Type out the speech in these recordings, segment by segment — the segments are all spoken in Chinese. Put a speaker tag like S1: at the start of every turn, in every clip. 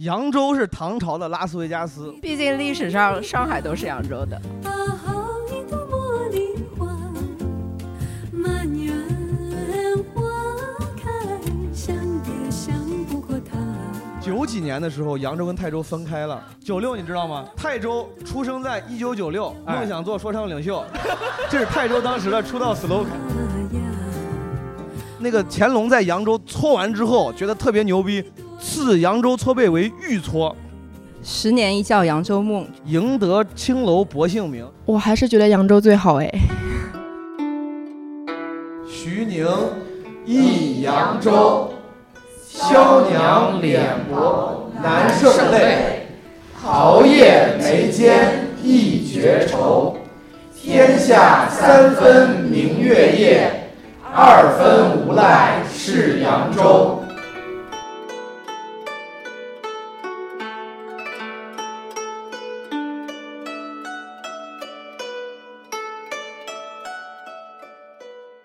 S1: 扬州是唐朝的拉斯维加斯，
S2: 毕竟历史上上海都是扬州的。
S3: 把好一朵茉莉花，满园花开，想也想不过它。
S1: 九几年的时候，扬州跟泰州分开了。九六你知道吗？泰州出生在一九九六，
S4: 哎
S1: 梦想做说唱领袖， 这是泰州当时的出道 slogan。那个乾隆在扬州搓完之后，觉得特别牛逼，赐扬州搓背为御搓，
S2: 十年一觉扬州梦，
S1: 赢得青楼薄幸名。
S5: 我还是觉得扬州最好哎。
S1: 徐宁
S6: 忆扬州，萧娘脸薄难胜泪，
S7: 熬
S6: 桃
S7: 夜
S6: 叶
S7: 眉
S6: 眉
S7: 间
S6: 间
S7: 一
S6: 一
S7: 绝
S6: 绝
S7: 愁
S6: 愁。，
S7: 天
S6: 天
S7: 下
S6: 下
S7: 三
S6: 三
S7: 分
S6: 分
S7: 明
S6: 明
S7: 月
S6: 月
S7: 夜
S6: 夜，
S7: 二
S6: 二
S7: 分
S6: 分
S7: 无
S6: 无
S7: 赖
S6: 赖
S7: 是
S6: 是
S7: 扬
S6: 扬
S7: 州
S6: 州。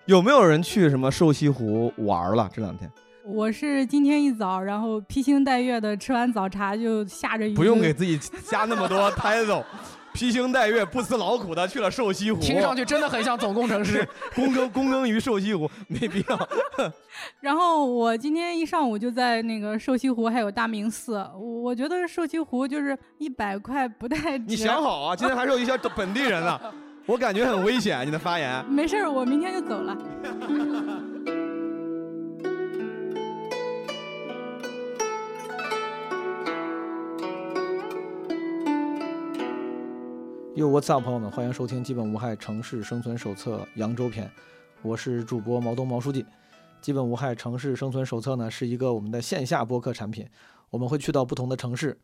S1: 有没有人去什么瘦西湖玩了？这两天
S8: 我是今天一早，然后披星戴月的吃完早茶就 下着雨，
S1: 不用给
S8: 就
S1: 自己加那么多 title，披 星戴月、不辞劳苦的去了瘦西湖，
S9: 听上去真的很像总工程师。
S1: 躬耕躬耕于瘦西湖，没必要。
S8: 然后我今天一上午就在那个瘦西湖还有大明寺，我我觉得瘦西湖就是一百块不太值。
S1: 你想好 啊，今天还是有一些本地人呢，我感觉很危险。啊你的发言，
S8: 没事儿，我明天就走了。
S10: 哟，What's up，朋友们，欢迎收听《基本无害城市生存手册》扬州篇，我是主播毛东毛书记。《基本无害城市生存手册》呢是一个我们的线下播客产品，我们会去到不同的城市，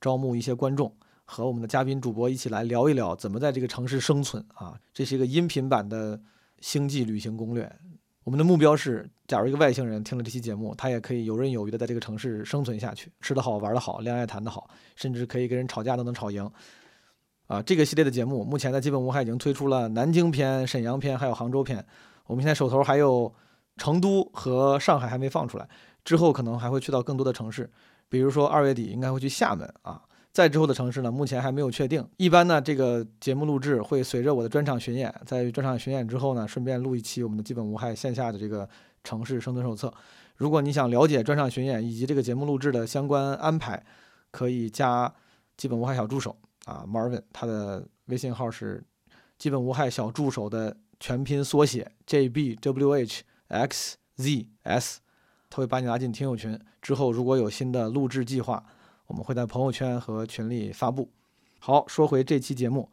S10: 招募一些观众和我们的嘉宾主播一起来聊一聊怎么在这个城市生存啊，这是一个音频版的星际旅行攻略。我们的目标是，假如一个外星人听了这期节目，他也可以游刃有余的在这个城市生存下去，吃得好，玩得好，恋爱谈得好，甚至可以跟人吵架都能吵赢。啊，这个系列的节目目前在基本无害已经推出了南京篇、沈阳篇，还有杭州篇。我们现在手头还有成都和上海还没放出来，之后可能还会去到更多的城市，比如说二月底应该会去厦门啊。再之后的城市呢，目前还没有确定。一般呢，这个节目录制会随着我的专场巡演，在专场巡演之后呢，顺便录一期我们的基本无害线下的这个城市生存手册。如果你想了解专场巡演以及这个节目录制的相关安排，可以加基本无害小助手啊，Marvin，他的微信号是基本无害小助手的全拼缩写 J B W H X Z S，他会把你拉进听友群。之后如果有新的录制计划，我们会在朋友圈和群里发布。好，说回这期节目，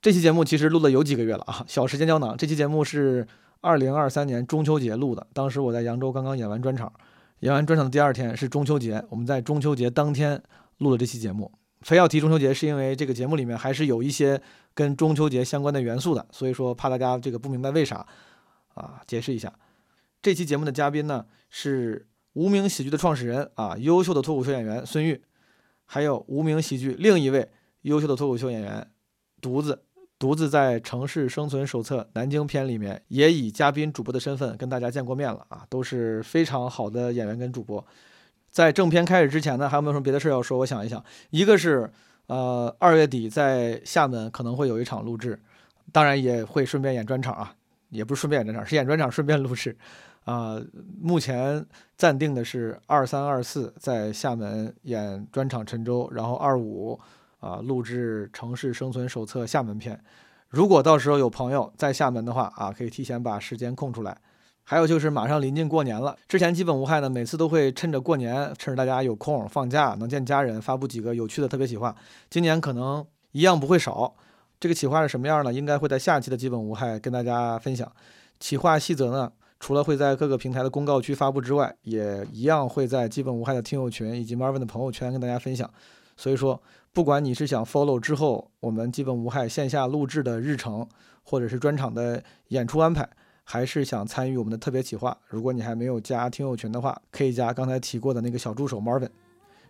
S10: 这期节目其实录了有几个月了啊，小时间胶囊。这期节目是二零二三年中秋节录的，当时我在扬州刚刚演完专场，演完专场的第二天是中秋节，我们在中秋节当天录了这期节目。非要提中秋节，是因为这个节目里面还是有一些跟中秋节相关的元素的，所以说怕大家这个不明白为啥啊，解释一下。这期节目的嘉宾呢是无名喜剧的创始人啊，优秀的脱口秀演员孙玉，还有无名喜剧另一位优秀的脱口秀演员独子。独自在《城市生存手册·南京篇》里面，也以嘉宾主播的身份跟大家见过面了啊，都是非常好的演员跟主播。在正片开始之前呢，还有没有什么别的事儿要说？我想一想，一个是呃二月底在厦门可能会有一场录制，当然也会顺便演专场啊，也不是顺便演专场，是演专场顺便录制。啊、目前暂定的是二三二四在厦门演专场陈州，然后二五啊录制《城市生存手册》厦门篇。如果到时候有朋友在厦门的话啊，可以提前把时间空出来。还有就是马上临近过年了，之前基本无害呢，每次都会趁着过年，趁着大家有空放假能见家人，发布几个有趣的特别企划。今年可能一样不会少，这个企划是什么样呢？应该会在下期的基本无害跟大家分享。企划细则呢，除了会在各个平台的公告区发布之外，也一样会在基本无害的听友群以及 Marvin 的朋友圈跟大家分享。所以说，不管你是想 follow 之后我们基本无害线下录制的日程，或者是专场的演出安排，还是想参与我们的特别企划，如果你还没有加听友群的话，可以加刚才提过的那个小助手 Marvin。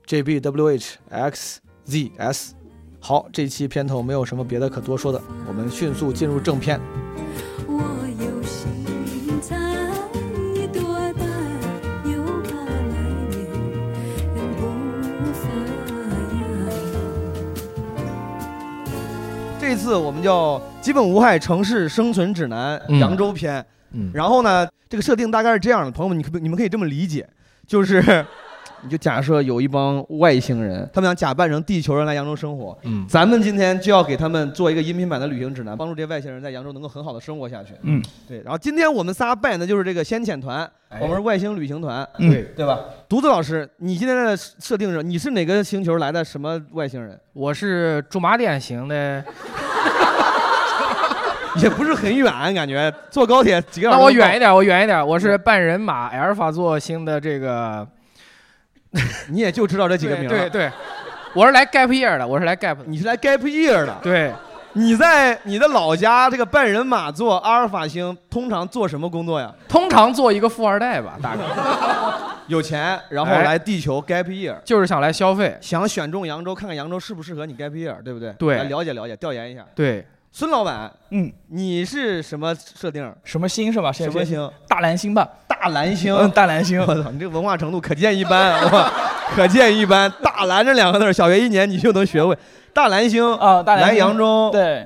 S10: J B W H X Z S。好，这期片头没有什么别的可多说的，我们迅速进入正片。
S3: 我有心采一朵大，又怕来年人不烦。
S1: 这一次我们叫《基本无害城市生存指南》
S9: 嗯
S1: 扬州篇。
S9: 嗯
S1: 然后呢，这个设定大概是这样的，朋友们，你可不你们可以这么理解，就是 你就假设有一帮外星人，他们想假扮成地球人来扬州生活，
S9: 嗯
S1: 咱们今天就要给他们做一个音频版的旅行指南，帮助这些外星人在扬州能够很好的生活下去。
S9: 嗯，
S1: 对。然后今天我们仨扮演的就是这个先遣团，我们是外星旅行团，
S9: 嗯
S1: 哎对对吧？独子老师，你今天的设定是你是哪个星球来的什么外星人？
S9: 我是驻马店型的，
S1: 也不是很远，感觉坐高铁几个小时。
S9: 那我远一，点，我远一点，我是半人马阿尔法座星的这个
S1: 你也就知道这几个
S9: 对
S1: 名儿。
S9: 对对，我是来 gap year 的，我是来 gap 的，
S1: 你是来 gap year 的。
S9: 对，
S1: 你在你的老家这个半人马座阿尔法星，通常做什么工作呀？
S9: 通常做一个富二代吧，大概
S1: 有钱，然后
S9: 哎
S1: 来地球 gap year，、
S9: 就是想来消费，
S1: 想选中扬州，看看扬州适不适合你 gap year，对不对？
S9: 对
S1: 来了解了解，调研一下。
S9: 对，
S1: 孙老板，
S4: 嗯，
S1: 你是什么设定？
S4: 什么星是吧？
S1: 什么？星？
S4: 大蓝星吧？
S1: 大蓝星。
S4: 嗯，大蓝星。
S1: 我操，你这文化程度可见一斑，啊哇，可见一斑。大蓝这两个字儿，小学一年你就能学会。大蓝星
S4: 啊，大蓝
S1: 来
S4: 星
S1: 扬州
S4: 对，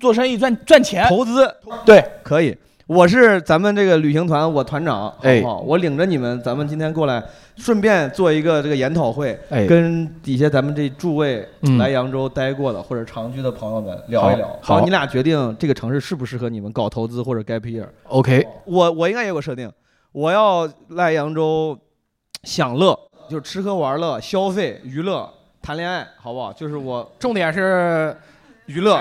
S4: 做生意赚赚钱。
S1: 投资，
S4: 对，
S1: 可以。我是咱们这个旅行团，我团长，
S9: 哎
S1: 好不好？我领着你们，咱们今天过来，顺便做一个这个研讨会，
S9: 哎
S1: 跟底下咱们这诸位
S9: 嗯
S1: 来扬州待过的或者长居的朋友们聊一
S9: 好
S1: 聊，然
S9: 好
S1: 后你俩决定这个城市适不适合你们搞投资或者 gap year。
S9: ，OK，
S1: 我我应该有个设定，我要来扬州享乐，就是吃喝玩乐、消费、娱乐、谈恋爱，好不好？就是我
S9: 重点是
S1: 娱乐，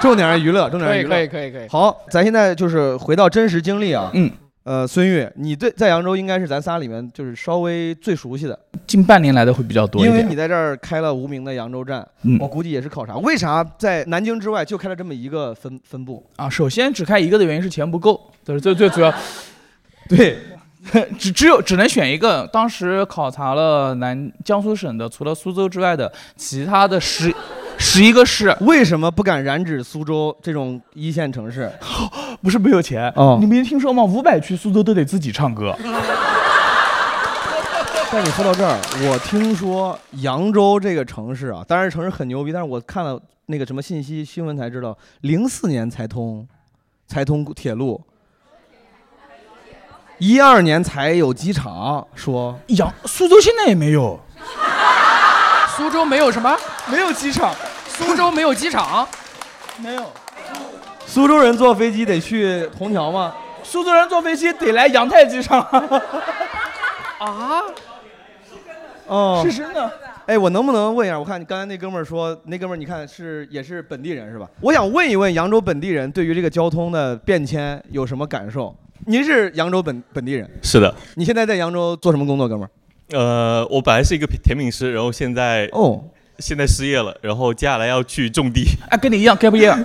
S1: 重点是娱 乐，重点
S9: 可
S1: 是
S9: 以
S1: 娱乐。
S9: 可以可以可以，
S1: 好，咱现在就是回到真实经历啊。
S4: 嗯。
S1: 呃，孙玉，你对在扬州应该是咱仨里面就是稍微最熟悉的，
S4: 近半年来的会比较多一
S1: 因为你
S4: 点。
S1: 在这儿开了无名的扬州站，
S4: 嗯
S1: 我估计也是考察。为啥在南京之外就开了这么一个分分部？
S4: 啊，首先只开一个的原因是钱不够，这是最最主要，
S1: 对，
S4: 只只有只能选一个。当时考察了南江苏省的，除了苏州之外的其他的十十一个市，
S1: 为什么不敢染指苏州这种一线城市？
S4: 不是没有钱，
S1: 哦
S4: 哎你没听说吗？五百去苏州都得自己唱歌。
S1: 但你说到这儿，我听说扬州这个城市啊，当然城市很牛逼，但是我看了那个什么信息新闻才知道，零四年才通，才通铁路，一二年才有机场。说
S4: 扬苏州现在也没有，
S9: 苏州没有什么，
S4: 没有机场，
S9: 苏州没有机场，啊
S4: 没有。
S1: 苏州人坐飞机得去虹桥吗？
S4: 苏州人坐飞机得来扬泰机场，
S1: 哦
S4: 是，真的。
S1: 哎，我能不能问一下？我看你刚才那哥们儿说，那哥们儿你看是也是本地人是吧？我想问一问扬州本地人对于这个交通的变迁有什么感受？您是扬州本本地人，
S7: 是的，
S1: 你现在在扬州做什么工作，哥们儿？
S7: 呃，我本来是一个甜品师，然后现在
S1: 哦，
S7: 现在失业了，然后接下来要去种 地。
S4: 哎，跟你一样，gap year。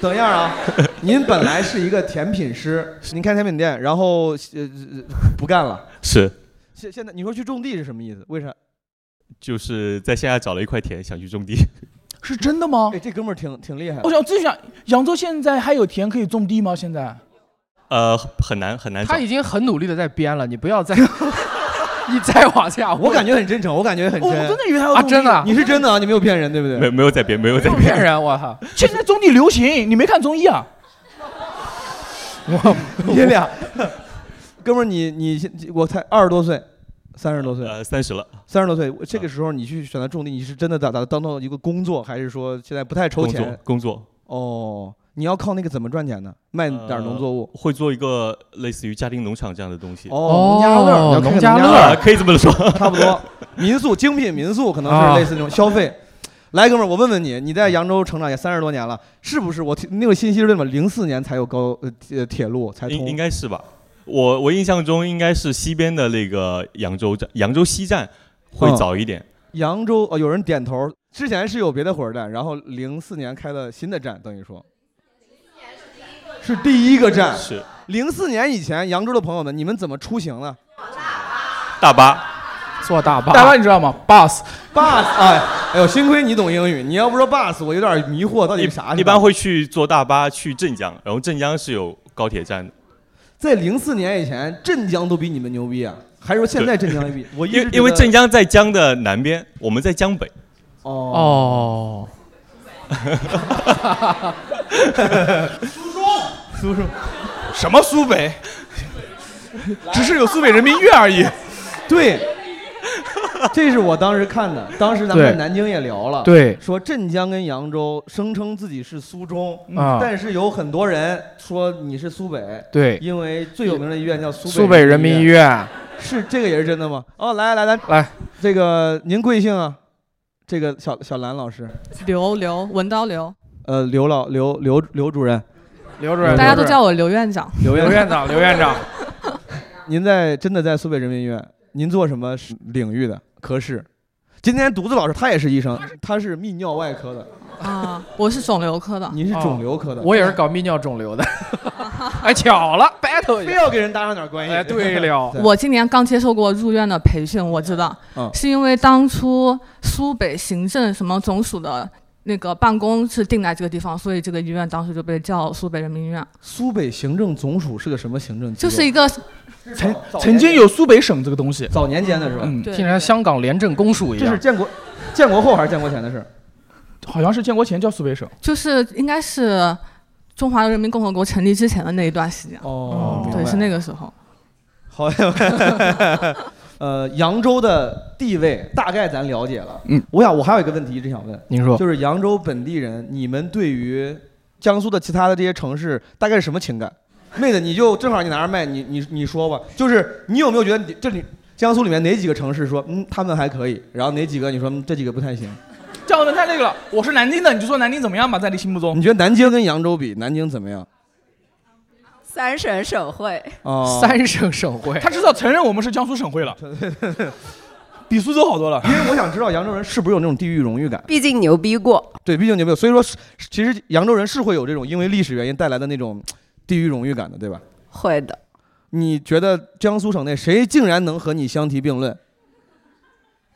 S1: 等一下啊，您本来是一个甜品师，您开甜品店，然后呃呃不干了。
S7: 是，
S1: 现现在你说去种地是什么意思？为啥？
S7: 就是在现在找了一块田，想去种地。
S4: 是真的吗
S1: 哎，？这哥们儿挺挺厉害的。
S4: 我想自己想，扬州现在还有田可以种地吗？现在
S7: 呃，很难很难找
S9: 他。已经很努力的在编了，你不要再， 你再往下，
S1: 我感
S9: 觉
S1: 觉很真诚，我感觉很
S4: 我我
S1: 真
S4: 真。的以为还有
S9: 啊，
S4: 种地
S9: 真的啊
S1: 你是真的啊，你没有骗人，对不
S7: 没
S1: 对？
S7: 没有在编，没有在
S9: 没有
S7: 编。
S9: 骗人，我操，
S4: 现在种地流行，你没看综艺啊？
S1: 你 俩，哥们儿，你你现我才二十多岁，三十多岁，
S7: 呃，三十了，
S1: 三十多岁，这个时候你去选择种地，你是真的把它当做一个工作，还是说现在不太筹
S7: 工作
S1: 钱？
S7: 工作呃
S1: 哦，你要靠那个怎么赚钱呢？卖点儿农作物。
S7: 会做一个类似于家庭农场这样的东西。
S1: 哦农家乐儿，你要开个
S9: 哦农家
S1: 农
S9: 乐
S1: 儿
S7: 啊，可以这么说。
S1: 差不多，民宿精品民宿可能
S9: 啊
S1: 是类似那种消费。来，哥们儿，我问问你，你在扬州成长也三十多年了，是不是我听那个信息是什么？零四年才有高呃铁铁路才
S7: 应
S1: 通，
S7: 应该是吧？我我印象中应该是西边的那个扬州站，扬州西站会
S1: 嗯
S7: 早一点。
S1: 扬州哦，有人点头，之前是有别的火车站，然后零四年开的新的站，等于说。是第一个站，
S7: 是
S1: 零四年以前，扬州的朋友们，你们怎么出行呢
S7: 大巴，
S9: 坐大巴，
S4: 台湾你知道吗？bus
S1: ？bus，哎，哎呦，幸亏你懂英语，你要不说 bus，我有点迷惑，到底
S7: 一
S1: 是啥是吧？
S7: 一般会去坐大巴去镇江，然后镇江是有高铁站的。
S1: 在零四年以前，镇江都比你们牛逼啊，还是说现在镇江牛 逼？我一
S7: 因
S1: 直觉
S7: 为
S1: 得
S7: 因为镇江在江的南边，我们在江北。
S1: 哦
S9: 哦，
S4: 苏中，苏中，什么苏北？只是有苏北人民乐而已。
S1: 对，这是我当时看的。当时咱们在南京也聊了，
S9: 对
S1: 说镇江跟扬州声称自己是苏中，
S9: 啊
S1: 但是有很多人说你是苏北，
S9: 对
S1: 因为最有名的医院叫苏
S9: 苏北人民医院，
S1: 是这个也是真的吗？哦，来来来
S9: 来，
S1: 这个您贵姓啊？这个小小兰老师，
S11: 刘刘文刀刘，
S1: 呃，刘老刘刘刘主任，
S9: 刘主
S11: 大家都叫我刘院长。
S1: 刘
S9: 刘院啊 长，刘院长，
S1: 您在真的在苏北人民医院，您做什么领域的科室？今天独子老师他也是医生，他是泌尿外科的，
S11: 啊，我是肿瘤科的。
S1: 您是肿瘤科的，
S9: 哦我也是搞泌尿肿瘤的。哎，巧了，battle 一下，
S1: 非要跟人搭上点关系。
S9: 哎，对了，
S11: 我今年刚接受过入院的培训，我知道，
S1: 嗯
S11: 是因为当初苏北行政什么总署的那个办公是定在这个地方，所以这个医院当时就被叫苏北人民医院，
S1: 苏北行政总署是个什么行政机构？
S11: 就
S1: 啊
S11: 是一个
S1: 曾
S4: 曾经有苏北省这个东西，
S1: 早年间的是吧？
S4: 嗯，
S11: 对
S9: 听着像香港廉政公署一
S1: 这
S9: 样
S1: 是，建国建国后还是建国前的事？
S4: 好像是建国前叫苏北省。
S11: 就是应该是中华人民共和国成立之前的那一段时间。嗯
S1: 哦明
S11: 对，
S1: 白
S11: 是那个时候。
S1: 好呀， 呃，扬州的地位大概咱了解了。
S9: 嗯，
S1: 我想我还有一个问题一直想问，
S9: 您说
S1: 就是扬州本地人，你们对于江苏的其他的这些城市大概是什么情感？妹子，你就正好你拿着麦，你你你说吧，就是你有没有觉得你这里江苏里面哪几个城市说嗯他们还可以，然后哪几个你说嗯这几个不太行？
S4: 这样问太那个了，我是南京的，你就说南京怎么样吧，在你心目中。
S1: 你觉得南京跟扬州比，南京怎么样？
S12: 三省省会，
S1: 哦，
S9: 三省省会，
S4: 他至少承认我们是江苏省会了，比苏州好多了。
S1: 因为我想知道扬州人是不是有那种地域荣誉感。
S12: 毕竟牛逼过。
S1: 对，毕竟牛逼，所以说是其实扬州人是会有这种因为历史原因带来的那种地域荣誉感的，对吧？
S12: 会的，
S1: 你觉得江苏省内谁竟然能和你相提并论？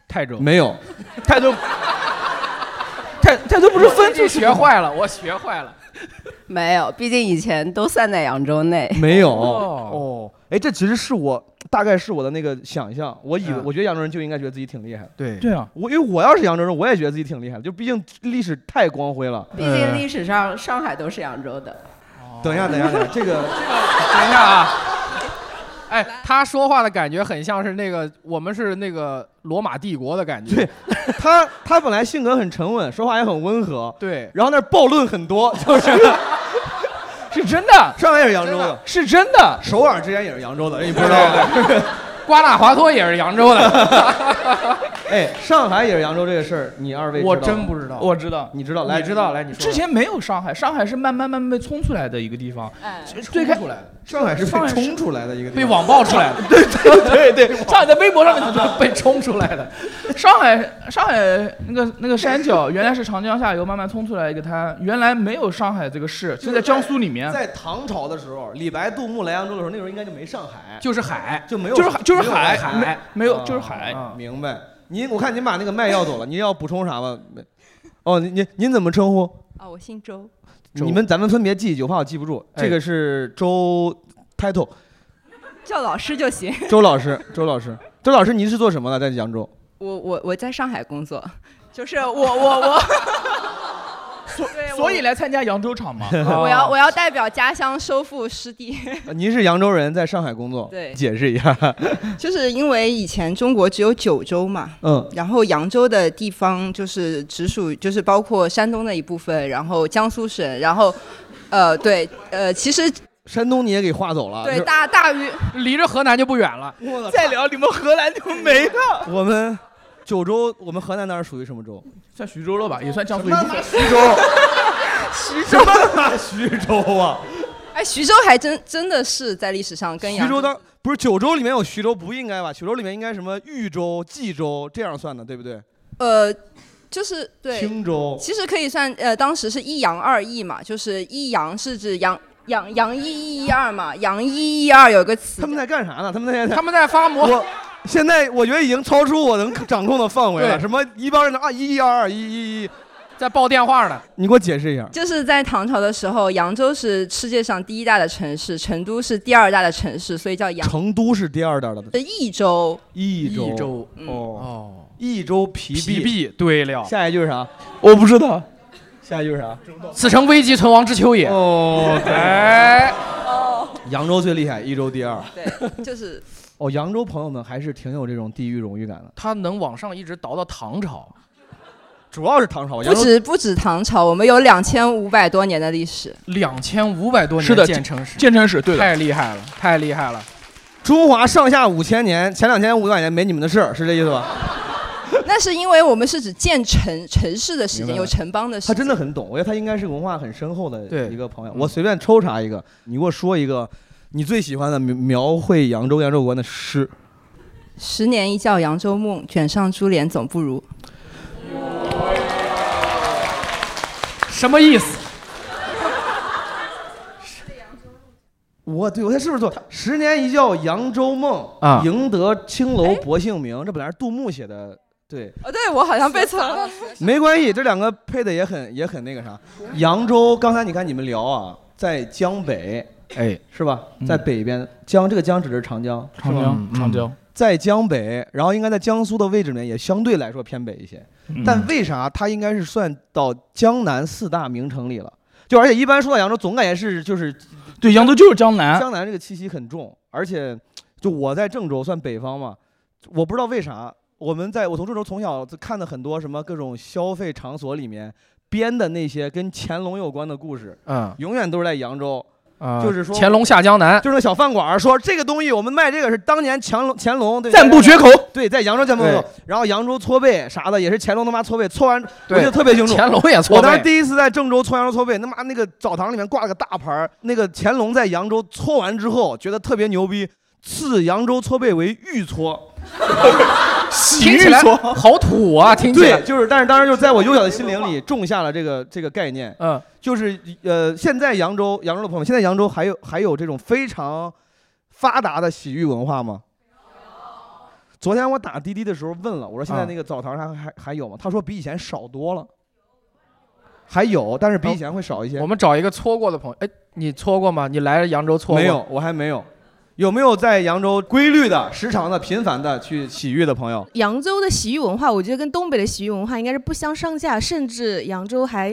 S9: 泰州
S1: 没有，
S4: 泰州，泰泰州不是分出去
S9: 学坏了，我学坏了。
S12: 没有，毕竟以前都算在扬州内。
S1: 没 有
S9: 哦
S1: 哦，哎，这其实是我大概是我的那个想象，我以为、
S9: 嗯
S1: 我觉得扬州人就应该觉得自己挺厉害的。
S9: 对
S4: 对啊，
S1: 我因为我要是扬州人，我也觉得自己挺厉害的，就毕竟历史太光辉了。
S12: 毕竟历史上上海都是扬州的，
S9: 哦
S1: 等一下，等一下，等一下，这个
S9: 等一下啊！哎，他说话的感觉很像是那个，我们是那个罗马帝国的感觉。对，
S1: 他他本来性格很沉稳，说话也很温和，
S9: 对，
S1: 然后那儿暴论很 多，就是
S4: 是真的，
S1: 上海也是扬州的，
S4: 是真的。
S1: 首尔之前也是扬州的，你不知道吗？
S9: 瓜纳华托也是扬州的，
S1: 哎，上海也是扬州这个事儿，你二位
S9: 我
S1: 知道
S9: 真
S1: 吗
S9: 不知道。
S4: 我知道，
S1: 你知道？来，
S9: 你知道来你说
S4: 之前没有上海，上海是慢慢慢慢被冲出来的一个地方。最开
S9: 冲出来的，
S1: 上海是
S4: 上
S1: 被
S4: 海是
S1: 冲出来的一个地
S9: 被
S1: 方，
S9: 网暴出来的，
S4: 对对， 上海在微博上面就
S9: 被冲出来的。
S4: 上海上海那个那个山脚原来是长江下游慢慢冲出来一个滩，原来没有上海这个市，
S1: 是
S4: 就在江苏里面。
S1: 在唐朝的时候，李白、杜牧来扬州的时候，那时候应该就没上海，
S9: 就是海，
S1: 就没有，
S4: 就是海，就是海，
S1: 没有
S4: 没没有，
S1: 啊
S4: 就是海。
S1: 啊明白？您，我看您把那个麦要走了，您要补充啥吗？没哦，您您您怎么称呼？
S12: 啊，我姓周，
S9: 周
S1: 你们咱们分别记，有怕我记不住。
S9: 哎
S1: 这个是周 title，
S12: 叫老师就行。
S1: 周老师，周老师，周老师，您是做什么的？在扬州？
S12: 我我我在上海工作，就是我我我
S4: 所
S12: 对我
S4: 所以来参加扬州场哦嘛。
S12: 我要我要代表家乡收复失地。
S1: 呃您是扬州人，在上海工作。
S12: 对
S1: 解释一下。
S12: 就是因为以前中国只有九州嘛，
S1: 嗯，
S12: 然后扬州的地方就是直属，就是包括山东的一部分，然后江苏省，然后，呃，对，呃，其实
S1: 山东你也给划走了。
S12: 对
S1: 是
S12: 大大于
S9: 离着河南就不远了。
S4: 再聊你们荷兰就没了，
S1: 我们九州，我们河南那儿属于什么州？
S4: 算徐州了吧，也算江苏一部分。
S1: 徐州。徐 州？徐州啊！
S12: 哎，徐州还真真的是在历史上跟扬
S1: 徐州当不是九州里面有徐州，不应该吧？九州里面应该什么豫州、冀州这样算的，对不对？
S12: 呃，就是对，
S1: 青州。
S12: 其实可以算呃，当时是一扬二抑嘛，就是一扬是指扬扬扬一一二嘛，扬一一二有个词
S1: 他们在干啥呢？他们在
S9: 他们在发模，
S1: 我现在我觉得已经超出我能掌控的范围了。
S9: 对
S1: 什么一帮人的啊一一二二一一一，
S9: 在报电话呢。
S1: 你给我解释一下。
S12: 就是在唐朝的时候，扬州是世界上第一大的城市，成都是第二大的城市，所以叫扬
S1: 成都是第二大的
S12: 的益州。
S1: 益州，
S9: 州
S12: 嗯
S1: 哦，
S9: 哦，
S1: 益州疲
S9: 疲弊，对了，
S1: 下一句是啥？
S4: 我不知道，
S1: 下一句是啥？
S9: 此诚危急存亡之秋也。
S1: 哦，
S9: 哎，
S1: 扬州最厉害，一周第二。
S2: 对，就是
S1: 哦，扬州朋友们还是挺有这种地域荣誉感的。
S9: 他能往上一直倒到唐朝，
S1: 主要是唐
S9: 哦
S1: 朝，
S2: 不止不止唐朝，我们有两千五百多年的 历史。
S9: 两千五百多
S4: 是的
S9: 年建城市，
S4: 建城市对的
S9: 太厉害了，太厉害了。
S1: 中华上下五千年，前两千五百年没你们的事儿，是这意思吧？
S2: 那是因为我们是指建城城市的时
S1: 明白了
S2: 间，有城邦的时
S1: 他
S2: 间。
S1: 真的很懂，我觉得他应该是文化很深厚的
S9: 对
S1: 一个朋友。我随便抽查一个，你给我说一个你最喜欢的描描绘扬州扬州国的诗。
S2: 十年一觉扬州梦，卷上珠帘总不如。
S9: 什么意 思？
S1: 我对我这是不是错？十年一觉扬州梦
S9: 啊
S1: 赢得青
S2: 哎
S1: 楼薄幸名，这本来是杜牧写的，对，
S2: 哦，对我好像被错了。
S1: 没关系，这两个配的也很也很那个啥。扬州，刚才你看你们聊啊，在江北，
S9: 哎，
S1: 是吧？在北边，江这个江指的是长江，
S4: 嗯长
S1: 是吧嗯
S4: 江长江。
S1: 在江北，然后应该在江苏的位置呢，也相对来说偏北一些。
S4: 嗯
S1: 但为啥它应该是算到江南四大名城里了？就而且一般说到扬州，总感觉是就是，
S4: 对，扬州就是江南。
S1: 江南这个气息很重，而且就我在郑州算北方嘛，我不知道为啥我们在我从郑州从小就看的很多什么各种消费场所里面编的那些跟乾隆有关的故事，
S9: 嗯
S1: 永远都是在扬州。
S9: 啊
S1: 就是说
S9: 乾隆下江南，
S1: 就是那小饭馆儿说这个东西我们卖这个是当年乾隆乾隆对
S9: 赞不绝口
S1: 对，在扬州赞不绝口
S9: 对，
S1: 然后扬州搓背啥的也是乾隆他妈搓背，搓完我
S9: 对
S1: 记得特别清楚，
S9: 乾隆也搓背
S1: 我当时第一次在郑州搓扬州搓背，他妈那个澡堂里面挂了个大牌儿那个乾隆在扬州搓完之后觉得特别牛逼，赐扬州搓背为御搓。
S9: 听起来好土啊！听起来
S1: 对，就是，但是当然就是在我幼小的心灵里种下了这个这个概念。
S9: 嗯，
S1: 就是呃，现在扬州扬州的朋友们，现在扬州还有还有这种非常发达的洗浴文化吗？昨天我打滴滴的时候问了，我说现在
S9: 啊
S1: 那个澡堂上还还还有吗？他说比以前少多了，还有，但是比以前会少一些。
S9: 嗯我们找一个搓过的朋友，哎，你搓过吗？你来扬州搓过
S1: 没有，？我还没有。有没有在扬州规律的、时常的、频繁的去洗浴的朋友？
S13: 扬州的洗浴文化，我觉得跟东北的洗浴文化应该是不相上下，甚至扬州还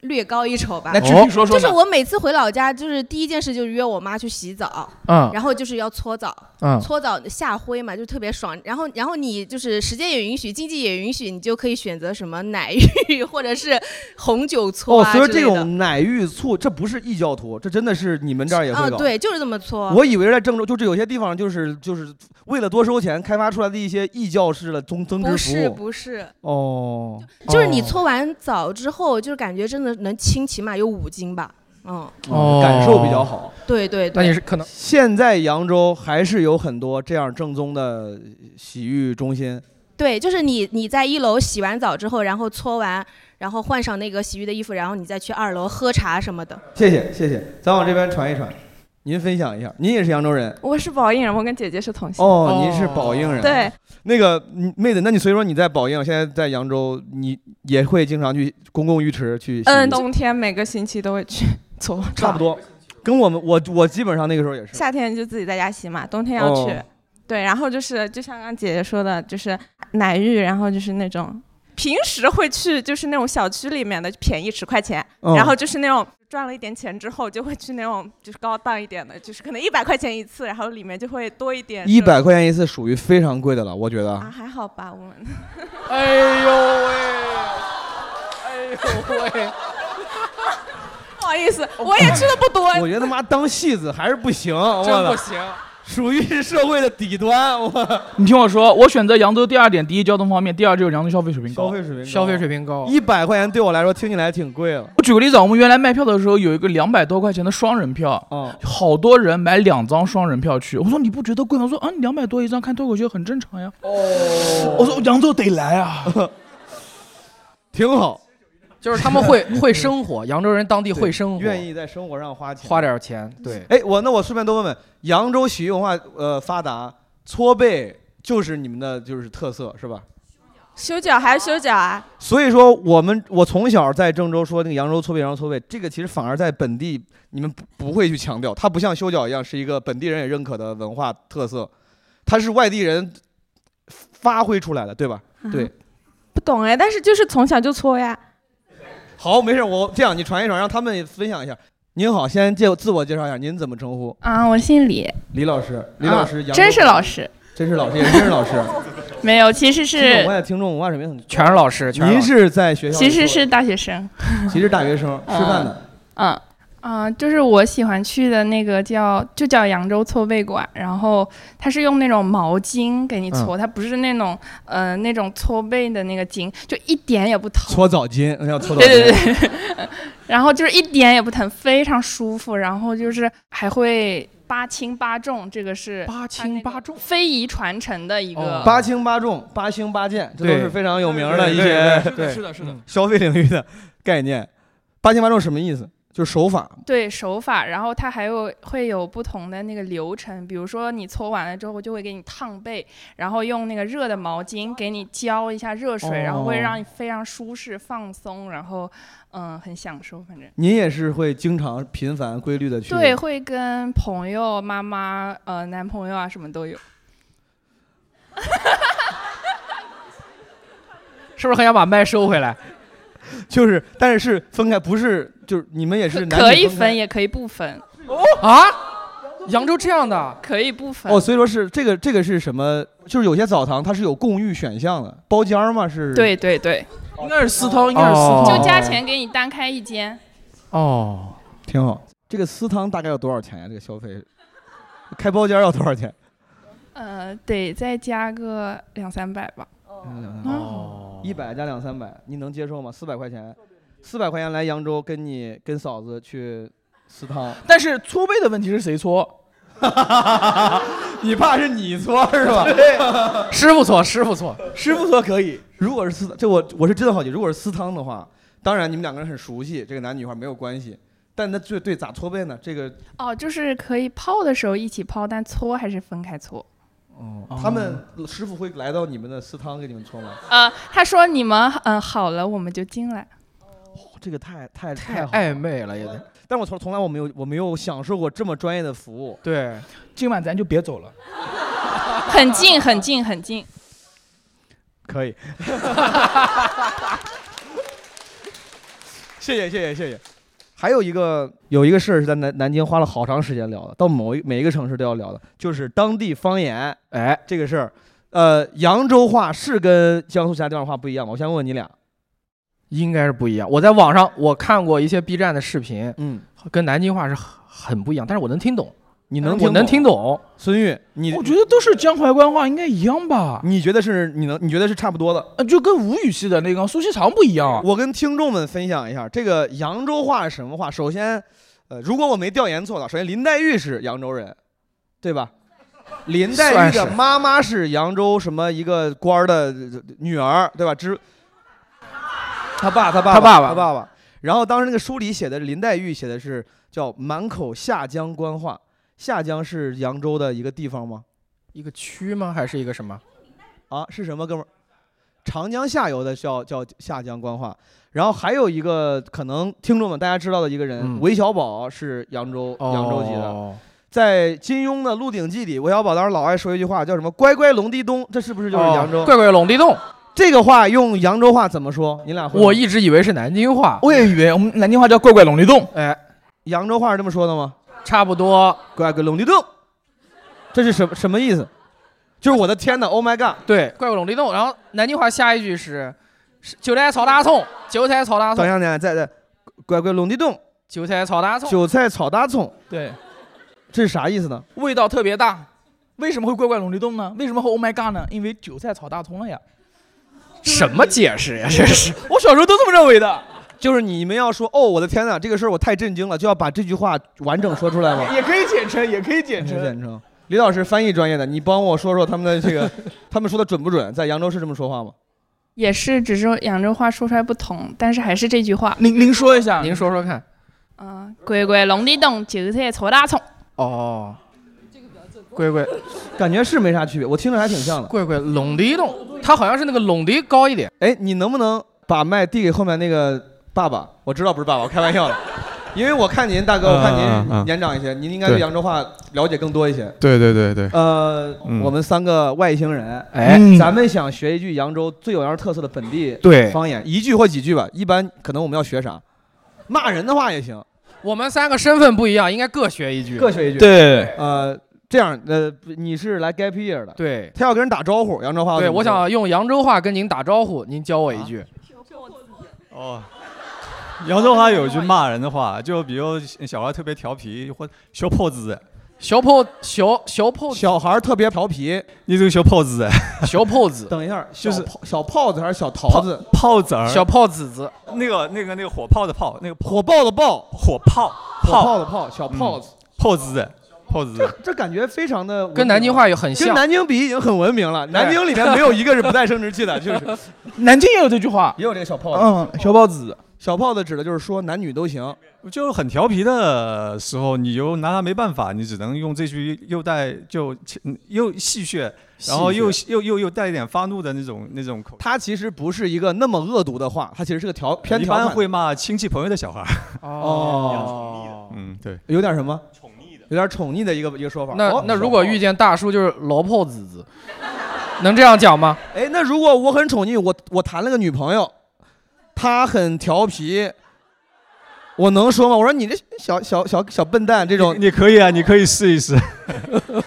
S13: 略高一筹吧。
S1: 那具体说说呢
S13: 就是我每次回老家，就是第一件事就是约我妈去洗澡，
S9: 嗯
S13: 然后就是要搓澡，
S9: 嗯
S13: 搓澡下灰嘛，就特别爽。然后，然后你就是时间也允许，经济也允许，你就可以选择什么奶浴或者是红酒搓
S1: 哦，
S13: 啊之
S1: 所以
S13: 类
S1: 这
S13: 的。
S1: 种奶浴醋，这不是异教徒，这真的是你们这儿也会
S13: 啊，
S1: 搞。
S13: 对，就是这么搓。
S1: 我以为在郑州，就是有些地方就是就是为了多收钱开发出来的一些异教式的增增值
S13: 不
S1: 服
S13: 是
S1: 务。
S13: 不是，
S1: 哦，
S13: 就是你
S1: 哦
S13: 搓完澡之后，就是感觉真的能轻，起码有五斤吧。嗯，
S1: 哦感受比较好。
S13: 对对对，
S9: 可能
S1: 现在扬州还是有很多这样正宗的洗浴中心。
S13: 对，就是你你在一楼洗完澡之后，然后搓完，然后换上那个洗浴的衣服，然后你再去二楼喝茶什么的。
S1: 谢谢谢谢，咱往这边传一传，您分享一下，您也是扬州人
S14: 我是宝应人，我跟姐姐是同乡。
S1: 哦，您是宝应人。
S14: 对，
S1: 那个嗯妹子，那你所以说你在宝应，现在在扬州，你也会经常去公共浴池去洗浴？
S14: 嗯，冬天每个星期都会去搓，
S1: 差 不。多，跟我们我我基本上那个时候也是。
S14: 夏天就自己在家洗嘛，冬天要去。
S1: 哦
S14: 对，然后就是就像刚姐姐说的，就是奶浴， 然后就是那种平时会去就是那种小区里面的便宜十块钱，
S1: 哦
S15: 嗯
S14: 然后就是那种赚了一点钱之后就会去那种就是高档一点的，就是可能一百块钱一次，然后里面就会多一点。
S1: 一百块钱一次属于非常贵的了，我觉得。
S14: 啊，还好吧，我们。
S9: 哎呦喂，哎呦喂，
S14: 不好意思，我也去的不多。
S1: 我觉得他妈当戏子还是不 行，嗯我
S9: 真
S1: 的
S9: 不行，
S1: 属于是社会的底端。我
S4: 你听我说，我选择扬州第二点，第一交通方便，第二就是扬州消费水平高。消
S1: 费水平
S9: 消费水平高，
S1: 一百块钱对我来说听起来挺贵了。
S4: 我举个例子啊，我们原来卖票的时候有一个两百多块钱的双人票，
S1: 哦
S4: 好多人买两张双人票去。我说你不觉得贵吗？说啊，两百多一张看脱口秀很正常呀。哦，我说扬州得来 啊，
S1: 挺好。
S9: 就是他们会 会生活，扬州人当地会生活，
S1: 愿意在生活上花钱，
S9: 花点钱，对，
S1: 哎，我那我顺便多问问，扬州洗浴文化呃发达，搓背就是你们的就是特色是吧？
S14: 修脚还是修脚啊？
S1: 所以说我们我从小在郑州说那个扬州搓背，扬州搓背，这个其实反而在本地你们不不会去强调，它不像修脚一样是一个本地人也认可的文化特色，它是外地人
S15: 嗯
S1: 发挥出来的，对吧？对，
S14: 不懂哎，但是就是从小就搓呀。
S1: 好，没事，我这样你传一传，让他们分享一下。您好，先介自我介绍一下，您怎么称呼？
S15: 啊，我姓李，
S1: 李老师，李老师，
S15: 啊
S1: 杨
S15: 真是老师，
S1: 真是老师，也真是老师。
S15: 没有，其实
S1: 听
S15: 是
S1: 众文化听众文化水平很，
S9: 全是老师，
S1: 您是在学校里
S15: 其
S1: 做的？
S15: 实是大学生，
S1: 其实大学生吃
S15: 嗯
S1: 饭的。
S15: 嗯啊、就是我喜欢去的那个叫就叫扬州搓背馆，然后它是用那种毛巾给你搓，
S1: 嗯
S15: 它不是那种呃那种搓背的那个巾，就一点也不疼。
S1: 搓澡巾，那叫搓澡
S15: 对
S1: 巾。
S15: 对对， 然后就是一点也不疼，非常舒服，然后就是还会八轻八重，这个是八轻八重非遗传承的一个。
S1: 哦八轻八重、八星八剑，这都
S9: 对
S1: 是非常有名的一
S9: 对
S1: 些
S9: 对对是的是的是的
S1: 嗯消费领域的概念。八轻八重什么意思？就是手法。
S15: 对手法，然后它还有会有不同的那个流程，比如说你搓完了之后就会给你烫背，然后用那个热的毛巾给你浇一下热水，然后会
S1: 哦
S15: 让你非常舒适放松，然后嗯很享受，反正。
S1: 您也是会经常、频繁、规律的去。
S15: 对，会跟朋友、妈妈、呃男朋友啊什么都有。
S9: 是不是很想把麦收回来？
S1: 就是，但是是分开，不是就是你们也是男女
S15: 可以
S1: 分开
S15: 分也可以不分，
S9: 啊？扬州这样的
S15: 可以不分。
S1: 哦，所以说是这个这个是什么？就是有些澡堂它是有共浴选项的，包间儿吗？是？
S15: 对对对，
S4: 应该是私掏，
S1: 应该哦是私掏
S15: 就哦加钱给你单开一间。
S1: 哦，挺好。这个私汤大概要多少钱呀、这个消费，开包间儿要多少钱？
S15: 呃，得再加个两三百吧。嗯
S1: 哦，一百加两三百，你能接受吗？四百块钱，四百块钱来扬州跟你跟嫂子去私 汤，
S4: 但是搓背的问题是谁搓？
S1: 你怕是你搓是吧？
S4: 对，
S9: 师傅搓，师傅搓，
S1: 师傅搓可以。如果是私，这我我是真的好奇，如果是私汤的话，当然你们两个人很熟悉，这个男女话没有关系，但那对对咋搓背呢？这个
S15: 哦，就是可以泡的时候一起泡，但搓还是分开搓。
S1: 哦，他们师傅会来到你们的私汤给你们搓吗？
S4: 啊
S15: 呃，他说你们嗯、好了，我们就进来。
S1: 这个太太
S9: 太
S1: 好了
S9: 暧昧了也得。
S1: 但我从从来我没有我没有享受过这么专业的服务。
S9: 对，
S4: 今晚咱就别走了。
S15: 很近，很近，很近。
S1: 可以。 谢谢谢谢谢谢。还有一个有一个事儿是在南南京花了好长时间聊的，到某一每一个城市都要聊的，就是当地方言。哎，这个事儿，呃，扬州话是跟江苏其他地方话不一样吗？我先问问你俩。
S9: 应该是不一样。我在网上我看过一些 B 站的视频，
S1: 嗯，
S9: 跟南京话是很很不一样，但是我能听懂。
S1: 你
S4: 能
S9: 我
S4: 听
S9: 能
S4: 懂
S9: 听懂。
S1: 孙玉，你
S4: 我觉得都是江淮官话，应该一样吧？
S1: 你觉得是？你能？你觉得是差不多的？
S4: 呃，就跟吴语系的那个苏锡常不一样啊。
S1: 我跟听众们分享一下，这个扬州话是什么话？首先，呃，如果我没调研错的话，首先林黛玉是扬州人，对吧？林黛玉的
S4: 算是
S1: 妈妈是扬州什么一个官儿的呃女儿，对吧？之他爸，啊他爸，
S9: 他爸爸
S1: 他爸爸。然后当时那个书里写的林黛玉写的是叫满口下江官话，下江是扬州的一个地方吗？
S9: 一个区吗？还是一个什么？
S1: 啊，是什么，哥们儿？长江下游的叫叫下江官话，然后还有一个可能听众们大家知道的一个人，
S9: 嗯
S1: 韦小宝是扬州、扬州籍的。
S9: 哦
S1: 在金庸的《鹿鼎记》里，韦小宝当时老爱说一句话，叫什么“乖乖龙地东”，这是不是就是
S9: 哦
S1: 扬州？
S9: 怪怪龙地洞，
S1: 这个话用扬州话怎么说？你俩会吗
S9: 我一直以为是南京话，
S4: 我也以为我
S1: 嗯
S4: 们南京话叫怪怪龙地洞。
S9: 哎，
S1: 扬州话是这么说的吗？
S9: 差不多，
S1: 乖乖龙地洞，这是什么什么意思？就是我的天哪，Oh my god！
S9: 对，怪怪龙地洞。然后南京话下一句是是韭菜炒大葱，韭菜炒大
S1: 等一
S9: 葱，
S1: 下，等一下，再再，乖乖龙地洞，
S9: 韭菜炒大葱，
S1: 韭菜炒大葱，
S4: 对，
S1: 这是啥意思呢？
S4: 味道特别大。为什么会怪怪龙地洞呢？为什么会 Oh my God 呢？因为韭菜炒大葱了呀。
S9: 什么解释呀？这是
S4: 我小时候都这么认为的。
S1: 就是你们要说哦，我的天哪，这个事儿我太震惊了，就要把这句话完整说出来吗？
S4: 也可以简称，也可以简称。
S1: 简称。李老师翻译专业的，你帮我说说他们的这个，他们说的准不准？在扬州是这么说话吗？
S15: 也是，只是扬州话说出来不同，但是还是这句话。
S4: 您您说一下，您
S9: 说说看。
S15: 嗯，乖乖龙地洞，韭菜搓大葱。
S9: 哦，这个比较正。
S1: 感觉是没啥区别，我听着还挺像的。
S9: 怪怪龙地洞，它好像是那个龙地高一点。
S1: 哎，你能不能把麦递给后面那个爸爸？我知道不是爸爸，我开玩笑的。因为我看您大哥，我看
S10: 嗯嗯嗯
S1: 您
S10: 嗯
S1: 年长一些，您应该对
S10: 对
S1: 扬州话了解更多一些。
S10: 对对对对，
S1: 呃，
S10: 嗯
S1: 我们三个外星人，
S10: 哎
S1: 嗯咱们想学一句扬州最有扬州特色的本地
S10: 对
S1: 方言，一句或几句吧。一般可能我们要学啥？骂人的话也行，
S9: 我们三个身份不一样，应该各学一句，
S1: 各学一句。，呃，这样，呃，你是来 gap year 的，
S9: 对，
S1: 他要跟人打招呼，扬州话。
S9: 对，我，想用扬州话跟您打招呼，您教我一句。
S16: 哦，扬州话有一句骂人的话，就比如小孩特别调皮或小破子，
S9: 小破小小破
S1: 小孩特别调皮，
S16: 你这个小破 子，
S9: 小破子，
S1: 等一下，
S16: 就
S1: 小
S16: 是
S1: 炮小炮子还是小桃子？
S16: 炮子儿，
S9: 小炮子子，
S16: 那个那个那个火炮的炮，那个
S1: 火爆的爆，
S16: 火炮
S1: 火炮的炮，小
S16: 嗯
S1: 炮子。
S16: 炮子炮子，
S1: 这感觉非常的
S9: 跟南京话也很像
S1: 跟南京比已经很文明了。南京里面没有一个是不带生殖器的，就是
S4: 南京也有这句话，
S1: 也有这个小炮
S4: 嗯，小豹子，
S1: 小炮子指的就是说男女都行。
S16: 就是很调皮的时候，你又拿他没办法，你只能用这句又带就又戏谑，然后又
S1: 戏
S16: 又又又带一点发怒的那种那种口。
S1: 它其实不是一个那么恶毒的话，它其实是个调偏
S16: 一
S1: 调侃
S16: 般
S1: 的
S16: 会骂亲戚朋友的小孩儿。
S1: 哦，
S16: 嗯，对，
S1: 有点什么宠溺的，有点宠溺的一个一个说法。
S9: 那
S1: 哦
S9: 那如果遇见大叔就是老炮子子， 能这样讲吗？
S1: 哎，那如果我很宠溺，我我谈了个女朋友，她很调皮，我能说吗？我说你这小小小小笨蛋这种，
S16: 你可以啊，你可以试一试。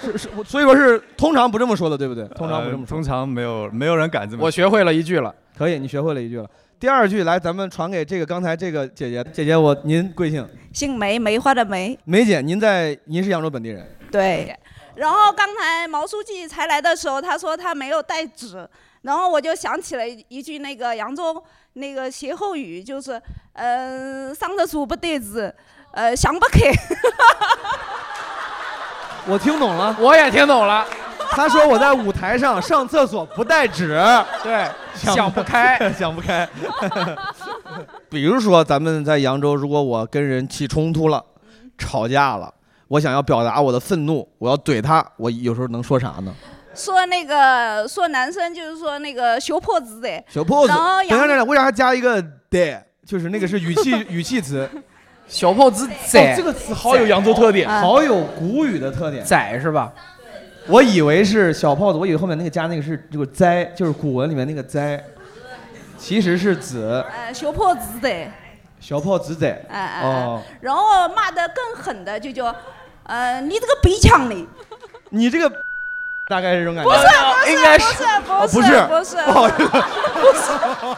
S1: 是是，我 所以说是通常不这么说的，对不对？通常不这么说。
S16: 呃通常没有没有人敢这么。
S1: 我
S9: 学会了一句了，
S1: 可以，你学会了一句了。第二句来，咱们传给这个刚才这个姐姐，姐姐我您贵姓？
S17: 姓梅，梅花的梅。
S1: 梅姐，您在您是扬州本地人，
S17: 对，然后刚才毛书记才来的时候，他说他没有带纸，然后我就想起了一一句那个扬州那个歇后语，就是嗯、呃，上厕所不带纸，呃，想不 开。
S1: 我听懂了，
S9: 我也听懂了。
S1: 她说我在舞台上上厕所不带纸，
S9: 对，想不开，
S1: 想不开。 比如说咱们在扬州，如果我跟人起冲突了，吵架了，我想要表达我的愤怒，我要怼他，我有时候能说啥呢？
S17: 说那个说男生就是说那个小破子的，
S1: 小 pose，
S17: 然后
S1: 等一下
S17: 扬
S1: 等一下，为啥还加一个的？就是那个 是语气语气词，
S9: 小 pose
S1: 哦这个词好有扬州特点，
S9: 嗯
S1: 好有古语的特点。
S9: 宰是吧？
S1: 我以为是小炮子，我以为后面那个加那个是就是灾，就是古文里面那个灾，其实是子
S17: 呃小破子的，
S1: 小炮子仔。
S17: 哎哎
S1: 哦
S17: 哎，，然后骂得更狠的就叫呃你这个逼腔的，
S1: 你这个 大概是这种感觉，
S17: 不是不是
S1: 应该
S17: 不是
S1: 哦不
S17: 不是不
S1: 是
S17: 是
S1: 不好意思，
S17: 不是。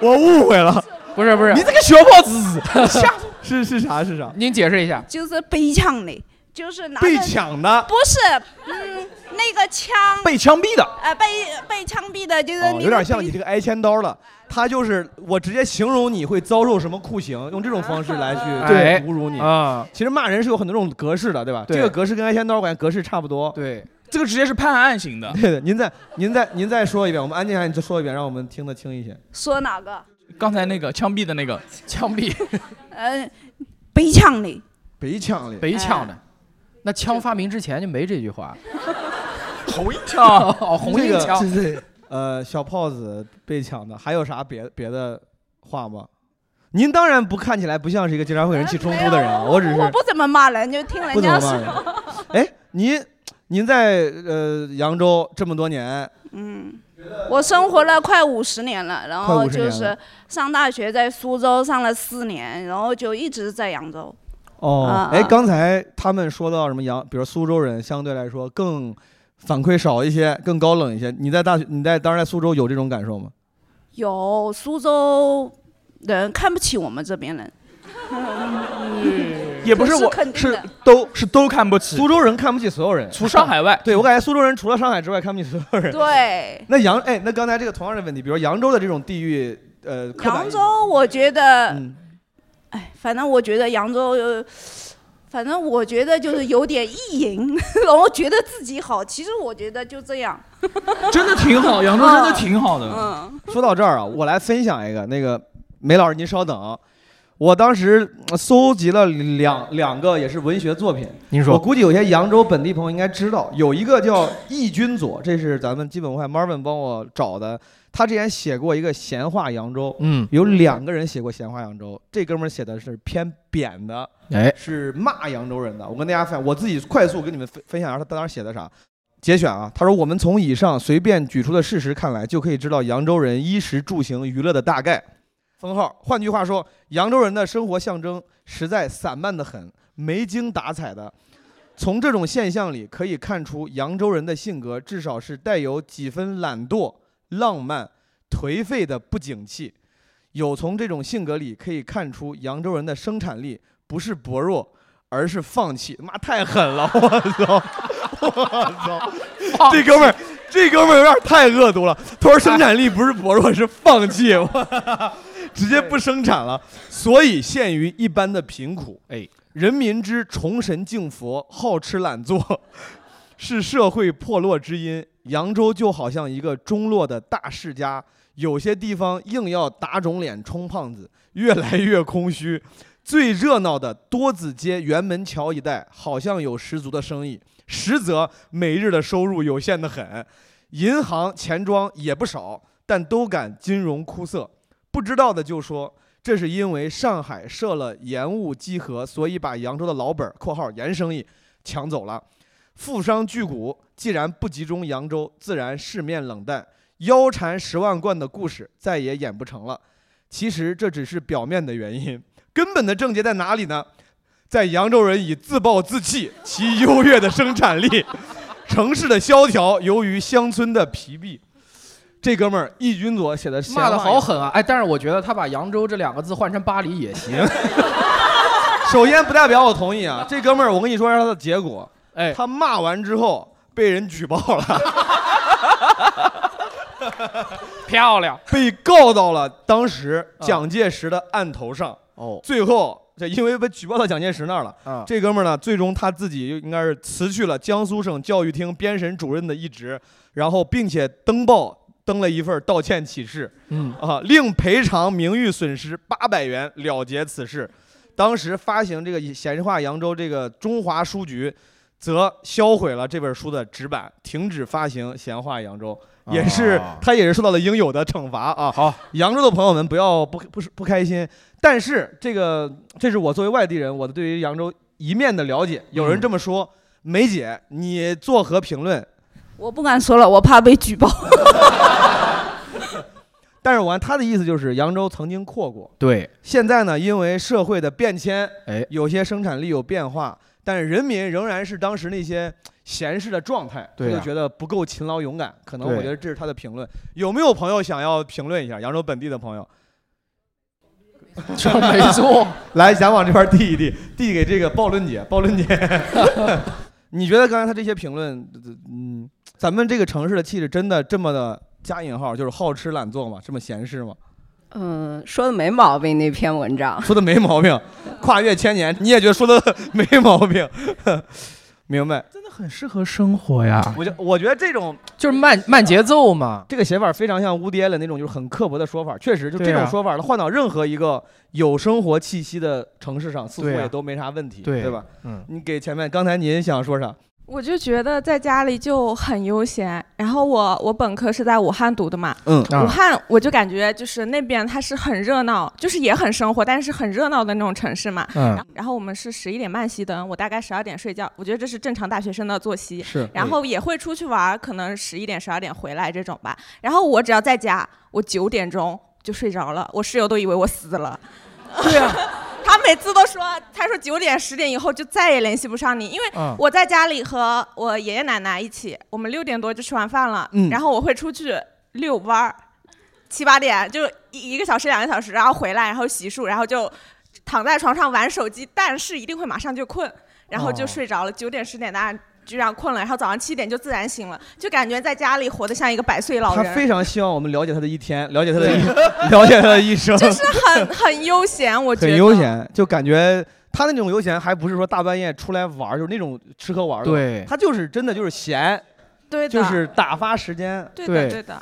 S1: 我误会了，
S9: 不是不是，
S1: 你这个小炮子， 是是啥是啥？
S9: 您解释一下，
S17: 就是背抢的，就是拿着
S1: 被抢的，
S17: 不是，嗯，那个枪，
S1: 被枪毙的。
S17: 呃，被被枪毙的，就是
S1: 哦，
S17: 你
S1: 有点像你这个挨千刀了。他就是我直接形容你会遭受什么酷刑，用这种方式来去
S9: 对
S1: 侮辱你
S9: 啊。
S1: 其实骂人是有很多种格式的，对吧？
S4: 对
S1: 这个格式跟挨千刀我感觉格式差不多。
S9: 对，
S4: 这个直接是判案型的。
S1: 对的。您再您再您再说一遍，我们安静一下，你再说一遍，让我们听得清一些。
S17: 说哪个？
S4: 刚才那个枪毙的 那个
S9: 枪毙，
S17: 呃，被抢的，
S1: 北抢的，
S9: 北抢
S17: 哎
S9: 的。那枪发明之前就没这句话，
S4: 红缨
S9: 枪哦，红缨枪
S1: 这个这是呃，小炮子被抢的，还有啥别别的话吗？您当然不看起来不像是一个经常会跟人起冲突的人啊，我只是
S17: 呃哎我不怎么骂人，就听人
S1: 不怎
S17: 家
S1: 么骂人
S17: 说。
S1: 哎，您您在呃扬州这么多年，
S17: 嗯，我生活了快五十年了，然
S1: 快
S17: 后
S1: 50
S17: 就
S1: 年
S17: 是
S1: 了
S17: 上大学在苏州上了四年，然后就一直在扬州。
S1: 哦
S17: 啊，
S1: 哎、
S17: 啊
S1: 刚才他们说到什么扬，比如苏州人相对来说更反馈少一些，更高冷一些。你在大学，你在当时在苏州有这种感受吗？
S17: 有苏州人看不起我们这边人，
S4: 也不是
S17: 这是
S4: 我
S17: 肯，定
S4: 是
S17: 的
S4: 都是都看不起。
S1: 苏州人看不起所有人，
S4: 除上海外。
S1: 对我感觉苏州人除了上海之外看不起所有人。。
S17: 对。
S1: 那扬哎，那刚才这个同样的问题，比如扬州的这种地域，呃，刻板
S17: 扬
S1: 印嗯
S17: 州，我觉得，哎，反正我觉得扬州有，反正我觉得就是有点意淫， 然后觉得自己好。其实我觉得就这样。
S4: 真的挺好，扬州真的挺好的。
S17: 嗯，
S1: 说到这儿啊，我来分享一个，那个梅老师您稍等啊，我当时呃搜集了两两个也是文学作品，
S9: 您说
S1: 我估计有些扬州本地朋友应该知道，有一个叫《忆君左》，这是咱们基本文化 Marvin 帮我找的，他之前写过一个《闲话扬州》，
S10: 嗯
S1: 有两个人写过《闲话扬州》，这哥们儿写的是偏扁的，
S10: 哎
S1: 是骂扬州人的。我跟大家分享，我自己快速跟你们分分享一下他当时写的啥。节选啊，他说：“我们从以上随便举出的事实看来，就可以知道扬州人衣食住行娱乐的大概。封号，换句话说，扬州人的生活象征实在散漫的很，没精打采的。从这种现象里可以看出，扬州人的性格至少是带有几分懒惰、浪漫、颓废的不景气。有从这种性格里可以看出，扬州人的生产力不是薄弱，而是放弃。妈太狠了，我操！我 操！这哥们儿，这哥们儿有点太恶毒了。他说生产力不是薄弱，是放弃，我 直接不生产了，所以陷于一般的贫苦。
S10: 哎，
S1: 人民之崇神敬佛、好吃懒做， 是社会破落之因。扬州就好像一个中落的大世家，有些地方硬要打肿脸充胖子，越来越空虚。最热闹的多子街、辕门桥一带，好像有十足的生意，实则每日的收入有限的很。银行、钱庄也不少，但都感金融枯涩。不知道的就说，这是因为上海设了盐务稽核，所以把扬州的老本儿（括号盐生意）抢走了。富商巨贾既然不集中扬州，自然市面冷淡，腰缠十万贯的故事再也演不成了。其实这只是表面的原因，根本的症结在哪里呢？在扬州人以自暴自弃，其优越的生产力， 城市的萧条，由于乡村的疲弊。这哥们儿易君左写的闲话
S9: 骂的好
S1: 呀
S9: 狠啊！哎，但是我觉得他把扬州这两个字换成巴黎也行。
S1: 首先不代表我同意啊，这哥们儿，我跟你说一下他的结果。
S9: 哎，
S1: 他骂完之后被人举报了，
S9: 漂亮，啊
S1: 被告到了当时蒋介石的案头上。
S10: 哦，
S1: 最后这因为被举报到蒋介石那儿了，这哥们儿呢，最终他自己应该是辞去了江苏省教育厅编审主任的一职，然后并且登报登了一份道歉启事。
S10: 嗯
S1: 啊，另赔偿名誉损失八百元，了结此事。当时发行这个《闲话扬州》这个中华书局，则销毁了这本书的纸版，停止发行《闲话扬州》，也是
S10: 啊
S1: 他也是受到了应有的惩罚啊。好，扬州的朋友们不要不不是不开心，但是这个这是我作为外地人，我的对于扬州一面的了解。有人这么说，梅姐，你作何评论？
S18: 我不敢说了，我怕被举报。
S1: 但是完，他的意思就是扬州曾经阔过，
S9: 对，
S1: 现在呢，因为社会的变迁，
S9: 哎，
S1: 有些生产力有变化，但是人民仍然是当时那些闲适的状态，
S10: 对啊
S1: 他就觉得不够勤劳勇敢。可能
S10: 对
S1: 我觉得这是他的评论。有没有朋友想要评论一下扬州本地的朋友？
S9: 这没错。
S1: 来，咱往这边递一递，递给这个鲍伦姐。鲍伦姐， 你觉得刚才他这些评论，嗯，咱们这个城市的气质真的这么的加引号，就是好吃懒做吗？这么闲适 吗？
S17: 嗯，说的没毛病，那篇文章。
S1: 说的没毛病，跨越千年，你也觉得说的没毛病， 明白？
S4: 真的很适合生活呀。
S1: 我觉我觉得这种
S9: 就是慢慢节奏嘛，
S1: 这个写法非常像乌爹的那种，就是很刻薄的说法。确实，就这
S9: 对
S1: 种
S9: 啊
S1: 说法，它换到任何一个有生活气息的城市上，似乎
S9: 对啊
S1: 也都没啥问题，
S9: 对啊
S1: 吧？
S9: 嗯，
S1: 你给前面刚才您想说啥？
S14: 我就觉得在家里就很悠闲，然后我我本科是在武汉读的嘛，
S1: 嗯啊
S14: 武汉我就感觉就是那边它是很热闹，就是也很生活，但是很热闹的那种城市嘛。
S19: 嗯
S14: 然后然后我们是十一点半熄灯，我大概十二点睡觉，我觉得这是正常大学生的作息。
S19: 是嗯
S14: 然后也会出去玩儿，可能十一点十二点回来这种吧。然后我只要在家，我九点钟就睡着了，我室友都以为我死了。
S19: 啊
S14: 他每次都说，他说九点十点以后就再也联系不上你，因为
S19: 嗯
S14: 我在家里和我爷爷奶奶一起，我们六点多就吃完饭了，
S19: 嗯
S14: 然后我会出去遛弯儿，七八点就一一个小时两个小时，然后回来，然后洗漱，然后就躺在床上玩手机，但是一定会马上就困，然后就
S19: 哦
S14: 睡着了，九点十点大家。就这样困了，然后早上七点就自然醒了，就感觉在家里活得像一个百岁老
S1: 他
S14: 人。
S1: 非常希望我们了解他的一天，了解他的一， 了解他的一生，
S14: 就是很很悠闲，我觉得
S1: 很悠闲，就感觉他那种悠闲还不是说大半夜出来玩儿，就是那种吃喝玩乐，
S9: 对
S1: 他就是真的就是闲，
S14: 对的
S1: 就是打发时间，
S14: 对的对的。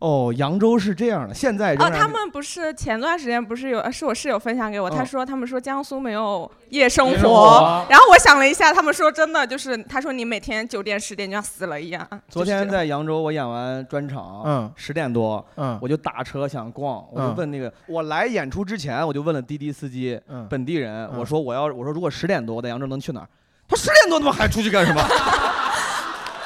S1: 哦，扬州是这样的，现在哎仍
S14: 哦，
S1: 然
S14: 他们不是前段时间不是有，是我室友分享给我，
S1: 嗯
S14: 他说他们说江苏没有夜生
S1: 夜生
S14: 活
S1: 活，
S14: 然后我想了一下，他们说真的就是，他说你每天九点十点就像死了一样。
S1: 昨天在扬州，我演完专场，
S9: 嗯
S1: 十点多，
S9: 嗯
S1: 我就打车想逛，我就
S9: 嗯
S1: 问那个，我来演出之前我就问了滴滴司机，
S9: 嗯
S1: 本地人，
S9: 嗯
S1: 我说我要，我说如果十点多我在扬州能去哪儿？他说十点多他妈还出去干什么？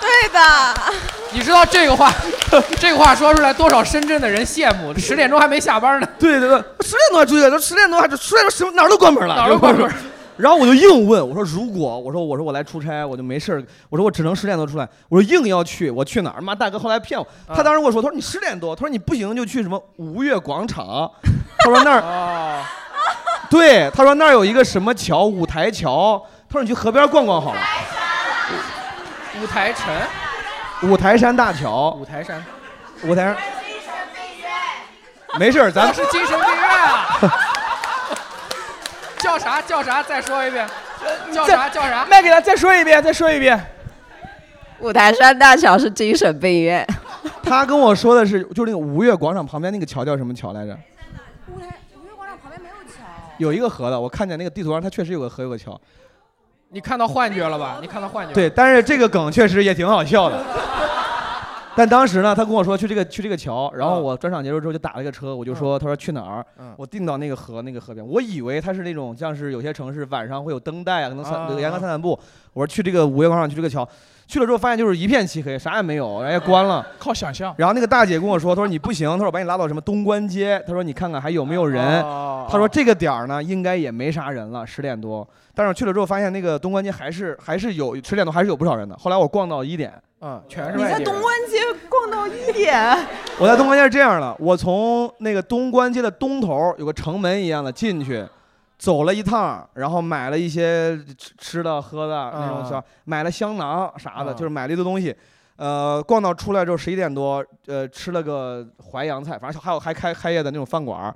S14: 对的，
S9: 你知道这个话， 这个话说出来多少深圳的人羡慕？十点钟还没下班呢。
S1: 对对对，十点多还出去，他十点多还十点多什么哪儿都关门了，
S9: 哪儿都关门。
S1: 然后我就硬问，我说如果我说我说我来出差，我就没事儿，我说我只能十点多出来，我说硬要去，我去哪儿？妈大哥后来骗我，
S9: 啊
S1: 他当时跟我说，他说你十点多，他说你不行就去什么吴越广
S9: 啊
S1: 场，他说那儿，对，他说那儿有一个什么桥，五台桥，他说你去河边逛逛好了，
S9: 五台城，
S1: 五台山大桥，
S9: 五台山，
S1: 五台山，没事儿，咱
S9: 那是精神病院啊！叫啥叫啥？再说一遍，
S1: 呃
S9: 叫啥叫啥？
S4: 卖给他，再说一遍，再说一遍。
S17: 五台山大桥是精神病院，
S1: 他跟我说的是，就是那个吴越广场旁边那个桥叫什么桥来着？有一个河的，我看见那个地图上它确实有个河，有个桥。
S9: 你看到幻觉了吧？你看到幻觉了？
S1: 对，但是这个梗确实也挺好笑的。但当时呢，他跟我说去这个去这个桥，然后我专场结束之后就打了一个车，我就说，他说去哪儿？我定到那个河那个河边，我以为它是那种像是有些城市晚上会有灯带啊，可能散
S9: 啊
S1: 沿河散散步。我说去这个五月广场去这个桥，去了之后发现就是一片漆黑，啥也没有，人家关了。
S4: 靠想象。
S1: 然后那个大姐跟我说，她说你不 行，她说我把你拉到什么东关街，她说你看看还有没有人。她说这个点儿呢，应该也没啥人了，十点多。但是我去了之后发现那个东关街还是还是有十点多还是有不少人的。后来我逛到一点，
S9: 嗯，全
S1: 是
S14: 你
S1: 外地
S14: 在
S1: 人
S14: 东关街逛到一 点，
S1: 我在东关街是这样的，我从那个东关街的东头有个城门一样的进去，走了一趟，然后买了一些吃吃的喝的那种小，
S9: 啊
S1: 买了香囊啥的，
S9: 啊
S1: 就是买了一堆东西。呃，逛到出来之后十一点多，呃，吃了个淮扬菜，反正还有还开开业的那种饭馆儿。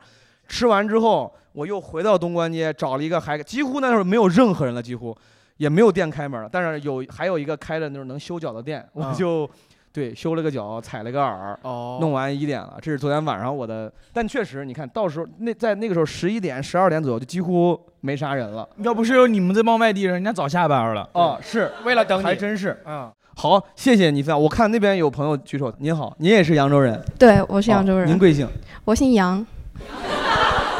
S1: 吃完之后，我又回到东关街找了一个还几乎那时候没有任何人了，几乎也没有店开门了，但是有还有一个开的那种能修脚的店，我
S9: 啊
S1: 就、对修了个脚，踩了个饵，
S9: 哦
S1: 弄完一点了，这是昨天晚上我的，但确实你看到时候那在那个时候十一点十二点左右就几乎没啥人了。
S4: 要不是有你们这帮外地人，人家早下班了。
S1: 哦，是
S9: 为了等你，
S1: 还真是。
S9: 嗯，
S1: 好，谢谢你分享。我看那边有朋友举手，您好，您也是扬州人？
S5: 对，我是扬州
S1: 哦
S5: 人。
S1: 您贵姓？
S5: 我姓杨。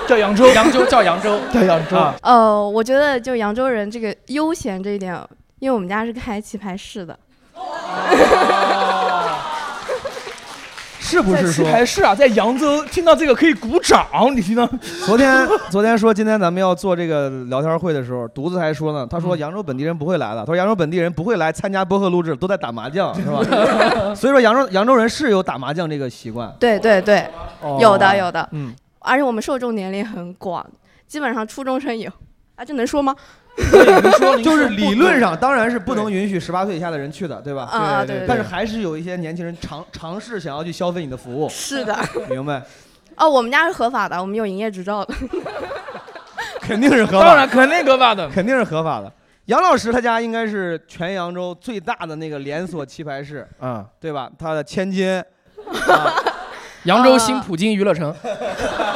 S4: 叫扬州，
S9: 扬州叫 扬州，啊
S4: 叫扬州。
S5: 呃，我觉得就扬州人这个悠闲这一点，因为我们家是开棋牌室的。
S1: 是不是说
S4: 还是啊，在扬州听到这个可以鼓掌，你听到？
S1: 昨天昨天说今天咱们要做这个聊天会的时候，犊子还说呢，他说
S4: 嗯
S1: 扬州本地人不会来的，他说扬州本地人不会来参加播客录制，都在打麻将，是吧？所以说扬州扬州人是有打麻将这个习惯。
S5: 对对对，
S1: 哦
S5: 有的有的，
S1: 嗯，
S5: 而且我们受众年龄很广，基本上初中生有。啊，这能说吗？
S1: 就是理论上当然是不能允许十八岁以下的人去的，对吧？
S5: 啊对对对
S1: 但是还是有一些年轻人尝尝试想要去消费你的服务。
S5: 是的。
S1: 明白，
S5: 哦，我们家是合法的，我们有营业执照的。
S1: 肯定是合法的，
S4: 当然肯定合法的，
S1: 肯定是合法的。杨老师他家应该是全扬州最大的那个连锁棋牌室，
S9: 嗯，
S1: 对吧？他的千 金，
S4: 啊
S9: 扬州新普京娱乐城，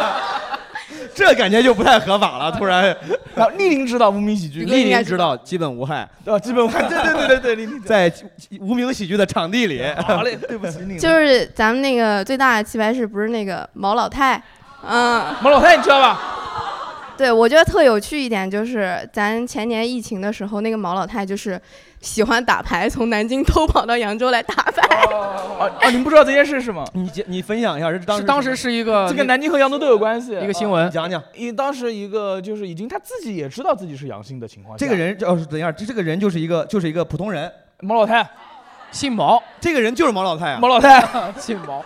S1: 这感觉就不太合法了。突然，
S4: 然后莅临指导无哎名 喜剧，
S1: 莅临指导基本无害，
S4: 啊，基本无 害。对对对对对，莅临指导
S1: 在无名喜剧的场地里。
S4: 好嘞，对不起你。
S5: 就是咱们那个最大的棋牌室，不是那个毛老太，嗯，
S4: 毛老太，你知道吧？
S5: 对我觉得特有趣一点就是，咱前年疫情的时候，那个毛老太就是喜欢打牌，从南京偷跑到扬州来打牌。
S4: 啊啊，你们不知道这件事是吗？
S1: 你介你分享一下，这是当时
S4: 是
S1: 当
S9: 时是一个
S4: 这跟南京和扬州都有关系。
S9: 一个新闻
S4: 啊
S1: 讲讲。
S4: 一当时一个就是已经他自己也知道自己是阳性的情况下，
S1: 这个人哦，等一下，这这个人就是一个就是一个普通人，
S4: 毛老太，
S9: 姓毛，
S1: 这个人就是毛老太啊，
S4: 毛老太姓毛，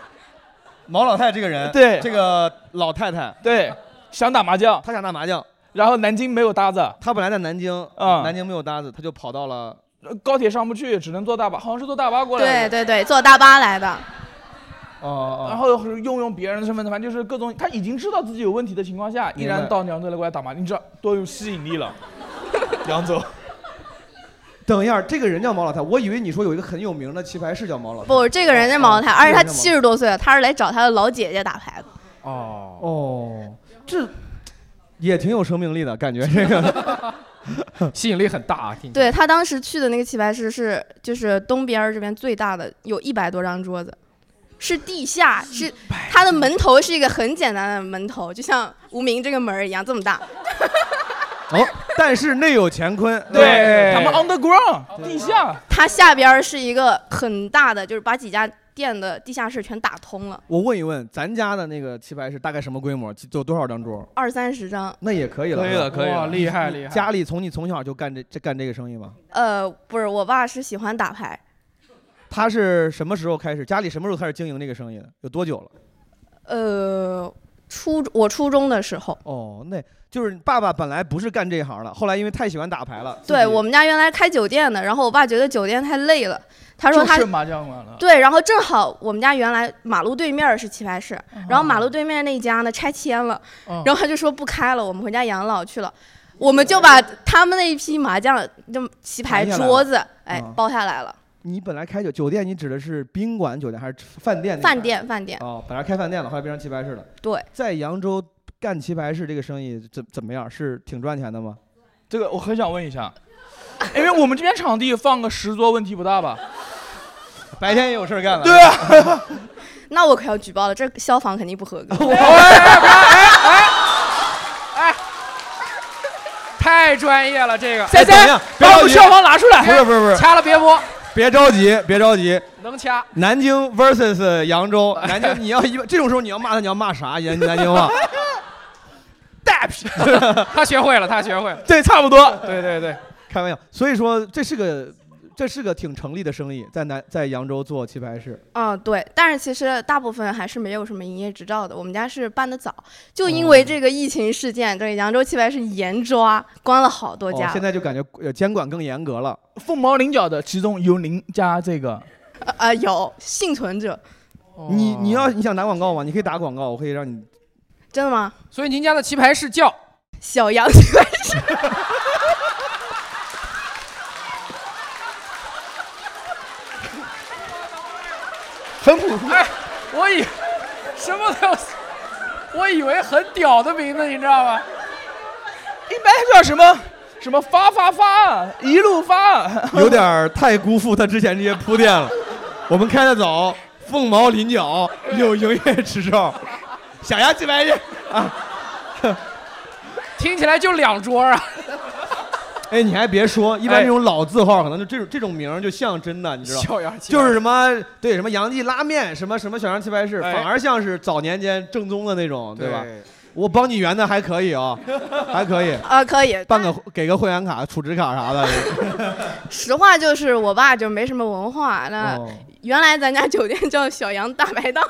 S1: 毛老太这个
S9: 呃
S1: 人，
S4: 对
S1: 这个呃老太太，
S4: 对，想打麻将，
S1: 他想打麻将，
S4: 然后南京没有搭子，
S1: 他本来在南京，
S4: 啊，
S1: 南京没有搭子，他就跑到了
S4: 呃高铁上不去，只能坐大巴，好像是坐大巴过来
S5: 对
S4: 的。嗯
S5: 对对，坐大巴来的。
S1: 哦哦
S4: 然后是用用别人的身份，反正就是各种，他已经知道自己有问题的情况下，依
S1: 明白
S4: 然到扬州来过来打麻将，你知道多有吸引力了。扬州，
S1: 等一下，这个人叫毛老太，我以为你说有一个很有名的棋牌室叫毛老太。哦
S5: 不，这个人是毛老太，而且他七
S1: 十。
S5: 十多岁了，他是来找他的老姐姐打牌的。
S1: 哦哦，这也挺有生命力的感 觉，这个
S9: 吸引力很大啊。听起来
S5: 对他当时去的那个棋牌室是就是东边儿这边最大的，有一百多张桌子，是地下，是它的门头是一个很简单的门头，就像无名这个门儿一样这么大。
S1: 哦，但是内有乾坤，
S4: 对他们
S5: underground
S4: 地下，
S5: 它下边儿是一个很大的，就是把几家店的地下室全打通了，
S1: 我问一问，咱家的那个棋牌室大概什么规模？有多少张桌？
S5: 二三十张。
S1: 那也可以了，
S9: 可以了可以了哇厉
S4: 嗯
S9: 害
S1: 你
S9: 厉害
S1: 家里从你从小就干这这干这个生意吗？
S5: 呃，不是，我爸是喜欢打牌，
S1: 他是什么时候开始？家里什么时候开始经营这个生意的？有多久了？
S5: 呃，初我初中的时候。
S1: 哦，那就是爸爸本来不是干这行的，后来因为太喜欢打牌了，自己
S5: 对我们家原来开酒店的，然后我爸觉得酒店太累了，他说他
S4: 就是麻将馆
S1: 啊
S4: 了。
S5: 对，然后正好我们家原来马路对面是棋牌室，
S1: 哦
S5: 然后马路对面那家呢拆迁了，然后他就说不开了，我们回家养老去了。我们就把他们那一批麻将就棋牌
S1: 拿哎下来
S5: 桌子
S1: 了，
S5: 哎
S1: 嗯，
S5: 包下来了。
S1: 你本来开酒酒店，你指的是宾馆酒店还是饭店那种？
S5: 饭店，饭店，
S1: 哦，本来开饭店了，后来变成棋牌室了。
S5: 对，
S1: 在扬州干棋牌室这个生意怎怎么样？是挺赚钱的吗？
S4: 这个我很想问一下，因为我们这边场地放个十桌问题不大吧？
S1: 白天也有事儿干了。
S4: 对 啊，
S5: 那我可要举报了，这消防肯定不合格。
S1: 哦
S9: 太专业了，这个。
S1: 哎等一下别着急不是不是不是
S9: 掐了别播，
S1: 别着急， 别着急。
S9: 能掐。
S1: 南京 versus 扬 州，南京你要一这种时候你要骂他，你要骂啥？ 南南京 话？
S9: 他学会了，他学会了。
S1: 对，差不多。
S9: 对对对，
S1: 开玩笑。所以说这是个这是个挺成立的生意，在南在扬州做棋牌室。
S5: 嗯，对，但是其实大部分还是没有什么营业执照的。我们家是办的早，就因
S1: 哦
S5: 为这个疫情事件，这个扬州棋牌室严抓，关了好多家
S1: 哦
S5: 了。
S1: 现在就感觉呃监管更严格了。
S4: 凤毛麟角的，其中有您家这个。
S5: 呃呃有幸存者，
S1: 你你要你想打广告吗？你可以打广告，我可以让你。
S5: 真的吗？
S9: 所以您家的棋牌室叫
S5: 小杨棋牌
S9: 室。
S1: 很普通。
S9: 哎，我以什么都 有，我以为很屌的名字，你知道吗？
S4: 一般叫什么什么发发发，啊一路发。啊
S1: 有点儿太辜负他之前这些铺垫了。我们开的早，凤毛麟角，有营业执照，小牙棋牌室啊。
S9: 听起来就两桌啊。
S1: 哎，你还别说，一般
S9: 哎
S1: 这种老字号，可能就这种这种名儿就像真的，你知道
S9: 小杨棋牌室
S1: 就是什么对什么杨记拉面，什么什么小杨棋牌室，反而像是早年间正宗的那种， 对吧
S9: 哎对？
S1: 我帮你圆的还可以啊、还可以
S5: 啊可以
S1: 办个给个会员卡、储值卡啥的。
S5: 实话就是我爸就没什么文化，那
S1: 哦
S5: 原来咱家酒店叫小杨大排档，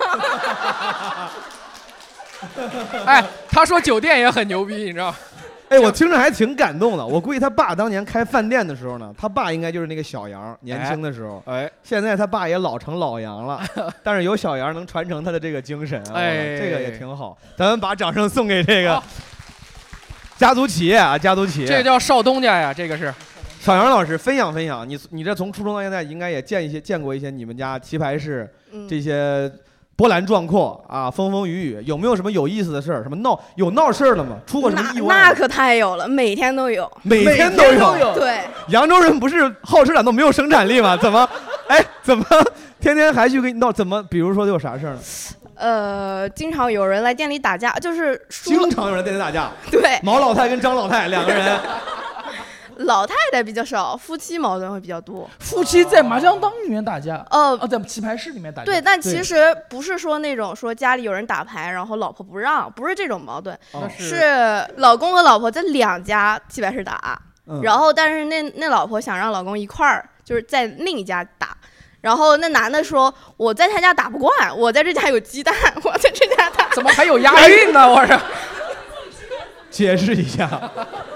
S9: 哎，他说酒店也很牛逼，你知道吗？
S1: 哎，我听着还挺感动的。我估计他爸当年开饭店的时候呢，他爸应该就是那个小杨，年轻的时候。
S9: 哎，
S1: 现在他爸也老成老杨 了，但是有小杨能传承他的这个精神啊，
S9: 哎
S1: 这个也挺好。咱们把掌声送给这个家族企业啊，家族企业。
S9: 这个叫少东家呀，这 个是。
S1: 小杨老师分享分享，你你这从初中到现在，应该也见一些见过一些你们家棋牌室、
S5: 嗯
S1: 这些波澜壮阔啊，风风雨雨，有没有什么有意思的事儿？什么闹有闹事儿了吗？出过什么 意外吗？
S5: 那可太有了，每天都有，
S1: 每天都有
S5: 对，
S1: 扬州人不是好吃懒做，没有生产力吗？ 怎么，哎，怎么天天还去跟你闹？怎么，比如说有啥事儿呢？
S5: 呃，经常有人来店里打架，就是输了
S1: 经常有人在那打架，
S5: 对
S1: 毛老太跟张老太两个 人，
S5: 老太太比较少，夫妻矛盾会比较多。
S4: 夫妻在麻将档里面打架，
S5: 哦
S4: 哦，在棋牌室里面打架。
S5: 对，但其实不是说那种说家里有人打牌，然后老婆不让，不是这种矛盾，
S4: 哦那是
S5: 是老公和老婆在两家棋牌室打，
S4: 嗯
S5: 然后但是那那老婆想让老公一块儿就是在另一家打，然后那男的说我在他家打不惯，我在这家有鸡蛋，我在这家打，
S9: 怎么还有押韵呢？我说
S1: 解释一下，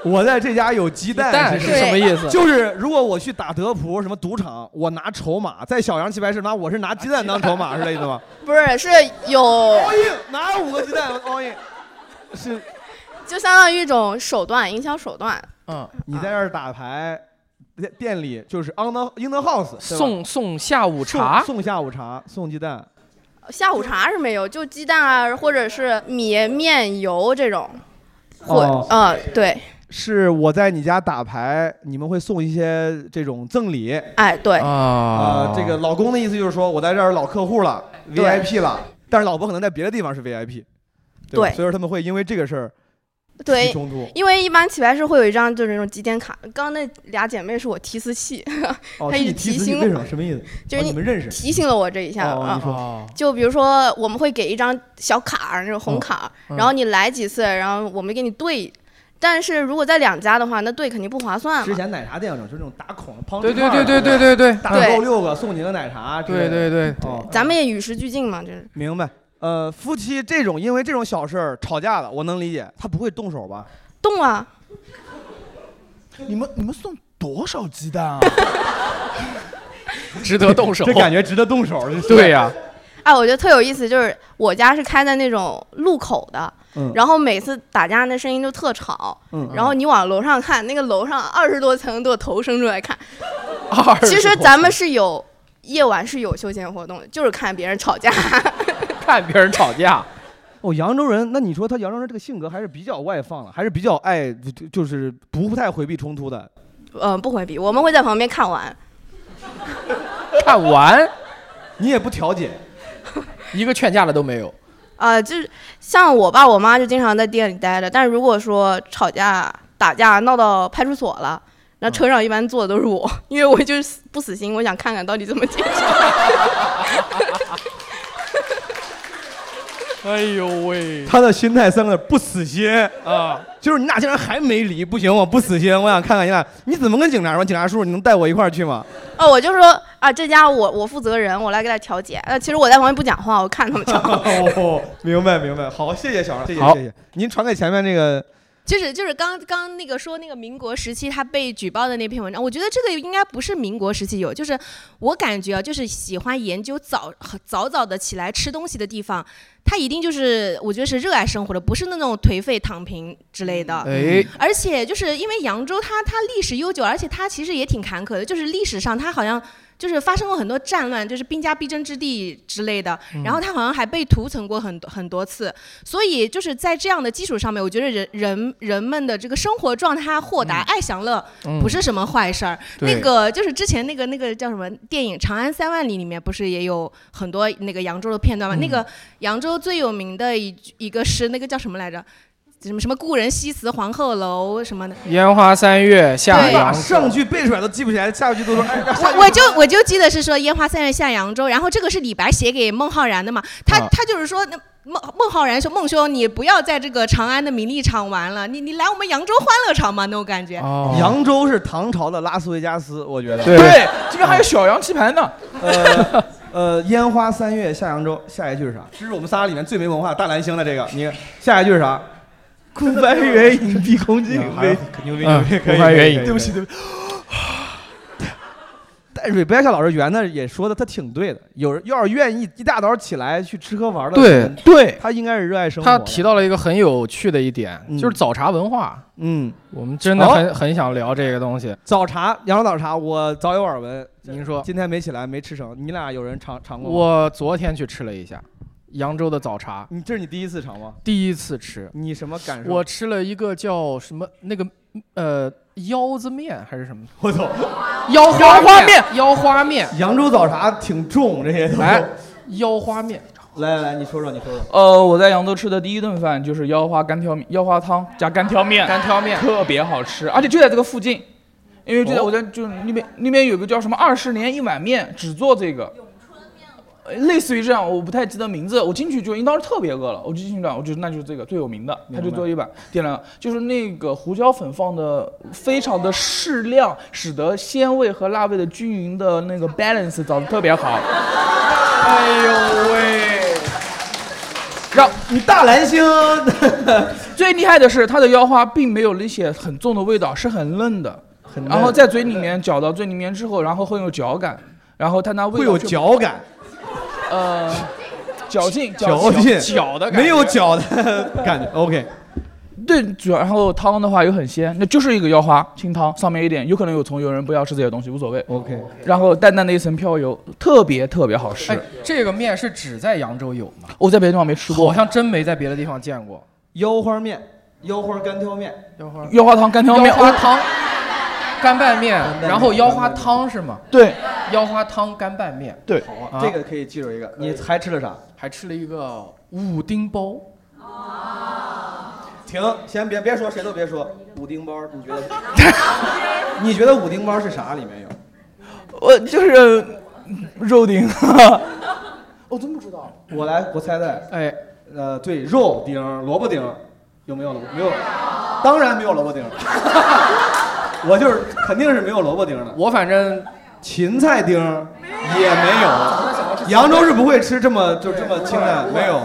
S1: 我在这家有鸡蛋
S9: 蛋
S1: 是
S9: 是什么意思
S1: 就是如果我去打德扑什么赌场，我拿筹码，在小杨棋牌室拿我是拿鸡蛋当筹码是这意思 吗？
S5: 不是是有
S1: all in 拿五个鸡蛋 all in，是
S5: 就相当于一种手段，营销手段。
S1: 嗯，你在这儿打牌。店店里就是 on the in the house 对吧
S9: 送送下午茶
S1: 送送下午茶，送鸡蛋。
S5: 下午茶是没有，就鸡蛋啊，或者是米面油这种。会
S1: 哦，
S5: 嗯，对，
S1: 是我在你家打牌，你们会送一些这种赠礼。
S5: 哎，对。
S1: 啊、这个老公的意思就是说，我在这儿老客户了
S5: 对
S1: ，VIP 了，但是老婆可能在别的地方是 VIP，吧
S5: 对
S1: 所以说他们会因为这个事儿
S5: 对
S1: 起冲突。
S5: 因为一般棋牌室会有一张就是那种几点卡，刚刚那俩姐妹是我提示器，
S1: 哦，
S5: 她
S1: 是
S5: 一
S1: 你
S5: 直
S1: 提
S5: 提
S1: 自己
S5: 醒
S1: 为什么？
S5: 我，
S1: 什么意思？
S5: 就是
S1: 哦你们认识？
S5: 提醒了我这一下
S1: 哦，
S5: 啊
S1: 你。说
S5: 就比如说，我们会给一张小卡儿，那种红
S1: 嗯
S5: 卡儿，
S1: 嗯
S5: 然后你来几次，然后我们给你兑。但是如果在两家的话，那兑肯定不划算
S1: 之
S5: 嘛。
S1: 前奶茶店有种就是那种打孔，砰
S9: 对
S1: 一块儿
S9: 对对对对对对
S1: 打够
S5: 对
S1: 六个送你个奶茶之类的。
S9: 对对对，
S1: 哦，
S5: 咱们也与时俱进嘛，就是
S1: 明白。呃，夫妻这种因为这种小事儿吵架了，我能理解，他不会动手吧？
S5: 动啊。
S4: 你们你们送多少鸡蛋啊？
S9: 值得动手
S1: 这感觉值得动手。这是
S9: 对呀
S5: 哎，我觉得特有意思，就是我家是开在那种路口的，
S1: 嗯
S5: 然后每次打架那声音就特吵，
S1: 嗯
S5: 然后你往楼上看，那个楼上二十多层都有头伸出 来看。
S9: 20
S5: 其实
S9: 多
S5: 咱们是有夜晚是有休闲活动的，就是看别人吵架。
S9: 看别人吵架。
S1: 哦，扬州人，那你说他扬州人这个性格还是比较外放的，还是比较爱，就就是不太回避冲突的。
S5: 嗯、不回避，我们会在旁边看完。
S9: 看完，
S1: 你也不调解，
S9: 一个劝架的都没有。
S5: 啊、就是像我爸我妈就经常在店里待着，但是如果说吵架、打架闹到派出所了，那车上一般坐的都是我，因为我就是死不死心，我想看看到底怎么解决。
S9: 哎呦喂
S1: 他的心态三个字不死心
S9: 啊，
S1: 就是你俩竟然还没离，不行，我不死心，我想看看你俩你怎么跟警察说，警察叔叔你能带我一块儿去吗？
S5: 哦，我就说啊，这家我我负责人，我来给他调解。呃，其实我在旁边不讲话，我看他 们吵。
S1: 哦，明白明白，好，谢谢小孩，谢谢
S9: 好
S1: 谢谢，您传给前面那个
S13: 就是就是刚刚那个说那个民国时期他被举报的那篇文章，我觉得这个应该不是民国时期有，就是我感觉啊，就是喜欢研究早早早的起来吃东西的地方，他一定就是我觉得是热爱生活的，不是那种颓废躺平之类的。
S9: 哎
S13: 而且就是因为扬州它它历史悠久，而且它其实也挺坎坷的，就是历史上它好像。就是发生过很多战乱，就是兵家必争之地之类的，
S5: 嗯
S13: 然后它好像还被屠城过很多很多次，所以就是在这样的基础上面，我觉得人人人们的这个生活状态啊豁达、爱享乐，
S5: 嗯
S13: 不是什么坏事儿。
S5: 对
S13: 那个就是之前那个那个叫什么电影《长安三万里》里面不是也有很多那个扬州的片段吗？
S5: 嗯
S13: 那个扬州最有名的一句一个诗，那个叫什么来着？什么什么故人西辞黄鹤楼什么的，
S9: 烟花三月下
S13: 对
S9: 扬
S13: 把
S9: 州
S1: 上句背出来都记不起来，下句都说哎，
S13: 我我就我就记得是说烟花三月下扬州，然后这个是李白写给孟浩然的嘛，他、
S9: 啊
S13: 他就是说那。孟孟浩然说：“孟兄，你不要在这个长安的名利场玩了，你你来我们扬州欢乐场嘛，那种感觉。
S5: 哦
S1: 扬州是唐朝的拉斯维加斯，我觉得
S4: 对对这边还有小洋棋盘呢。
S1: 呃呃，烟花三月下扬州，下一句是啥？这是我们仨里面最没文化大蓝星的这个，你下一句是啥？孤帆远影碧空 尽，
S16: 哎
S1: 为
S16: 牛逼
S1: 嗯
S16: 牛逼可以
S1: 孤帆远
S16: 可
S1: 影
S16: 以
S1: 对不起对不起。但瑞贝卡老师原的也说的，他挺对的。有人要是愿意一大早起来去吃喝玩乐，
S9: 对对，
S1: 他应该是热爱生活
S9: 他
S1: 的。
S9: 提到了一个很有趣的一点，就是早茶文化。
S1: 嗯，
S9: 我们真的
S1: 好
S9: 很很想聊这个东西。
S1: 早茶，扬州早茶，我早有耳闻。
S9: 您说
S1: 今天没起来，没吃成，你俩有人尝尝过吗？
S9: 我昨天去吃了一下扬州的早茶，
S1: 你这是你第一次尝吗？
S9: 第一次吃，
S1: 嗯你什么感受？
S9: 我吃了一个叫什么那个呃腰子面还是什么？
S1: 我操，
S9: 腰
S1: 腰花
S9: 花
S1: 面
S9: 腰花面，
S1: 扬州早茶挺重，这些都。
S9: 来腰花面。
S1: 来来来，你说说，你说说。
S4: 呃，我在扬州吃的第一顿饭就是腰花干挑面、腰花汤加干挑面，
S9: 干挑面
S4: 特别好吃，而且就在这个附近，因为就在
S9: 哦
S4: 我在就那边那边有个叫什么二十年一碗面，只做这个。呃类似于这样，我不太记得名字。我进去就，因为当时特别饿了，我就进去了，我就那就是这个最有名的，
S1: 明
S4: 他
S1: 白
S4: 就做一碗，点了就是那个胡椒粉放的非常的适量，使得鲜味和辣味的均匀的那个 balance 找的特别好。哎呦喂！让
S1: 你大蓝星，
S4: 最厉害的是它的腰花并没有那些很重的味道，是很嫩的，很
S1: 嫩
S4: 然后在嘴里面嚼到最里面之后，然后会有嚼感，然后它那味道
S1: 会有
S4: 就
S1: 嚼感，
S4: 呃，嚼劲，
S1: 嚼劲，
S4: 嚼的感觉
S1: 没有嚼的感觉。OK，
S4: 对，主要然后汤的话又很鲜，那就是一个腰花清汤，上面一点有可能有葱，有人不要吃这些东西，无所谓。
S1: OK，
S4: 然后淡淡的一层飘油，特别特别好吃。
S9: 哎，这个面是只在扬州有吗？
S4: 我在别的地方没吃过，
S9: 好 像真没在别的地方见过。
S1: 腰花面、腰花干挑面、
S9: 腰花
S4: 腰花汤干挑面
S9: 腰
S1: 哦
S9: 花汤、干拌面，
S1: 拌面
S9: 然后腰花汤是吗？
S4: 对，
S9: 腰花汤干拌面。
S4: 对
S9: 好啊，
S1: 这个可以记住一个。你还吃了啥？
S9: 还吃了一个五丁包。
S1: 停，先别别说，谁都别说。五丁包，你觉得？你觉得五丁包是啥？里面有？
S4: 我就是肉丁。
S1: 我真不知道。我来，我猜猜。哎，呃，对，肉丁儿、萝卜丁儿，有没有萝卜？没有，当然没有萝卜丁儿。 我就是肯定是没有萝卜丁儿的。
S9: 我反正
S1: 芹菜丁儿也没有。扬州是不会吃这么就这么清淡，没有。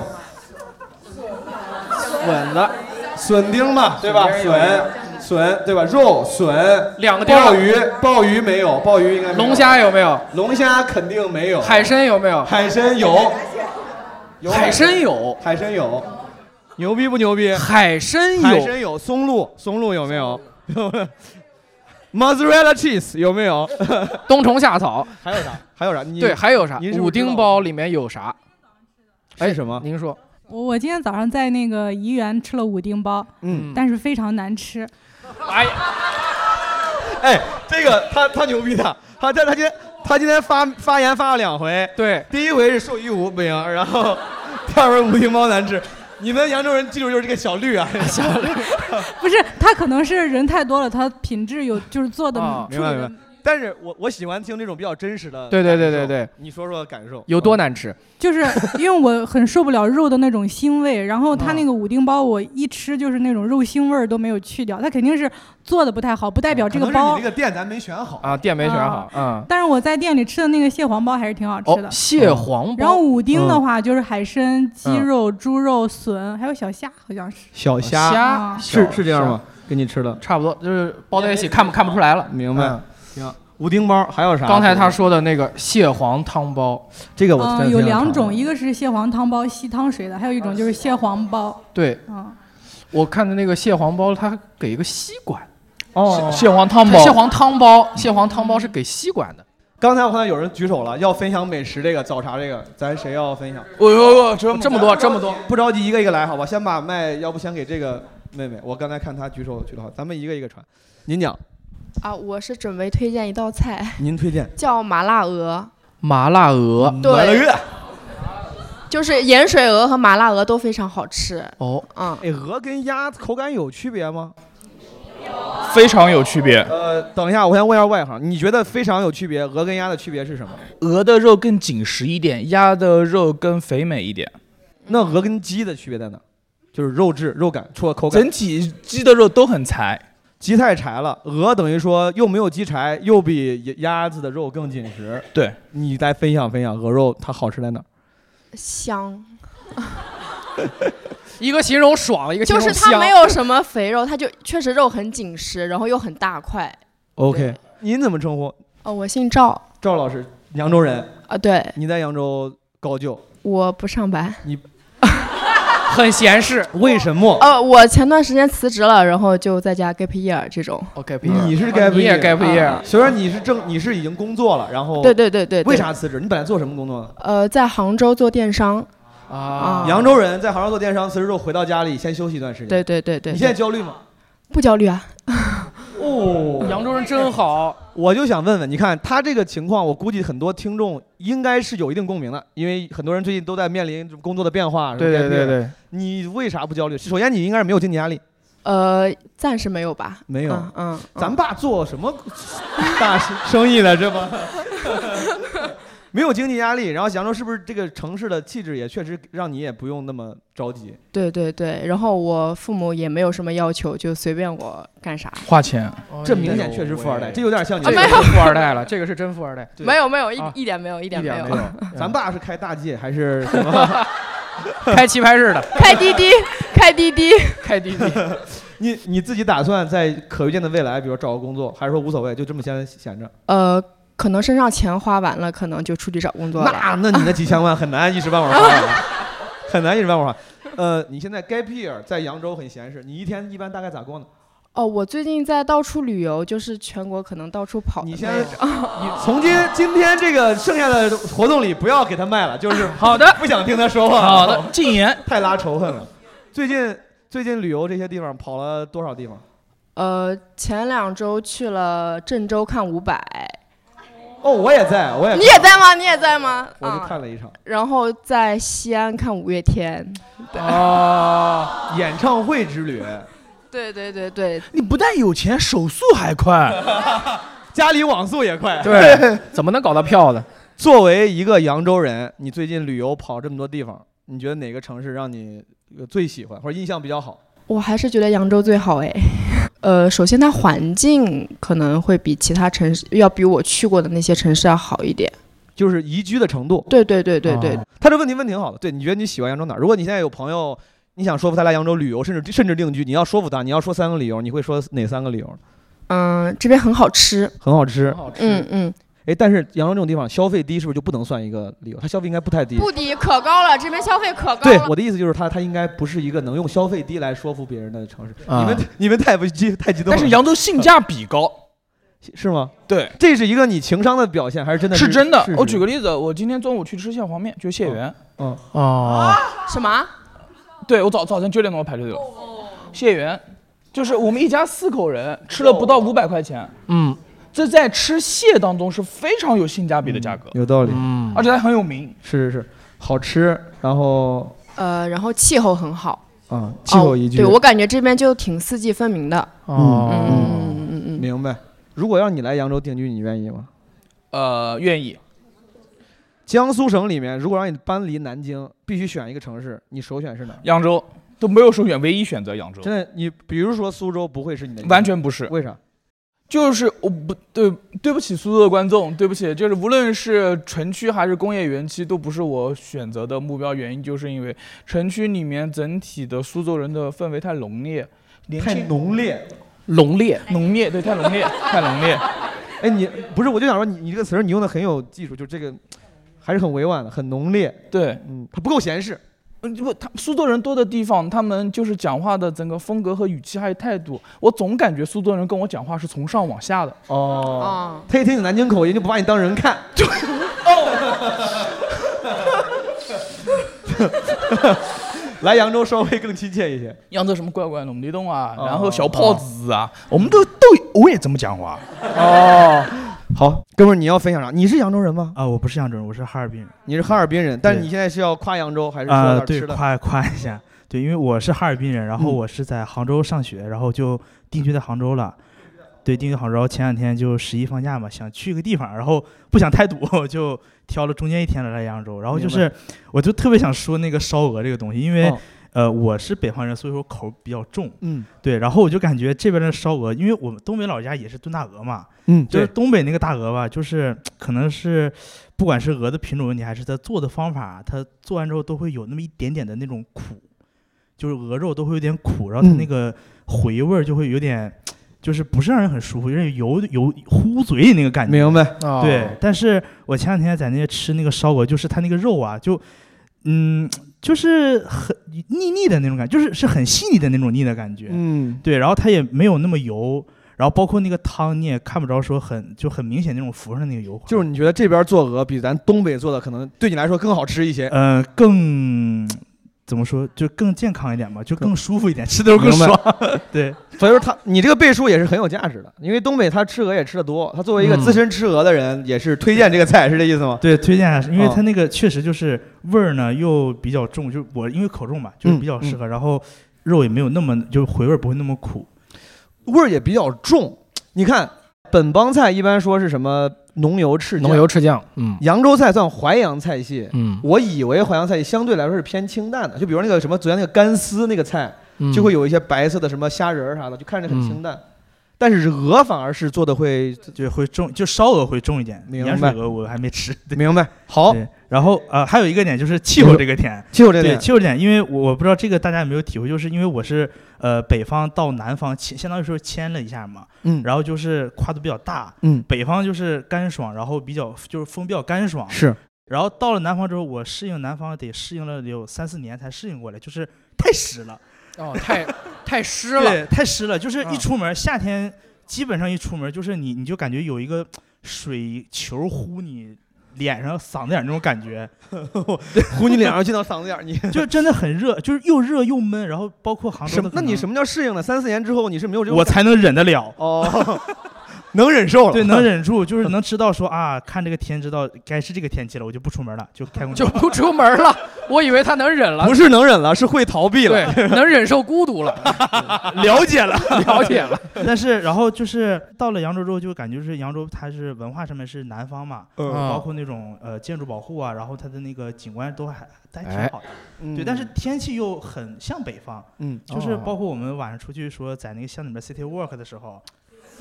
S1: 笋子，笋丁嘛，对吧？
S9: 笋丁儿有
S1: 笋，笋对吧？肉笋，
S9: 两个丁儿
S1: 鲍鱼，鲍鱼没有，鲍鱼应该没有
S9: 龙虾有没有？
S1: 龙虾肯定没有。
S9: 海参有没有？
S1: 海参有，有
S9: 海参有，
S1: 海参有，牛逼不牛逼？
S9: 海参有
S1: 海参有，松露，松露有没有 ？Mozzarella cheese 有没有？
S9: 冬虫夏草
S1: 还有啥？还有啥？你
S9: 对，还有啥
S1: 您？是不
S9: 五
S1: 是知道
S9: 丁包里面有啥？
S1: 哎，什么？
S9: 您说，
S8: 我我今天早上在那个怡园吃了五丁包，
S1: 嗯
S8: 但是非常难吃。
S1: 哎，这个他他牛逼的，他他他今天他今天发发言发了两回，
S9: 对，
S1: 第一回是寿一五不行，然后 第二回五丁包难吃。你们扬州人记住就是这个小 绿啊，小 绿，
S8: 不是，他可能是人太多了，他品质有就是做的
S1: 明白明白。但是我我喜欢听这种比较真实的，
S9: 哦对对对对对，
S1: 你说说感受，
S9: 有多难吃？
S8: 就是因为我很受不了肉的那种腥味，然后它
S1: 嗯
S8: 那个五丁包我一吃就是那种肉腥味儿都没有去掉，它肯定是做的不太好，不代表
S1: 嗯
S8: 这
S1: 可能是
S8: 包
S1: 你那。个店咱没选好
S9: 啊，店没选好，嗯，
S8: 但是我在店里吃的那个蟹黄包还是挺好吃的。
S9: 哦蟹黄包
S8: 然后五丁的话就是海参、鸡
S1: 嗯
S8: 肉、猪肉、笋，还有小虾，好像是。啊
S1: 小虾
S9: 虾
S1: 是
S9: 小
S1: 是这样
S9: 虾
S1: 吗？给你吃的
S9: 差不多就是包在一起，看不看不出来了。
S1: 明白
S9: 嗯？
S1: 行，五丁包还有啥？
S9: 刚才他说的那个蟹黄汤包，
S1: 这个
S8: 嗯，有两种，一个是蟹黄汤包吸汤水的，还有一种就是蟹黄包。
S9: 对，
S8: 嗯，
S9: 我看的那个蟹黄包，它给一个吸管。
S1: 哦
S9: 蟹
S4: 黄
S1: 汤包
S9: 蟹黄汤包，蟹黄汤包是给吸管的。
S1: 刚才我看到有人举手了，要分享美食这个早茶这个，咱谁要分享？
S4: 我我我
S9: 哦这么多这么多，
S1: 不着急，一个一个来，好吧？先把麦，要不先给这个妹妹。我刚才看她举手举得好，咱们一个一个传。您讲，
S19: 啊，我是准备推荐一道菜，
S1: 您推荐
S19: 叫麻辣鹅，
S9: 麻辣鹅，
S19: 对麻辣鹅就是盐水鹅和麻辣鹅都非常好吃。
S9: 哦，
S19: 嗯，
S1: 哎，鹅跟鸭口感有区别吗？
S4: 非常有区别。
S1: 呃，等一下，我先问一下外行，你觉得非常有区别，鹅跟鸭的区别是什么？
S4: 鹅的肉更紧实一点，鸭的肉更肥美一点。
S1: 那鹅跟鸡的区别在哪？就是肉质、肉感、除了口
S4: 感。整体鸡的肉都很柴，
S1: 鸡太柴了，鹅等于说又没有鸡柴，又比鸭子的肉更紧实。
S4: 对，
S1: 你来分享分享鹅肉它好吃在哪儿？
S19: 香，
S9: 一个形容爽，一个形
S19: 就
S9: 容
S19: 是
S9: 香。
S19: 它没有什么肥肉，它就确实肉很紧实，然后又很大块。
S1: OK，您怎么称呼？
S19: 哦，我姓赵
S1: 赵老师，扬州人。
S19: 啊，对，
S1: 你在扬州高就，
S19: 我不上班。
S9: 很闲适。
S1: 为什么？
S19: 呃，我前段时间辞职了，然后就在家 gap year 这种。
S9: 哦，gap
S1: ？Oh，你是 gap
S9: 你也 gap year
S1: 啊虽然你是正，你是已经工作了，然后
S19: 对对对对对
S1: 为啥辞职？你本来做什么工作呢？
S19: 呃，在杭州做电商。啊
S1: 扬州人在杭州做电商，辞职之后回到家里先休息一段时间。
S19: 对对对对。
S1: 你现在焦虑吗？
S19: 不焦虑啊？
S1: 哦，
S9: 扬州人真好。
S1: 我就想问问，你看他这个情况，我估计很多听众应该是有一定共鸣的，因为很多人最近都在面临工作的变化。
S9: 对对对对，
S1: 你为啥不焦虑？首先，你应该是没有经济压力。
S19: 呃，暂时没有吧。
S1: 没有
S19: 嗯嗯。
S1: 咱爸做什么大生意的？这不没有经济压力，然后扬州是不是这个城市的气质也确实让你也不用那么着急？
S19: 对对对，然后我父母也没有什么要求，就随便我干啥。
S4: 花钱，
S1: 这明显确实富二代，这有点像你
S19: 哦啊没有
S9: 这个是富二代哎了，这个是真富二代。
S19: 没有没有一
S9: 啊
S19: 一点没有一点
S1: 没
S19: 没有，嗯
S1: 咱爸是开大 G 还是什么？
S9: 开棋牌 室的，
S19: 开滴滴，开滴滴，
S9: 开滴滴。
S1: 你你自己打算在可预见的未来，比如找个工作，还是说无所谓，就这么先闲着？
S19: 呃，可能身上钱花完了，可能就出去找工作 了。
S1: 那那你那几千万很难一时半会儿花完，很难一时半会儿花。
S16: 呃，
S1: 你现在 gap year 在扬州很闲适，你一天一般大概咋过呢？
S19: 哦，我最近在到处旅游，就是全国可能到处跑的那
S1: 现在
S19: 种。
S1: 你从今今天这个剩下的活动里不要给他卖了，就是
S4: 好的，
S1: 不想听他说话。
S4: 好的禁言，
S1: 太拉仇恨了。最近最近旅游这些地方跑了多少地方？
S19: 呃，前两周去了郑州看伍佰，
S1: 哦，我也在，我也
S19: 你也在吗？啊你也在吗？
S1: 我就
S19: 啊
S1: 看了一场
S19: 然后在西安看五月天。
S1: 啊，演唱会之旅。
S19: 对对对对，
S4: 你不但有钱，手速还快。
S1: 家里网速也快。
S9: 对，怎么能搞到票呢？
S1: 作为一个扬州人，你最近旅游跑这么多地方，你觉得哪个城市让你呃最喜欢或者印象比较好？
S19: 我还是觉得扬州最好哎。呃，首先它环境可能会比其他城市要比我去过的那些城市要好一点。
S1: 就是宜居的程度。
S19: 对对对对对，
S1: 哦他这问题问挺好的。对，你觉得你喜欢扬州哪儿？如果你现在有朋友，你想说服他来扬州旅游，甚至甚至定居，你要说服他，你要说三个理由，你会说哪三个理由？
S19: 嗯、这边很好吃。
S1: 很好吃，
S19: 嗯嗯，
S1: 哎，但是扬州这种地方消费低，是不是就不能算一个理由？它消费应该不太低。
S19: 不
S14: 低，可高了，这边消费可高
S1: 对，
S14: 了。
S1: 我的意思就是它它应该不是一个能用消费低来说服别人的城市。
S4: 啊
S1: 你们你们太不激太激动了。
S4: 但是扬州性价比高，
S1: 是吗？
S4: 对，
S1: 这是一个你情商的表现，还是真的
S4: 是真的。我举个
S1: 例，
S4: 例子，我今天中午去吃蟹黄面，就蟹源。
S1: 嗯
S4: 哦，
S19: 什么？
S4: 对我早早晨九点钟排队的，蟹源，就是我们一家四口人吃了不到五百块钱，
S9: 嗯，
S4: 这在吃蟹当中是非常有性价比的价格，
S1: 有道理。啊
S4: 而且它很有名。
S1: 是是是，好吃，然后
S19: 呃，然后气候很好。
S1: 啊，气候宜居。
S19: 哦对我感觉这边就挺四季分明的。
S1: 哦
S19: 嗯嗯嗯嗯
S1: 明白。如果让你来扬州定居，你愿意吗？
S4: 呃，愿意。
S1: 江苏省里面，如果让你搬离南京，必须选一个城市，你首选是哪儿？
S4: 扬州都没有首选，唯一选择扬州，
S1: 真的，你比如说苏州不会是你的，
S4: 完全不是。
S1: 为啥？
S4: 就是我不对，对不起苏州的观众，对不起，就是无论是城区还是工业园区，都不是我选择的目标。原因就是因为城区里面整体的苏州人的氛围太浓烈，年
S1: 太
S4: 轻
S1: 浓烈，
S4: 浓烈，浓烈，对，太浓烈，太浓烈。
S1: 哎，你不是，我就想说你你这个词儿你用的很有技术，就这个还是很委婉的，很浓烈。
S4: 对，
S1: 嗯，它不够闲适。
S4: 嗯，不，他苏州人多的地方，他们就是讲话的整个风格和语气还有态度，我总感觉苏州人跟我讲话是从上往下的。
S1: 哦，他一听你南京口音就不把你当人看。 来扬州稍微更亲切一些。
S4: 扬州什么怪怪龙地洞啊，
S1: 哦
S4: 然后小炮子啊，我们都都我也这么讲话。
S1: 哦，好，哥们儿，你要分享啥？你是扬州人吗？
S20: 啊，我不是扬州人，我是哈尔滨人。
S1: 你是哈尔滨人，但是
S20: 对
S1: 你现在是要夸扬州还是
S20: 啊、
S1: 说点
S20: 对，
S1: 吃的？
S20: 夸夸一下，对，因为我是哈尔滨人，然后
S1: 嗯
S20: 我是在杭州上学，然后就定居在杭州了。对，定居杭州，然后前两天就十一放假嘛，想去个地方，然后不想太堵， 就挑了中间一天来了扬州。然后就
S1: 明
S20: 是
S1: 白，
S20: 我就特别想说那个烧鹅这个东西，因为、
S1: 哦
S20: 呃我是北方人，所以说口比较重。
S1: 嗯，
S20: 对，然后我就感觉这边的烧鹅，因为我们东北老家也是炖大鹅嘛，
S1: 嗯
S20: 就是
S1: 对
S20: 东北那个大鹅吧，就是可能是不管是鹅的品种问题，还是它做的方法，它做完之后都会有那么一点点的那种苦，就是鹅肉都会有点苦，然后它
S1: 嗯
S20: 那个回味儿就会有点，就是不是让人很舒服，有点油油糊嘴里那个感觉。
S1: 明白哦
S20: 对，但是我前两天在那个吃那个烧鹅，就是它那个肉啊，就嗯，就是很腻腻的那种感觉，就是是很细腻的那种腻的感觉。
S1: 嗯，
S20: 对，然后它也没有那么油，然后包括那个汤你也看不着说很就很明显那种浮上的那个油花。
S1: 就是你觉得这边做鹅比咱东北做的可能对你来说更好吃一些？
S20: 呃，更怎么说，就更健康一点吧，就更舒服一点，吃的时候更
S1: 明白
S20: 爽。 对，
S1: 所以说他你这个背书也是很有价值的，因为东北他吃鹅也吃的多，他作为一个
S20: 嗯
S1: 资深吃鹅的人，也是推荐这个菜，是这意思吗？
S20: 对，推荐还是因为它
S1: 嗯
S20: 那个确实就是味儿呢又比较重，就是我因为口重嘛，就是
S1: 嗯
S20: 比较适合，然后肉也没有那么就是回味儿不会那么苦。
S1: 味儿也比较重。你看本帮菜一般说是什么浓油赤酱，
S9: 浓油赤酱，嗯，
S1: 扬州菜算淮扬菜系，
S9: 嗯
S1: 我以为淮扬菜系相对来说是偏清淡的，就比如那个什么昨天那个干丝那个菜，
S9: 嗯
S1: 就会有一些白色的什么虾仁儿啥的，就看着很清淡。但是鹅反而是做的会
S20: 就会重，就烧鹅会重一点，
S1: 明
S20: 盐
S1: 白
S20: 水鹅我还没吃。对
S1: 明 白，好。
S20: 然后呃，还有一个点就是气候这个点，
S1: 气候这个
S20: 对
S1: 点
S20: 气候这点，因为我我不知道这个大家有没有体会，就是因为我是呃北方到南方迁，相当于说迁了一下嘛，
S1: 嗯
S20: 然后就是跨度比较大，
S1: 嗯
S20: 北方就是干爽，然后比较就是风比较干爽，
S1: 是，
S20: 然后到了南方之后，我适应南方得适应了得有三四年才适应过来，就是太湿了。
S9: 哦，太太湿
S20: 对，
S9: 了，嗯
S20: 太湿了，就是一出门，夏天基本上一出门，就是你你就感觉有一个水球呼你脸上、嗓子眼儿那种感觉，
S1: 呼你脸上进到嗓子眼儿，你
S20: 就真的很热，就是又热又闷，然后包括杭州
S1: 什么？那你什么叫适应呢？三四年之后你是没有这种
S20: 我
S1: 感
S20: 才能忍得了。
S1: 哦，能忍受了，
S20: 对，能忍 住，就是能知道说啊，看这个天知道该是这个天气了，我就不出门了，就开空调，
S9: 就不出门了。我以为他能忍了，
S1: 不是能忍了，是会逃避了，
S9: 对，能忍受孤独了。
S20: 了解了，
S9: 了解了。
S20: 但是，然后就是到了扬州之后，就感觉是扬州，它是文化上面是南方嘛，
S1: 嗯
S20: 包括那种呃建筑保护啊，然后它的那个景观都还都还挺好的。
S1: 哎嗯
S20: 对，但是天气又很像北方，
S1: 嗯
S20: 就是
S1: 哦
S20: 包括我们晚上出去说在那个巷里面 city walk 的时候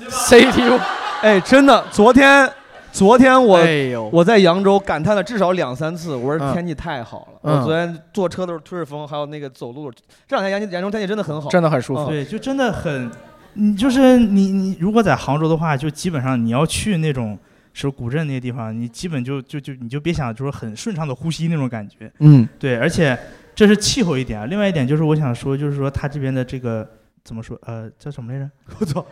S1: CTU，哎，真的，昨天昨天我、我在扬州感叹了至少两三次，我说
S9: 哎嗯
S1: 天气太好了。
S9: 嗯
S1: 我昨天坐车的时候吹着风，还有那个走路，这两天扬扬州天气真的很好，嗯
S20: 对，就真的很，你就是你你如果在杭州的话，就基本上你要去那种是古镇那些地方，你基本就就就你就别想就是很顺畅的呼吸那种感觉。
S1: 嗯，
S20: 对，而且这是气候一点啊，另外一点就是我想说，就是说它这边的这个怎么说呃叫什么来着？ 我操，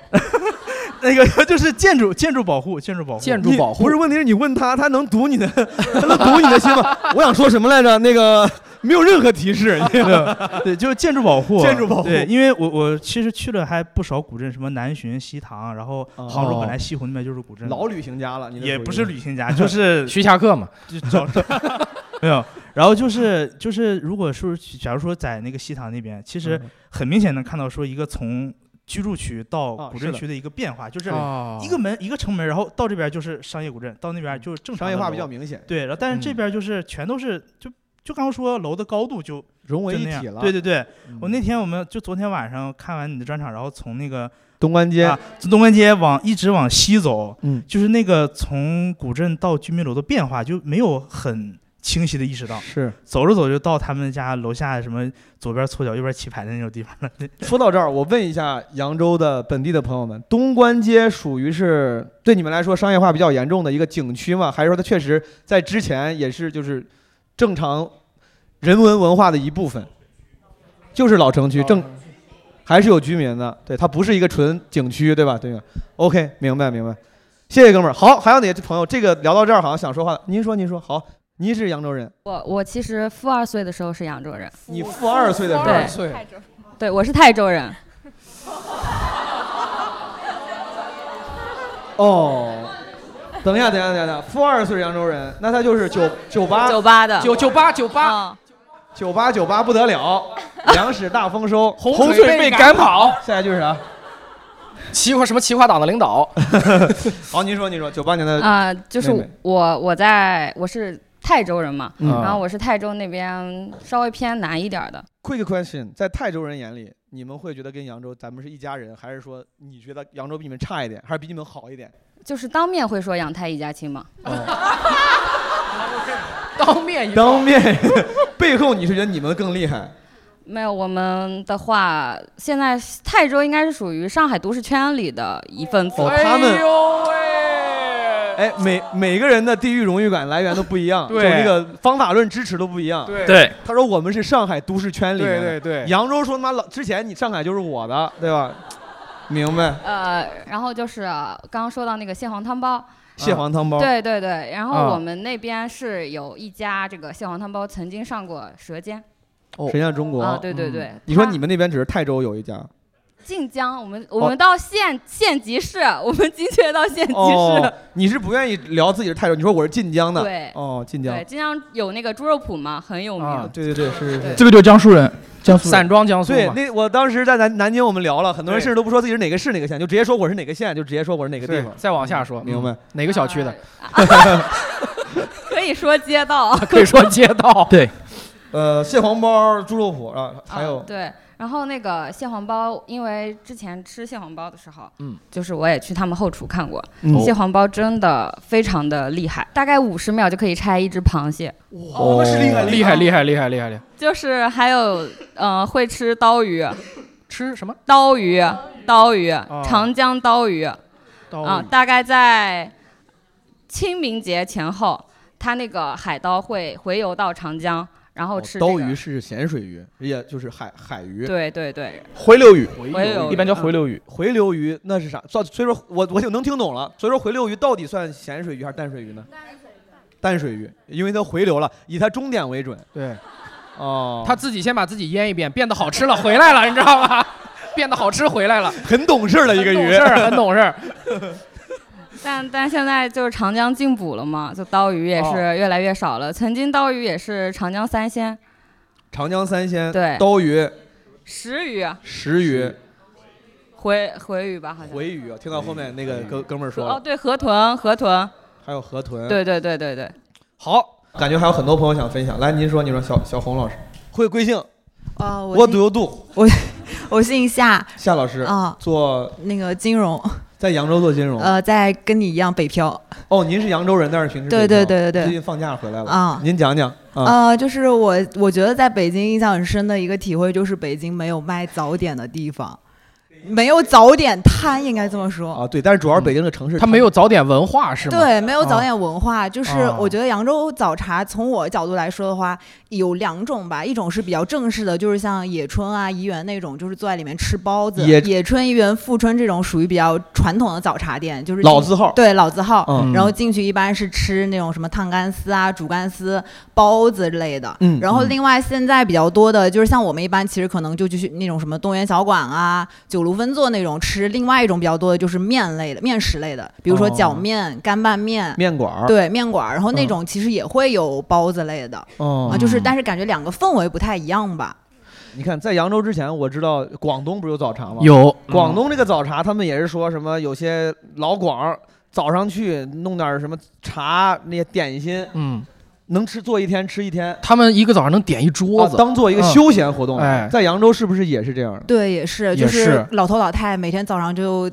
S20: 那个就是建筑建筑保护建筑保护
S1: 你不 是问题，是你问他，他能读 你的， 他能读你的心吗？我想说什么来着？那个没有任何提 示，你这个
S20: 对，就是建筑保护，啊
S1: 建筑保护
S20: 对，因为我我其实去了还不少古镇，什么南浔、西塘，然后
S1: 哦
S20: 杭州本来西湖那边就是古镇，
S1: 老旅行家了，你这
S20: 也
S1: 属于
S20: 不是旅行家，就 是
S9: 徐霞客嘛，
S20: 就找 没有。然后就是就是，如果说假如说在那个西塘那边，其实
S1: 嗯
S20: 很明显能看到说一个从。居住区到
S1: 啊
S20: 古
S1: 是
S20: 镇
S1: 的
S20: 区的一个变化，就是
S1: 哦嗯
S20: 一个门一个城门，然后到这边就是商业古镇，到那边就是正常
S1: 商业
S20: 的
S1: 化
S20: 楼
S1: 比较明显
S20: 对，然后但是这
S1: 嗯
S20: 边就是全都是就就刚刚说楼的高度就
S1: 融为
S20: 就
S1: 一
S20: 那样
S1: 体了嗯
S20: 对对对，我那天我们就昨天晚上看完你的专场，然后从那个
S1: 东关街
S20: 啊，从东关街往一直往西走，
S1: 嗯
S20: 就是那个从古镇到居民楼的变化就没有很。清晰的意识到，
S1: 是
S20: 走着走着就到他们家楼下什么左边搓脚右边棋牌的那种地方了。
S1: 说到这儿，我问一下扬州的本地的朋友们，东关街属于是对你们来说商业化比较严重的一个景区吗？还是说它确实在之前也是就是正常人文文化的一部分？就是老城区，正还是有居民的，对，它不是一个纯景区，对吧？对吧？OK，明白明白，谢谢哥们儿。好，还有哪些朋友？这个聊到这儿好像想说话了，您说您说，好，您是扬州人，
S21: 我我其实负二岁的时候是扬州人，
S1: 你负二岁的时候负二岁
S21: 对，对我是泰州人，
S1: 哦，等一下，等一下，等一下等一下，负二岁扬州人，那他就是九九八
S21: 九八的嗯
S9: 九九八九八，
S1: 九八九八不得了， 粮食大丰收，
S9: 洪
S1: 洪
S9: 水
S1: 水
S9: 被赶
S1: 赶跑。下一句是 啥？
S9: 齐化什么齐化党的领导？
S1: 好，您说，您说，九八年的
S21: 啊、就是
S1: 呃妹妹
S21: 我我在我是泰州人嘛，
S1: 嗯
S21: 然后我是泰州那边稍微偏南一点儿的，
S1: Quick question，在泰州人眼里，你们会觉得跟扬州咱们是一家人，还是说你觉得扬州比你们差一点，还是比你们好一点？
S21: 就是当面会说扬泰一家亲嘛，哦
S9: 当面 一
S1: 当面 背后你是觉得你们更厉害？
S21: 没有，我们的话，现在泰州应该是属于上海都市圈里的一份子。
S1: 哦他们哎哎，每每个人的地域荣誉感来源都不一样，
S9: 对
S1: 就那个方法论支持都不一样。
S9: 对对
S1: 他说我们是上海都市圈里面的
S9: 对对对
S1: 扬州说他妈老之前你上海就是我的，对吧？明白。
S21: 呃，然后就是、刚刚说到那个蟹黄汤包。啊
S1: 蟹黄汤包
S21: 对对对，然后
S1: 啊
S21: 我们那边是有一家这个蟹黄汤包曾经上过《舌尖》，
S9: 哦
S1: 谁像中国？嗯
S21: 啊对对对
S1: 你说你们那边只是泰州有一家，
S21: 晋江，我们
S1: 哦
S21: 我们到县、县级市，我们 精确到县级市，
S1: 哦，你是不愿意聊自己是泰州，你说我是晋江的，
S21: 对
S1: 哦，晋江
S21: 对，晋江有那个猪肉铺嘛，很有名。
S1: 啊，对对对，是是是，
S4: 这个就是江苏人，江苏人
S1: 对，那我当时在南南京，我们聊了很多人，
S9: 对
S1: 甚至都不说自己是哪个市哪个县，就直接说我是哪个县，就直接说我是哪个地
S9: 对
S1: 方。
S9: 再往下说，嗯
S1: 明白？哎
S9: 哪个小区的？
S21: 可以说街 道，
S9: 可以说街道。
S4: 对，
S1: 呃，蟹黄包、猪肉脯啊，还有
S21: 对，然后那个蟹黄包，因为之前吃蟹黄包的时候，
S1: 嗯，
S21: 就是我也去他们后厨看过，
S1: 嗯
S21: 蟹黄包真的非常的厉害，大概五十秒就可以拆一只螃蟹。
S9: 哦，那是厉害厉害厉害厉害厉害厉害！
S21: 就是还有，呃，会吃刀鱼，
S9: 吃什么？哦
S21: 刀鱼，刀鱼，长江刀鱼，
S9: 刀
S21: 啊
S9: 鱼，
S21: 大概在清明节前后，它那个海刀会回游到长江，然
S9: 哦
S21: 后吃、这个
S1: 刀鱼是咸水鱼，也就是海海鱼。
S21: 对对对
S1: 回流鱼，啊
S21: 回流鱼一般叫回
S4: 流鱼。
S1: 回流鱼那是啥？算，所以说我我就能听懂了。所以说回流鱼到底算咸水鱼还是淡水鱼呢？淡水鱼，因为它回流了，以它终点为准。
S9: 对，
S1: 哦，
S9: 他自己先把自己腌一遍，变得好吃了，回来了，你知道吗？变得好吃回来了，
S1: 很懂事的一个
S9: 很懂
S1: 鱼
S9: 事儿哦很懂事儿。
S21: 但但现在就是长江禁捕了嘛，就刀鱼也
S1: 哦
S21: 是越来越少了。曾经刀鱼也是长江三鲜，
S1: 长江三鲜，
S21: 对
S1: 刀鱼、
S21: 石鱼、
S1: 石鱼、
S21: 回回鱼吧，好像
S1: 回鱼啊。听到后面那个哥哥们儿说了
S21: 哦，对，河豚，河豚，
S1: 还有河豚。
S21: 对对对对对。
S1: 好，感觉还有很多朋友想分享。来，您说，您说，小小红老师会归姓
S22: 哦，我
S1: ，What do you do？
S22: 我我姓夏，
S1: 夏老师
S22: 啊
S1: 做
S22: 那个金融，
S1: 在扬州做金融。
S22: 呃，在跟你一样北漂。
S1: 哦，您是扬州人，但是平时
S22: 对
S1: 北
S22: 对
S1: 漂
S22: 对对对
S1: 最近放假回来了
S22: 啊
S1: 您讲讲啊，
S22: 呃，就是我，我觉得在北京印象很深的一个体会就是北京没有卖早点的地方，没有早点摊，应该这么说。
S1: 啊，对，但是主要是北京这个城市，
S9: 嗯他没有早点文化是吗？
S22: 对，没有早
S9: 啊
S22: 点文化，就是
S9: 哦
S22: 我觉得扬州早茶，从我角度来说的话，有两种吧，一种是比较正式的，就是像野春啊、怡园那种，就是坐在里面吃包子；
S1: 野
S22: 野春、怡园、富春这种属于比较传统的早茶店，就是
S1: 老
S22: 进
S1: 字号
S22: 对老字号、
S1: 嗯
S22: 然后进去一般是吃那种什么烫干丝啊、煮干丝、包子之类的。
S12: 嗯
S22: 然后
S12: 嗯
S22: 另外现在比较多的就是像我们一般，其实可能就去那种什么东园小馆啊、九如分座那种吃。另外一种比较多的就是面类的、面食类的，比如说
S1: 哦
S22: 饺面、干拌面、
S1: 面馆儿
S22: 对面馆儿，然后那
S1: 嗯
S22: 种其实也会有包子类的，
S1: 哦
S22: 啊，就是但是感觉两个氛围不太一样吧。
S1: 嗯你看，在扬州之前，我知道广东不是有早茶吗？
S9: 有嗯
S1: 广东这个早茶，他们也是说什么有些老广儿早上去弄点儿什么茶那些点心，
S9: 嗯，
S1: 能吃做一天吃一天，
S9: 他们一个早上能点一桌子，
S1: 啊当做一个休闲活动。
S9: 嗯哎，
S1: 在扬州是不是也是这样的？
S22: 对，也是，就
S1: 也
S22: 是
S1: 是
S22: 老头老太每天早上就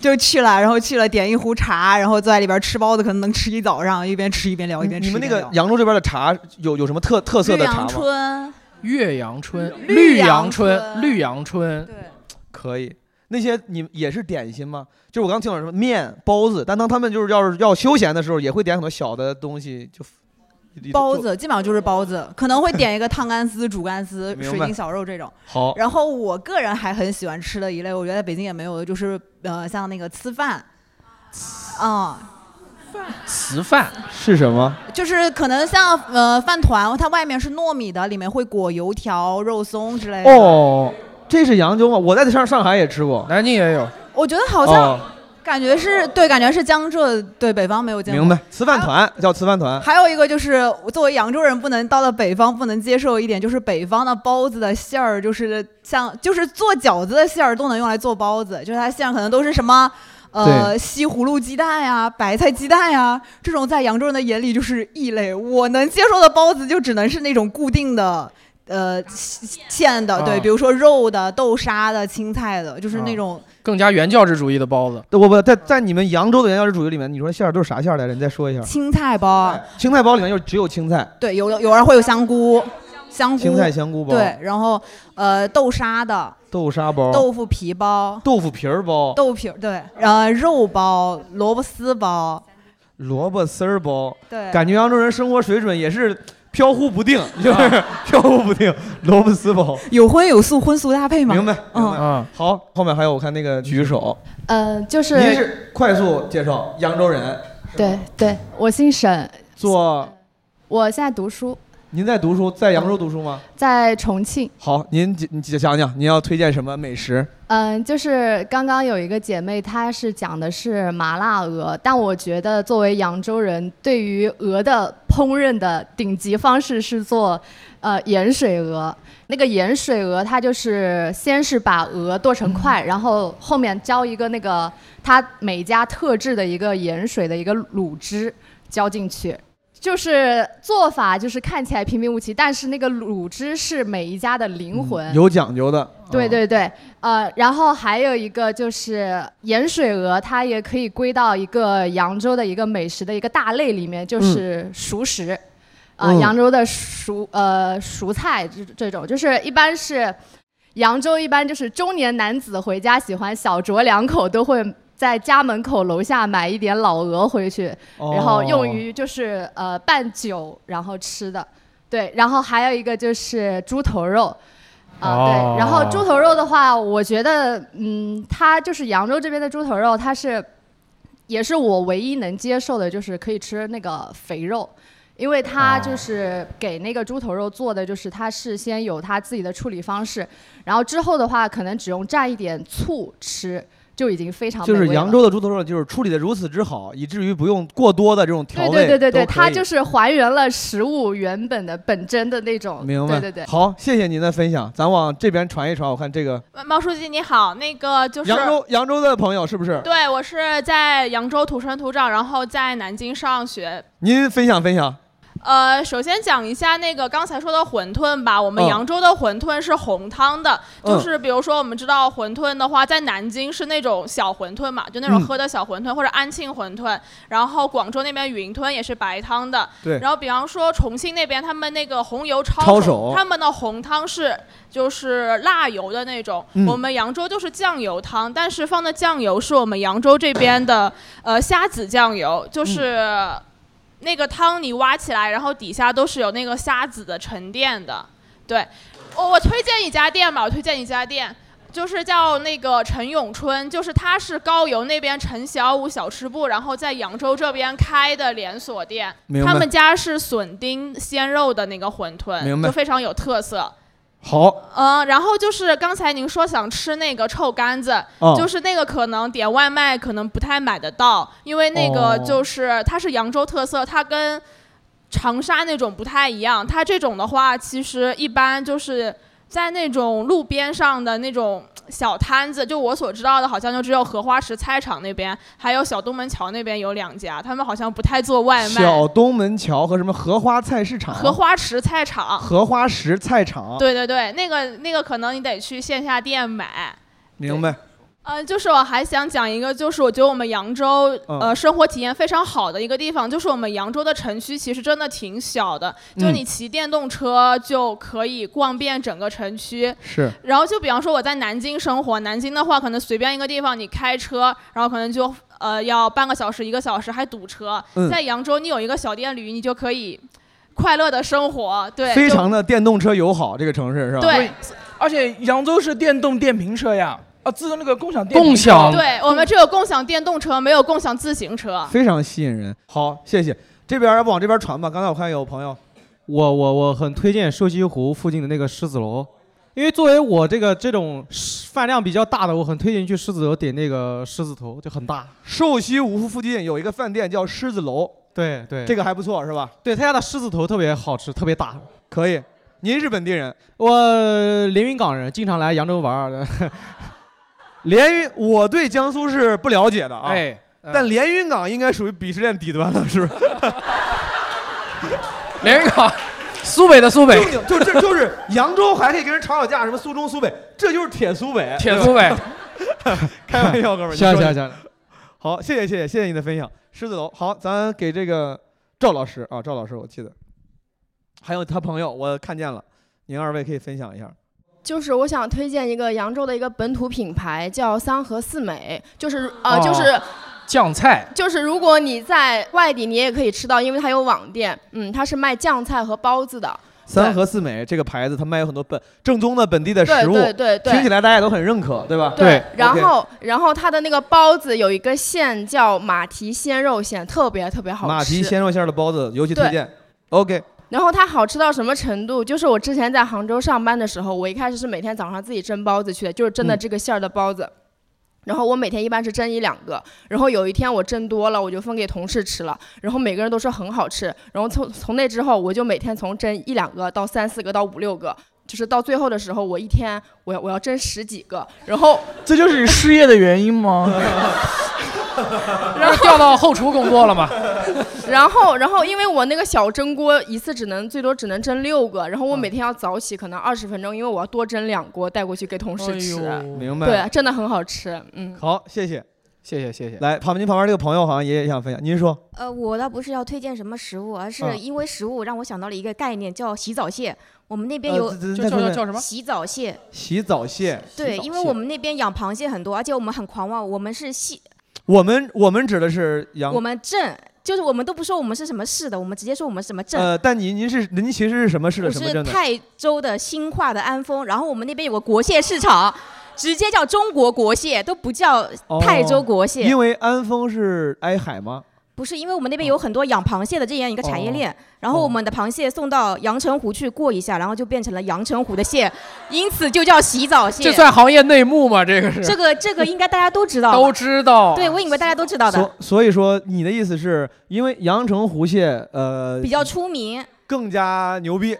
S22: 就去了，然后去了点一壶茶，然后坐在里边吃包子，可能能吃一早上，一边吃一边聊，一边吃
S1: 你
S22: 一
S1: 们
S22: 边
S1: 那
S22: 聊。
S1: 个扬州这边的茶有有什么特特色的茶吗？
S22: 春、
S9: 岳阳春、
S1: 绿
S9: 绿
S1: 阳
S9: 阳
S1: 春
S9: 春、绿阳春，
S1: 可以。那些你们也是点心吗？就是我刚听到什么面包子，但当他们就是要是要休闲的时候，也会点很多小的东西，就
S22: 包子基本上就是包子，可能会点一个烫干丝、煮干丝、
S1: 明白
S22: 水晶小肉这种。
S1: 好
S22: 然后我个人还很喜欢吃的一类，我觉得在北京也没有的，就是呃，像那个吃饭，嗯，
S9: 吃饭
S1: 是什么？
S22: 就是可能像呃饭团，它外面是糯米的，里面会裹油条、肉松之类的。，
S1: 哦，这是扬州吗？我在上上海也吃过，
S9: 南京也有。
S22: 我觉得好像
S1: 哦、
S22: 感觉是、对，感觉是江浙对北方没有见过。
S1: 明白，吃饭团叫吃饭团。
S22: 还有一个就是，我作为扬州人，不能到了北方不能接受一点，就是北方的包子的馅儿，就是像就是做饺子的馅儿都能用来做包子，就是它馅儿可能都是什么。呃，
S1: 对
S22: 西葫芦鸡蛋呀、白菜鸡蛋呀，这种在扬州人的眼里就是异类。我能接受的包子就只能是那种固定的，呃，馅的，对，
S9: 啊
S22: 比如说肉的、豆沙的、青菜的，就是那种
S9: 更加原教旨主义的包子。
S1: 对哦不不，在在你们扬州的原教旨主义里面，你说馅儿都是啥馅儿来着？你再说一下。
S22: 青菜包。啊
S1: 青菜包里面就只有青菜，
S22: 对，有的有人会有香菇，香菇，
S1: 青菜香菇包
S22: 对，然后呃豆沙的、
S1: 豆沙包、
S22: 豆腐皮包、
S1: 豆腐皮儿包、
S22: 豆皮儿对，呃肉包、萝卜丝包，
S1: 萝卜丝儿包。
S22: 对
S1: 感觉扬州人生活水准也是飘忽不定， 就是
S23: 啊
S1: 飘忽不定。萝卜丝包，
S22: 有荤有素，荤素搭配嘛。
S1: 明白？
S23: 嗯
S1: 明白。好，后面还有我看那个举手，
S23: 呃，就
S1: 您
S23: 是
S1: 是快速介绍扬州人，
S23: 对对，我姓沈，
S1: 做
S23: 我现在读书，
S1: 您在读书，在扬州读书吗？
S23: 在重庆。
S1: 好，您讲讲讲讲，您要推荐什么美食？
S23: 嗯，就是刚刚有一个姐妹，她是讲的是麻辣鹅，但我觉得作为扬州人，对于鹅的烹饪的顶级方式是做呃盐水鹅。那个盐水鹅，它就是先是把鹅剁成块，然后后面浇一个那个它每家特制的一个盐水的一个卤汁浇进去。就是做法就是看起来平平无奇，但是那个卤汁是每一家的灵魂。
S1: 有讲究的，
S23: 对对对，呃，然后还有一个就是盐水鹅，它也可以归到一个扬州的一个美食的一个大类里面，就是熟食，啊、嗯扬州的熟呃熟菜这这种，就是一般是扬州一般就是中年男子回家喜欢小酌两口，都会在家门口楼下买一点老鹅回去，然后哦用于就是呃拌酒然后吃的，对，然后还有一个就是猪头肉。啊，
S2: 哦
S23: 对，然后猪头肉的话，我觉得，嗯，它就是扬州这边的猪头肉，它是，也是我唯一能接受的，就是可以吃那个肥肉，因为
S1: 哦
S23: 它就是给那个猪头肉做的，就是它是先有它自己的处理方式，然后之后的话，可能只用蘸一点醋吃，就已经非常
S1: 就是
S23: 美味了
S1: 扬州的猪头肉，就是处理的如此之好，以至于不用过多的这种调
S23: 对
S1: 味。
S23: 对对对对，
S1: 都可
S23: 它
S1: 以
S23: 就是还原了食物原本的本真的那种。
S1: 明白。
S23: 对对对。
S1: 好，谢谢您的分享，咱往这边传一传。我看这个
S6: 毛书记你好，那个就是
S1: 扬州扬州的朋友是不是？
S6: 对我是在扬州土生土长，然后在南京上学。
S1: 您分享分享。
S6: 呃，首先讲一下那个刚才说的馄饨吧。我们
S1: 嗯
S6: 扬州的馄饨是红汤的，
S1: 嗯
S6: 就是比如说我们知道馄饨的话，在南京是那种小馄饨嘛，就那种
S22: 嗯
S6: 喝的小馄饨、或者安庆馄饨。然后广州那边云吞也是白汤的。
S22: 对
S6: 然后比方说重庆那边他们那个红油抄
S22: 抄手
S6: 手，他们的红汤是就是辣油的那种，
S22: 嗯
S6: 我们扬州就是酱油汤，但是放的酱油是我们扬州这边的呃虾子酱油，就是。那个汤你挖起来，然后底下都是有那个虾子的沉淀的。对，我我推荐一家店吧，我推荐一家店，就是叫那个陈永春，就是他是高邮那边陈小五小吃部，然后在扬州这边开的连锁店
S1: 明。白
S6: 他们家是笋丁鲜肉的那个馄
S1: 明
S6: 饨，
S1: 白
S6: 就非常有特色。
S1: 好，
S6: 嗯，然后就是刚才您说想吃那个臭干子，
S1: 哦
S6: 就是那个可能点外卖可能不太买得到，因为那个
S22: 哦
S6: 就是它是扬州特色，它跟长沙那种不太一样。它这种的话，其实一般就是在那种路边上的那种小摊子，就我所知道的，好像就只有荷花池菜场那边，还有小东门桥那边有两家，他们好像不太做外卖。
S1: 小东门桥和什么荷花菜市场？
S6: 荷花池菜场，
S1: 荷花石菜场。
S6: 对，对对，那个那个可能你得去线下店买。
S1: 明白。
S6: 嗯，就是我还想讲一个，就是我觉得我们扬州、
S1: 嗯
S6: 呃生活体验非常好的一个地方，就是我们扬州的城区其实真的挺小的，就
S22: 嗯
S6: 你骑电动车就可以逛遍整个城区。
S22: 是
S6: 然后就比方说我在南京生活，南京的话可能随便一个地方你开车，然后可能就呃要半个小时一个小时还堵车。
S1: 嗯
S6: 在扬州你有一个小电驴，你就可以快乐的生活，对，
S1: 非
S6: 就
S1: 常的电动车友好，这个城市是吧？
S6: 对，
S4: 而且扬州是电动电瓶车呀，啊，自动那个共享电瓶
S1: 共享
S6: 对我们只有共享电动车，没有共享自行车。
S1: 非常吸引人。好，谢谢。这边要不往这边传吧。刚才我看有朋友，
S10: 我我我很推荐瘦西湖附近的那个狮子楼，因为作为我这个这种食饭量比较大的，我很推荐去狮子楼点那个狮子头，就很大。
S1: 瘦西湖附近有一个饭店叫狮子楼，
S10: 对对，
S1: 这个还不错是吧？
S10: 对他家的狮子头特别好吃，特别大。
S1: 可以，您是本地人？
S10: 我连云港人，经常来扬州玩儿的。
S1: 连云，我对江苏是不了解的啊。
S10: 哎嗯
S1: 但连云港应该属于鄙视链底端了，是不是？
S24: 连云港，苏北的苏北，
S1: 就这就是扬州还可以跟人吵吵架，什么苏中苏北，这就是铁苏北，
S24: 铁苏北
S1: 对吧。 开玩笑，哥们儿。你
S10: 行
S1: 说
S10: 行
S1: 你
S10: 行。
S1: 好，谢谢谢谢谢谢你的分享，狮子楼。好，咱给这个赵老师啊，赵老师，我记得，还有他朋友，我看见了，您二位可以分享一下。
S19: 就是我想推荐一个扬州的一个本土品牌，叫三和四美，就是呃，
S24: 哦
S19: 就是
S24: 酱菜。
S19: 就是如果你在外地，你也可以吃到，因为它有网店，嗯，它是卖酱菜和包子的。
S1: 三和四美这个牌子，它卖有很多本正宗的本地的
S19: 对
S1: 食物，
S19: 对对对
S1: 听起来大家都很认可，对吧？
S19: 然
S1: OK
S19: 后然后它的那个包子有一个馅叫马蹄鲜肉馅，特别特别好吃。
S1: 马蹄鲜肉馅儿的包子尤其推
S19: 对
S1: 荐。OK，
S19: 然后它好吃到什么程度？就是我之前在杭州上班的时候，我一开始是每天早上自己蒸包子去的，就是蒸的
S25: 嗯
S19: 这个馅儿的包子。然后我每天一般是蒸一两个，然后有一天我蒸多了，我就分给同事吃了，然后每个人都说很好吃。然后从从那之后，我就每天从蒸一两个到三四个到五六个，就是到最后的时候，我一天我要我要蒸十几个，然后
S4: 这就是你失业的原因 吗？
S19: 然后
S24: 调到后厨工作了嘛？
S19: 然后，然后因为我那个小蒸锅一次只能最多只能蒸六个，然后
S1: 嗯
S19: 我每天要早起，可能二十分钟，因为我要多蒸两锅带过去给同事吃。
S1: 哎呦明白
S19: 对，真的很好吃，嗯。
S1: 好，谢谢，
S10: 谢谢谢谢。
S1: 来，旁您旁边这个朋友好像也想分享，您说。
S26: 呃，我倒不是要推荐什么食物，而是
S1: 嗯
S26: 因为食物让我想到了一个概念，叫洗澡蟹。我们那边
S1: 呃
S26: 有、
S1: 这这就再叫说叫叫什么
S26: 洗澡蟹。
S1: 洗澡蟹，
S26: 对，因为我们那边养螃蟹很多，而且我们很狂妄，我们是蟹，
S1: 我们我们指的是羊，
S26: 我们镇就是我们都不说我们是什么市的，我们直接说我们什么镇。
S1: 呃，但您您是您其实是什么市
S26: 我
S1: 的什么
S26: 是
S1: 镇的？
S26: 泰州的新化的安丰，然后我们那边有个国蟹市场，直接叫中国国蟹，都不叫
S1: 哦
S26: 泰州国蟹。
S1: 因为安丰是挨海吗？
S26: 不是，因为我
S9: 哦
S26: 们那边有很多养螃蟹的这样一个产业链，然后我们的螃蟹送到阳澄湖去过一下，然后就变成了阳澄湖的蟹，因此就叫洗澡蟹。
S9: 这算行业内幕吗？这个是
S26: 这个这个应该大家都知道吧，
S9: 都知道。
S26: 对，我以为大家都知道的
S1: 所，所以说你的意思是因为阳澄湖蟹呃
S26: 比较出名。
S1: 更加牛逼，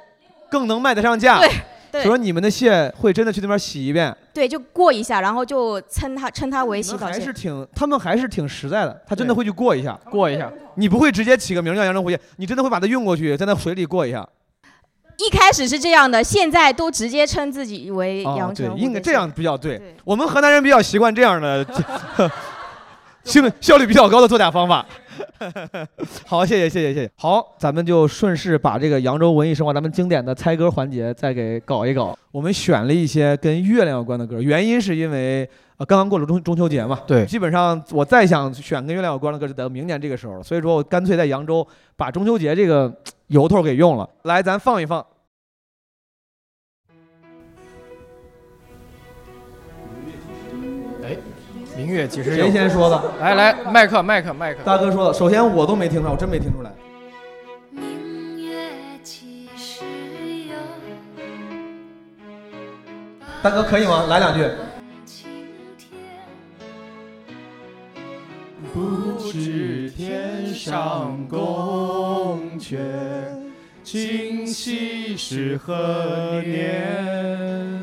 S1: 更能卖得上价。
S26: 对
S1: 所以说你们的蟹会真的去那边洗一遍，
S26: 对，就过一下，然后就称它称它为洗澡
S1: 还是
S26: 蟹。
S1: 挺他们还是挺实在的，他真的会去过一下，
S9: 过一下。
S1: 你不会直接起个名叫阳澄湖蟹，你真的会把它运过去，在那水里过一下。
S26: 一开始是这样的，现在都直接称自己为
S9: 哦
S1: 啊，
S26: 阳
S1: 对
S26: 澄，湖
S1: 应该
S26: 的
S1: 这
S26: 蟹
S1: 样比较对。我们河南人比较习惯这样的， 效率 效率比较高的作假方法。 好，谢谢谢谢谢谢。好，咱们就顺势把这个扬州文艺生活咱们经典的猜歌环节再给搞一搞。我们选了一些跟月亮有关的歌，原因是因为呃刚刚过了中中秋节嘛，
S27: 对
S1: 基本上我再想选跟月亮有关的歌，就得明年这个时候了。所以说我干脆在扬州把中秋节这个嘖由头给用了。来，咱放一放。
S9: 哎，明月几时有？
S1: 谁先说的？
S9: 来来，麦克麦克麦克，
S1: 大哥说的，首先我都没听出来，我真没听出来。大哥可以吗？来两句。
S2: 不知天上宫阙，今夕是何年？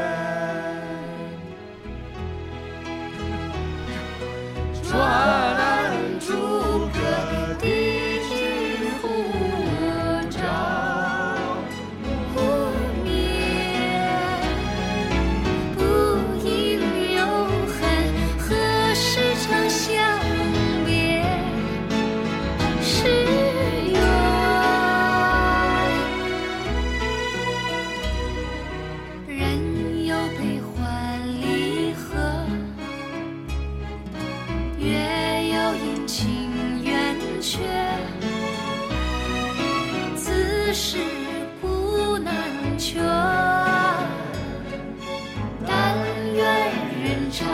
S2: 转岸诸葛低绮护照不眠，不应有恨，何时长相别？是缘。人有悲欢离合。月有阴晴圆缺，此事古难求。但愿人长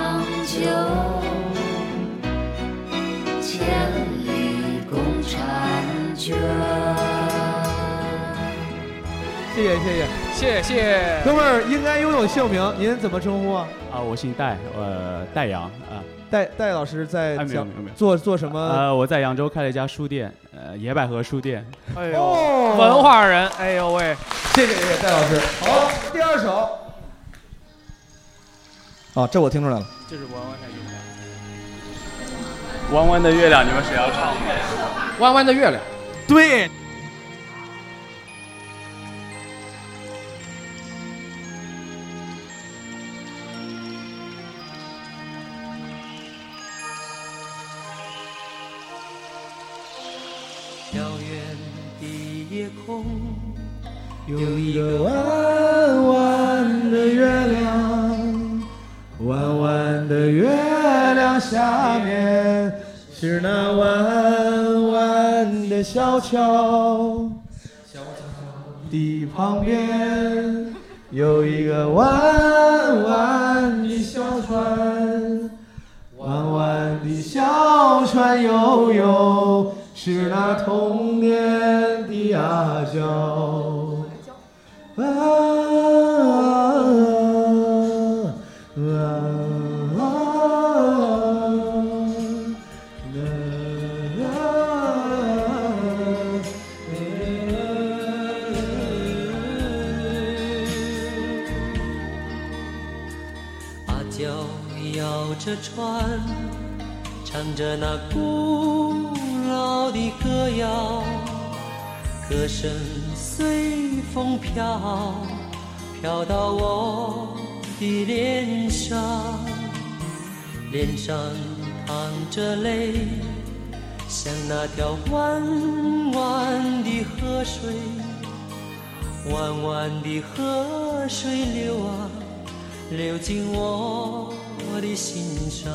S2: 久，千里共婵娟。
S1: 谢谢谢谢。
S9: 谢谢
S1: 哥们儿应该拥有姓名，您怎么称呼啊？
S3: 啊，我姓戴，呃，戴阳啊。
S1: 戴戴老师在
S3: 哎，没有
S1: 讲
S3: 没有没有。
S1: 做做什么？
S3: 呃，我在扬州开了一家书店，呃，野百合书店。
S9: 哎呦，文化人，哎呦喂，
S1: 哦谢谢谢谢戴老师。好，第二首，啊，这我听出来了。
S3: 这是弯弯的月亮。弯弯的月亮，你们谁要唱？
S9: 弯弯的月亮，
S1: 对，
S2: 遥远的夜空，
S1: 有一个弯弯的月亮，弯弯的月亮下面是那弯弯的小桥，小桥的旁边有一个弯弯的小船，弯弯的小船悠悠是那童年的阿娇。啊啊啊呃
S2: 阿娇摇着船，唱着那古老的歌谣，
S7: 歌声随风飘，飘到我的脸上，脸上淌着泪，像那条弯弯的河水，弯弯的河水流啊，流进我的心上。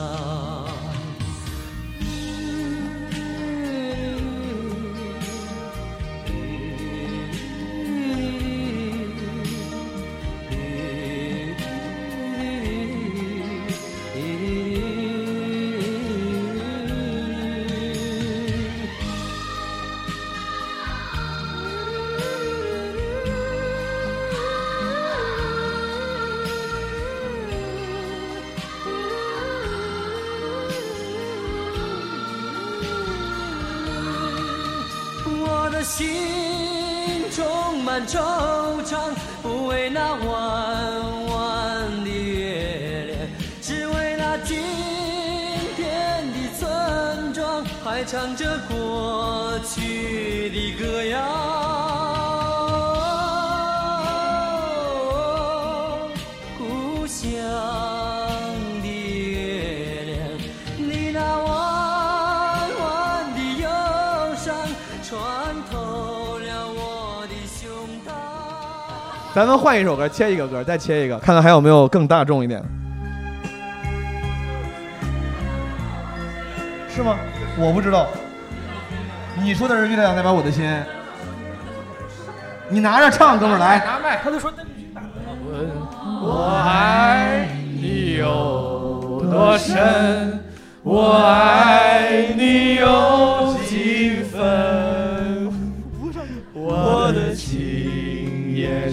S7: 我的心充满惆怅，不为那弯弯的月亮，只为那今天的村庄，还唱着过去的歌谣。故乡的月亮，你那弯弯的忧伤穿透了我的胸膛。
S1: 咱们换一首歌，切一个歌，再切一个，看看还有没有更大众一点。是吗？我不知道。你说的是月亮代表我的心。你拿着唱，哥们儿来。
S2: 拿麦，哎他就说我爱你有多深，我爱你有几分，我的情也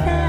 S2: 代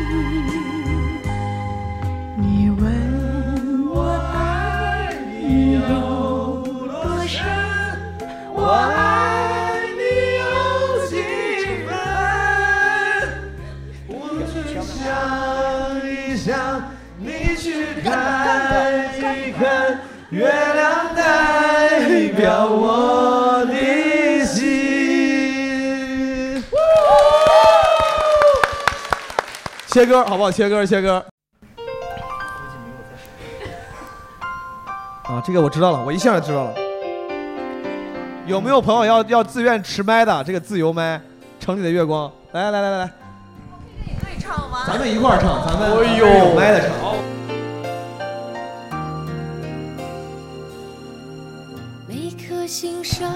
S2: 你问我爱你有多深，我爱你有几分？我只想一想，你去看一看，月亮代表我的心。
S1: 切歌好不好？切歌，切歌。啊，这个我知道了，我一下就知道了。有没有朋友要要自愿持麦的？这个自由麦，城里的月光，来来来来来，咱们一块儿唱，咱们
S2: 哎呦
S1: 咱们有麦的唱。
S28: 每颗心上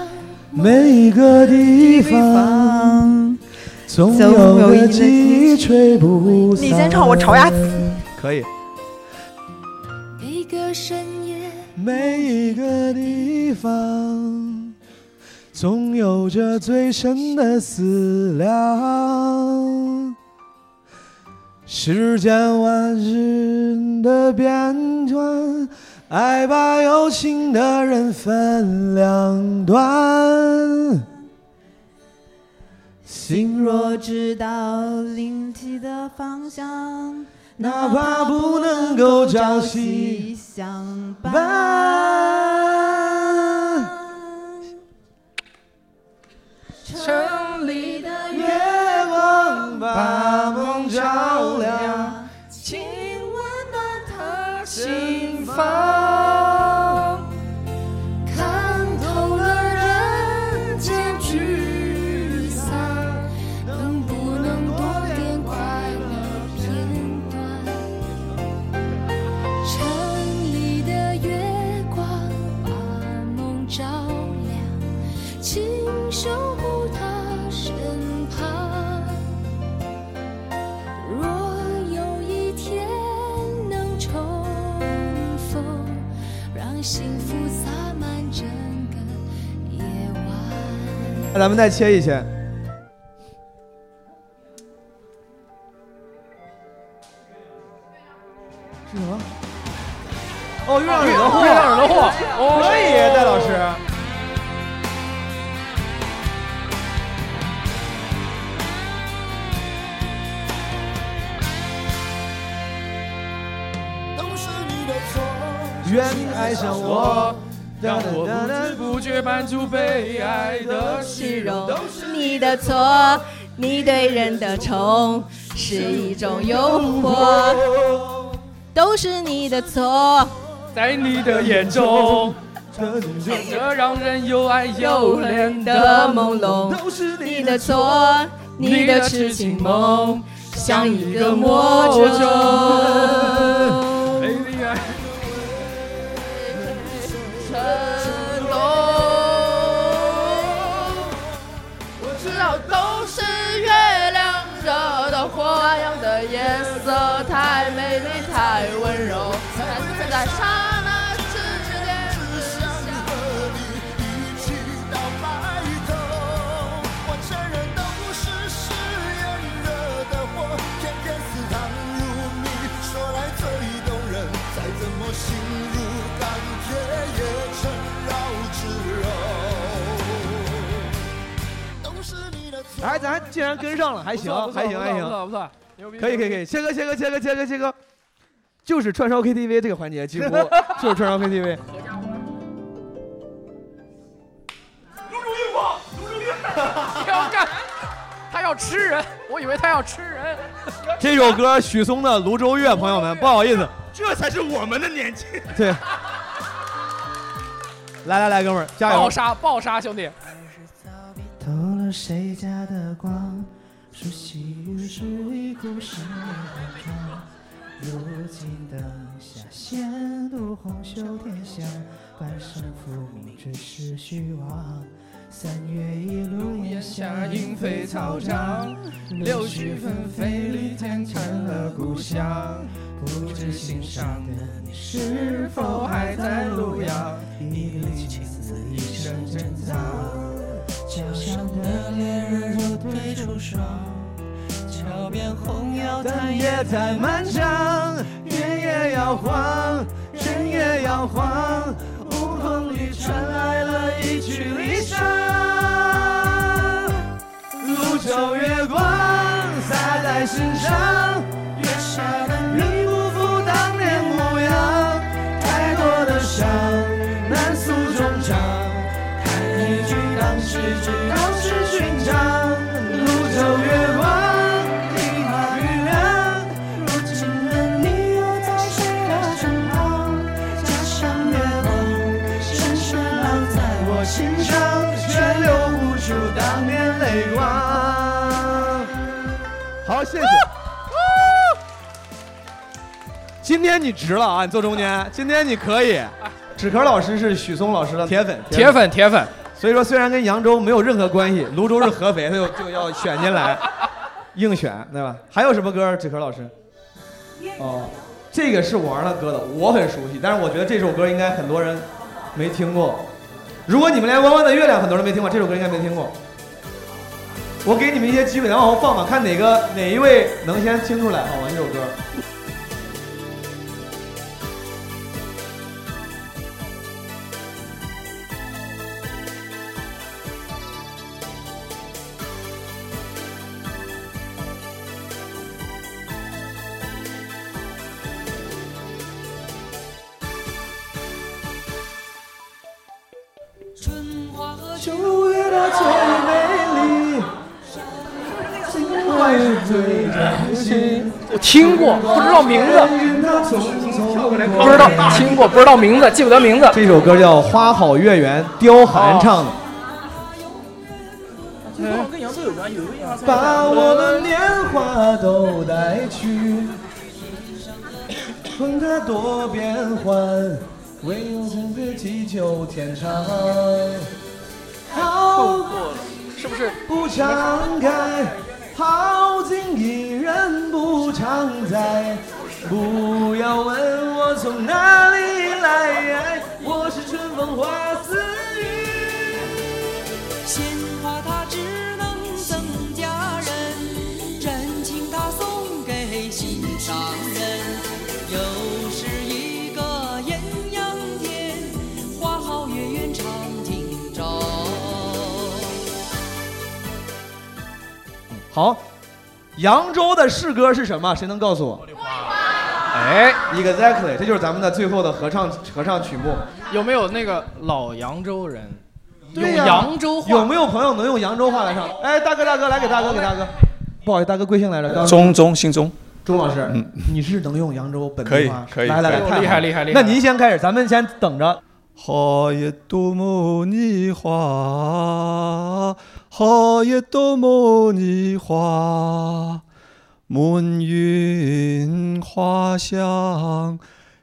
S24: 每个地方总有个记忆吹不散。
S28: 你先唱我朝牙子。
S1: 可以。
S28: 每个深夜，
S24: 每一个地方总有着最深的思量。世间万事的变幻，爱把有情的人分两端。心若知道
S11: 灵体的方向，
S24: 哪怕不能够朝夕
S11: 相
S24: 伴。
S11: 城里的月
S24: 光
S11: 把
S24: 把
S11: 梦
S24: 梦
S11: 照
S24: 照
S11: 亮
S24: 亮，
S11: 请温暖他
S24: 心
S11: 心
S24: 房
S11: 房。看透了人间聚散，能不能多点快乐？偏
S1: 咱们再切一切。
S2: 是什么？
S1: 哦，月亮惹的祸，
S2: 月亮惹的祸哦
S1: 可以，戴老师。
S13: 都是你的错。
S2: 愿你爱上我，
S9: 让我不知不觉满足被爱的虚荣。
S13: 都是你的错，你对人的宠是一种诱惑，都是你的错。
S9: 在你的眼中，这让人又爱又
S13: 又
S9: 怜
S13: 冷
S9: 的
S13: 的
S9: 朦
S13: 朦
S9: 胧
S13: 胧，。
S9: 都是
S13: 你的错，你的痴情梦，像一个魔咒。
S9: 哎呀，
S13: 承诺。我知道都是月亮惹的祸，阳的夜色太美丽，太温柔。在在刹那之间，只想和你一起到白头。我承认都是誓言惹的祸，偏偏似糖如蜜，说来最动人，再怎么心如钢铁也成绕指柔。都是你的错。
S1: 哎，咱竟然跟上了，还行，还行，还
S9: 不错
S1: 行，
S9: 不错，牛逼！
S1: 可以，可以，可以。切割，切割，切割，切割，切割，就是串烧 KTV 这个环节，几乎 就是串烧 KTV。
S9: 他要干，他要吃人，我以为他要吃人。
S1: 这首歌许嵩的《泸州月》，朋友们，不好意思，
S9: 这才是我们的年纪。
S1: 对。来来来，哥们儿，加油
S9: 暴！杀暴杀兄弟！
S2: 偷了谁家的光，熟悉于是一股湿红妆。如今灯下闲读红袖添香，半生浮名只是虚妄。三月一路烟霞莺飞草长，柳絮纷飞里添成了故乡。不知心上的你是否还在路遥？一缕情丝，一生珍藏。桥上的恋人若对出霜，桥边红药叹夜太漫长，人也摇晃，人也摇晃，梧桐里传来了一曲离殇。泸州月光洒在心上，月下的你不复当年模样，太
S24: 哦
S2: 多的伤难诉衷肠。叹一句当时只当是寻常。泸州月光，梨花雨亮，如今的你又在谁的身旁？家乡月光，深深烙在我心上，却留不住当年泪光。
S1: 好，谢谢。今天你值了啊！你坐中间，今天你可以。纸壳老师是许嵩老师的铁粉，
S9: 铁粉铁粉。
S1: 所以说，虽然跟扬州没有任何关系，泸州是合肥，他就就要选进 来，硬选，对吧？还有什么歌？纸壳老师？哦，这个是我玩的歌的，我很熟悉，但是我觉得这首歌应该很多人没听过。如果你们连《弯弯的月亮》很多人没听过，这首歌应该没听过。我给你们一些机会，然后往后放吧，啊看哪个哪一位能先听出来，好吗？这首歌。
S13: 春花和
S2: 秋月的最美丽，
S13: 心
S2: 我也最珍惜。
S9: 我听过，不知道名字，不知道听过，不知道名字，记不得名字。哦
S1: 这首歌叫《花好月圆》，刁寒唱的。
S24: 哎
S2: 跟扬州有关，有一个把我们年华都带去，管它多变幻，唯有红日祈求天长。好
S9: 是不是？
S2: 不常开，好景一人不常在。不要问我从哪里来，我是春风化丝雨。
S13: 鲜花它
S1: 好，扬州的市歌是什么？谁能告诉我？哎，exactly，这就是咱们的最后的合唱合唱曲目。
S5: 有没有那个老扬州人？
S1: 对呀
S5: 用扬州话
S1: 有没有朋友能用扬州话来唱？哎，大哥大哥，来给大哥给大 哥。不好意思，大哥贵姓来着？刚
S16: 嗯中中姓中，
S1: 钟老师
S16: 嗯，
S1: 你是能用扬州本
S16: 可
S1: 地
S16: 以
S1: 话？
S16: 可以
S1: 来 来来，
S16: 可
S1: 太好了
S16: 以厉害厉害厉害
S1: 那您先开始，咱们先等着。
S16: 好也多么你花，好也多么你花，满园花香，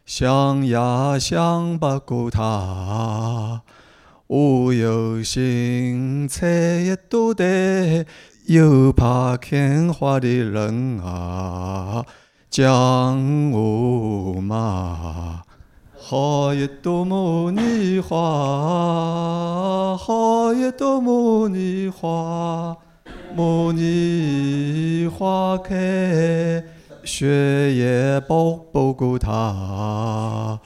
S16: 香呀香不过它。我有心采一朵戴，又怕看花的人啊将我骂。好一朵茉莉花，好一朵茉莉花，茉莉花开，雪也包不过它。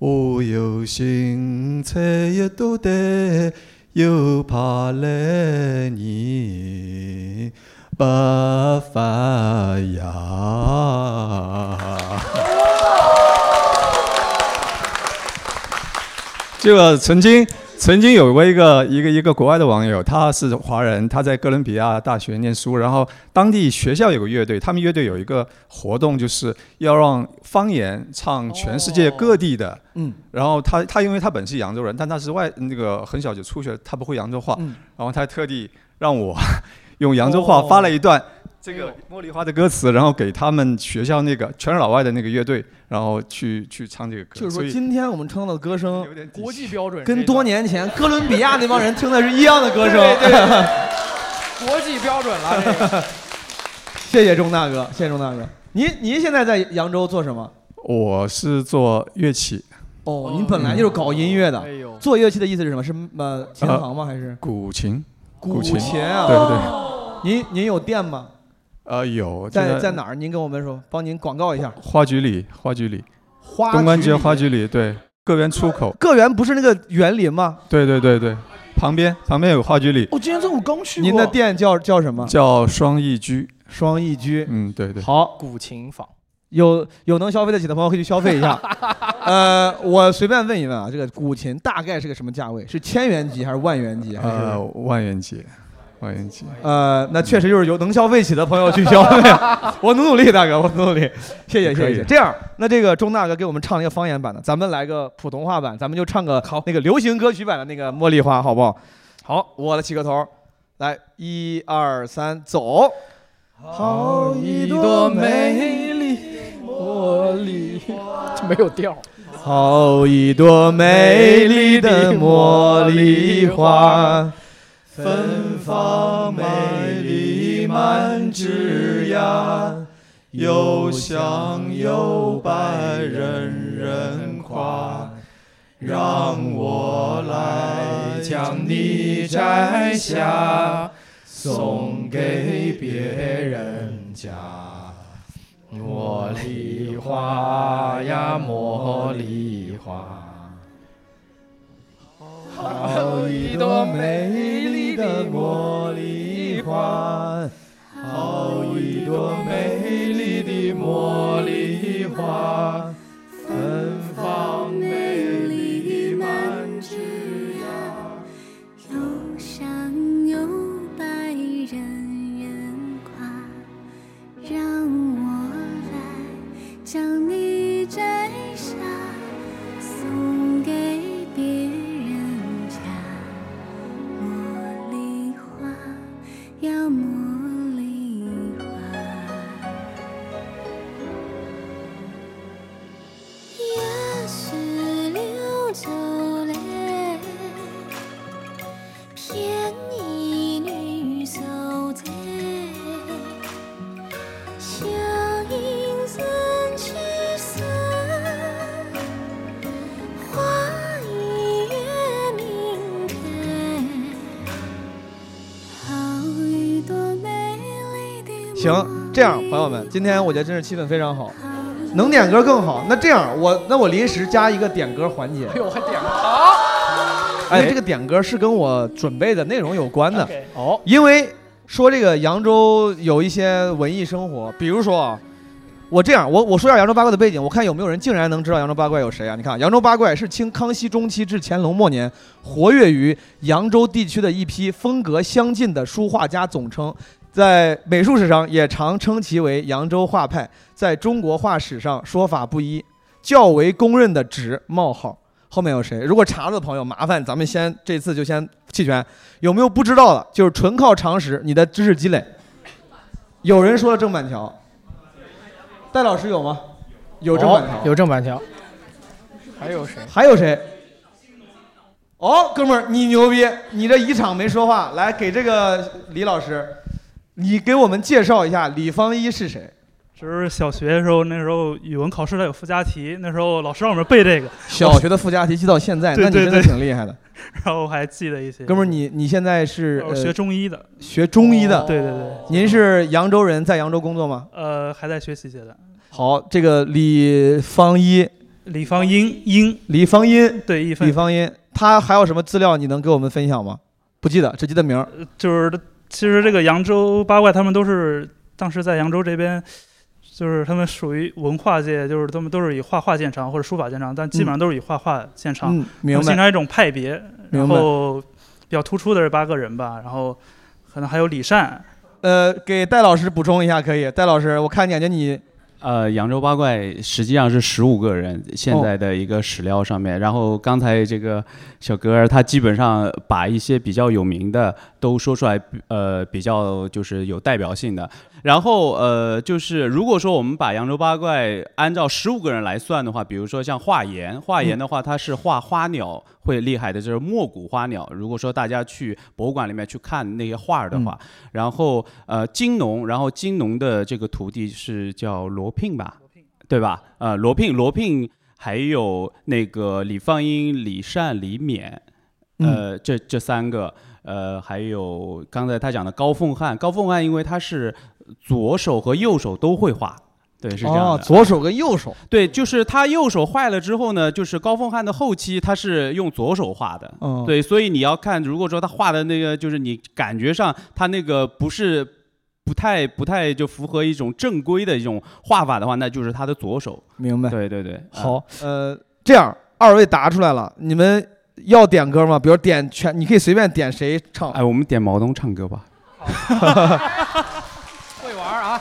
S16: 我有心采一朵戴，又怕来年不发芽。这个曾经曾经有过一个一个一个国外的网友，他是华人，他在哥伦比亚大学念书，然后当地学校有个乐队，他们乐队有一个活动，就是要让方言唱全世界各地的。
S1: 嗯
S16: 然后他他因为他本是扬州人，但他是外那个很小就出去了，他不会扬州话，然后他特地让我用扬州话发了一段这个茉莉花的歌词，然后给他们学校那个全是老外的那个乐队，然后去去唱这个歌。
S1: 就是
S16: 所
S1: 说，
S16: 以
S1: 今天我们唱到的歌声，
S5: 国际标准
S1: 跟多年前哥伦比亚那帮人听的是一样的歌声。
S5: 对对国际标准了。这个
S1: 谢谢钟大哥，谢谢钟大哥。您您现在在扬州做什么？
S16: 我是做乐器，
S1: 哦，您本来就是搞音乐的
S16: 哎呦。
S1: 做乐器的意思是什么？是呃琴行吗？还是
S16: 古琴？
S1: 古
S16: 琴
S1: 琴啊？
S16: 对对。
S1: 您您有店吗？
S16: 呃，有
S1: 在在哪？儿？您跟我们说，帮您广告一下。
S16: 花局里，花局里，
S1: 花
S16: 东关
S1: 局
S16: 街
S1: 里
S16: 花局里，对，个园出口，
S1: 个园不是那个园林吗？哦
S16: 对对对对，旁边旁边有花局里，
S4: 我哦今天中午刚去过。
S1: 您的店叫叫什么？
S16: 叫双逸居，
S1: 双逸居，
S16: 嗯，对对，
S1: 好，
S5: 古琴坊。
S1: 有有能消费得起的朋友可以去消费一 下。呃，我随便问一问啊，这个古琴大概是个什么价位？是千元级还是万元级？还是
S16: 呃，万元节，万元节，
S1: 呃，那确实就是有能消费起的朋友去消费，我努努力，大哥，我努努力，谢谢
S16: 可
S1: 谢
S16: 以
S1: 谢。这样，那这个钟大哥给我们唱一个方言版的，咱们来个普通话版，咱们就唱个那个流行歌曲版的那个《茉莉花》，好不好？好，我来起个头，来，一二三，走。
S9: 好一朵美丽茉莉花，
S5: 没有调。
S1: 好一朵美丽的茉莉花，
S9: 芬芳美丽满枝桠，又香又白人人夸。让我来将 你摘下，送给别人家。茉莉花呀，茉莉花，好一朵美丽的茉莉花，好一朵美丽的茉莉花，芬芳美丽满枝桠。
S2: 又香又白人人夸，让我来将你摘下，送给别人家。茉莉花呀，茉莉花。也是溜走嘞，骗一女守在，乡音三曲散，花一月明开，好一朵美丽的。
S1: 行，这样，朋友们，今天我觉得真是气氛非常好，能点歌更好。那这样，我那我临时加一个点歌环节。
S5: 哎呦，我还点个好。
S1: 哎，这个点歌是跟我准备的内容有关的
S5: OK
S1: 哦，因为说这个扬州有一些文艺生活，比如说啊，我这样，我我说一下扬州八怪的背景，我看有没有人竟然能知道扬州八怪有谁啊？你看，扬州八怪是清康熙中期至乾隆末年活跃于扬州地区的一批风格相近的书画家总称，在美术史上也常称其为扬州画派，在中国画史上说法不一，较为公认的指冒号。后面有谁？如果查了的朋友，麻烦咱们先这次就先弃权。有没有不知道的？就是纯靠常识，你的知识积累。有人说了郑板桥，戴老师有吗？哦有
S29: 哦
S1: 郑板桥，
S10: 有郑板桥，还有谁？
S1: 还有谁？哦，哥们儿，你牛逼！你这一场没说话，来给这个李老师，你给我们介绍一下李方一是谁？
S29: 就是小学的时候，那时候语文考试它有附加题，那时候老师让我们背这个。
S1: 小学的附加题记到现在，
S29: 对
S1: 那你
S29: 对
S1: 真的
S29: 对，
S1: 挺厉害的。。
S29: 然后我还记得一些。
S1: 哥们儿，你你现在是、呃
S29: 我哦学中医的哦
S1: 学中医的，
S29: 对对对。
S1: 您是扬州人，在扬州工作吗？
S29: 呃，还在学习阶段。
S1: 好，这个
S29: 呃
S1: 李方一，
S29: 李方英，英，
S1: 李方英，
S29: 对，一
S1: 李方英，他还有什么资料你能给我们分享吗？不记得，只记得名儿。
S29: 呃就是其实这个扬州八怪，他们都是当时在扬州这边，就是他们属于文化界，就是他们都是以画画见长或者书法见长，但基本上都是以画画见长，
S1: 嗯明白
S29: 形成一种派别。
S1: 明
S29: 然
S1: 白
S29: 后比较突出的是八个人吧，然后可能还有李善，
S1: 呃，给戴老师补充一下啊可以。戴老师，我看感觉你
S3: 呃，扬州八怪实际上是十五个人，现在的一个史料上面。然后刚才这个小哥儿他基本上把一些比较有名的都说出来，呃，比较就是有代表性的。然后呃，就是如果说我们把扬州八怪按照十五个人来算的话，比如说像华岩，华岩的话他是画花鸟会厉害的，就是墨骨花鸟。如果说大家去博物馆里面去看那些画儿的话，然后呃金农，然后金农的这个徒弟是叫罗聘吧，对吧？呃，罗聘，罗聘还有那个李放英、李善、李勉，
S1: 嗯
S3: 呃，这这三个，呃，还有刚才他讲的高凤翰，高凤翰因为他是左手和右手都会画。对，是这样的。啊
S1: 哦，左手跟右手，
S3: 对，就是他右手坏了之后呢，就是高凤翰的后期他是用左手画的，
S1: 嗯
S3: 对，所以你要看，如果说他画的那个，就是你感觉上他那个不是不太不太就符合一种正规的一种画法的话，那就是他的左手。
S1: 明白？
S3: 对对对，嗯
S1: 好，呃，这样二位答出来了，你们要点歌吗？比如点全，你可以随便点谁唱。啊哎，
S3: 我们点毛东唱歌吧。
S10: 会玩啊！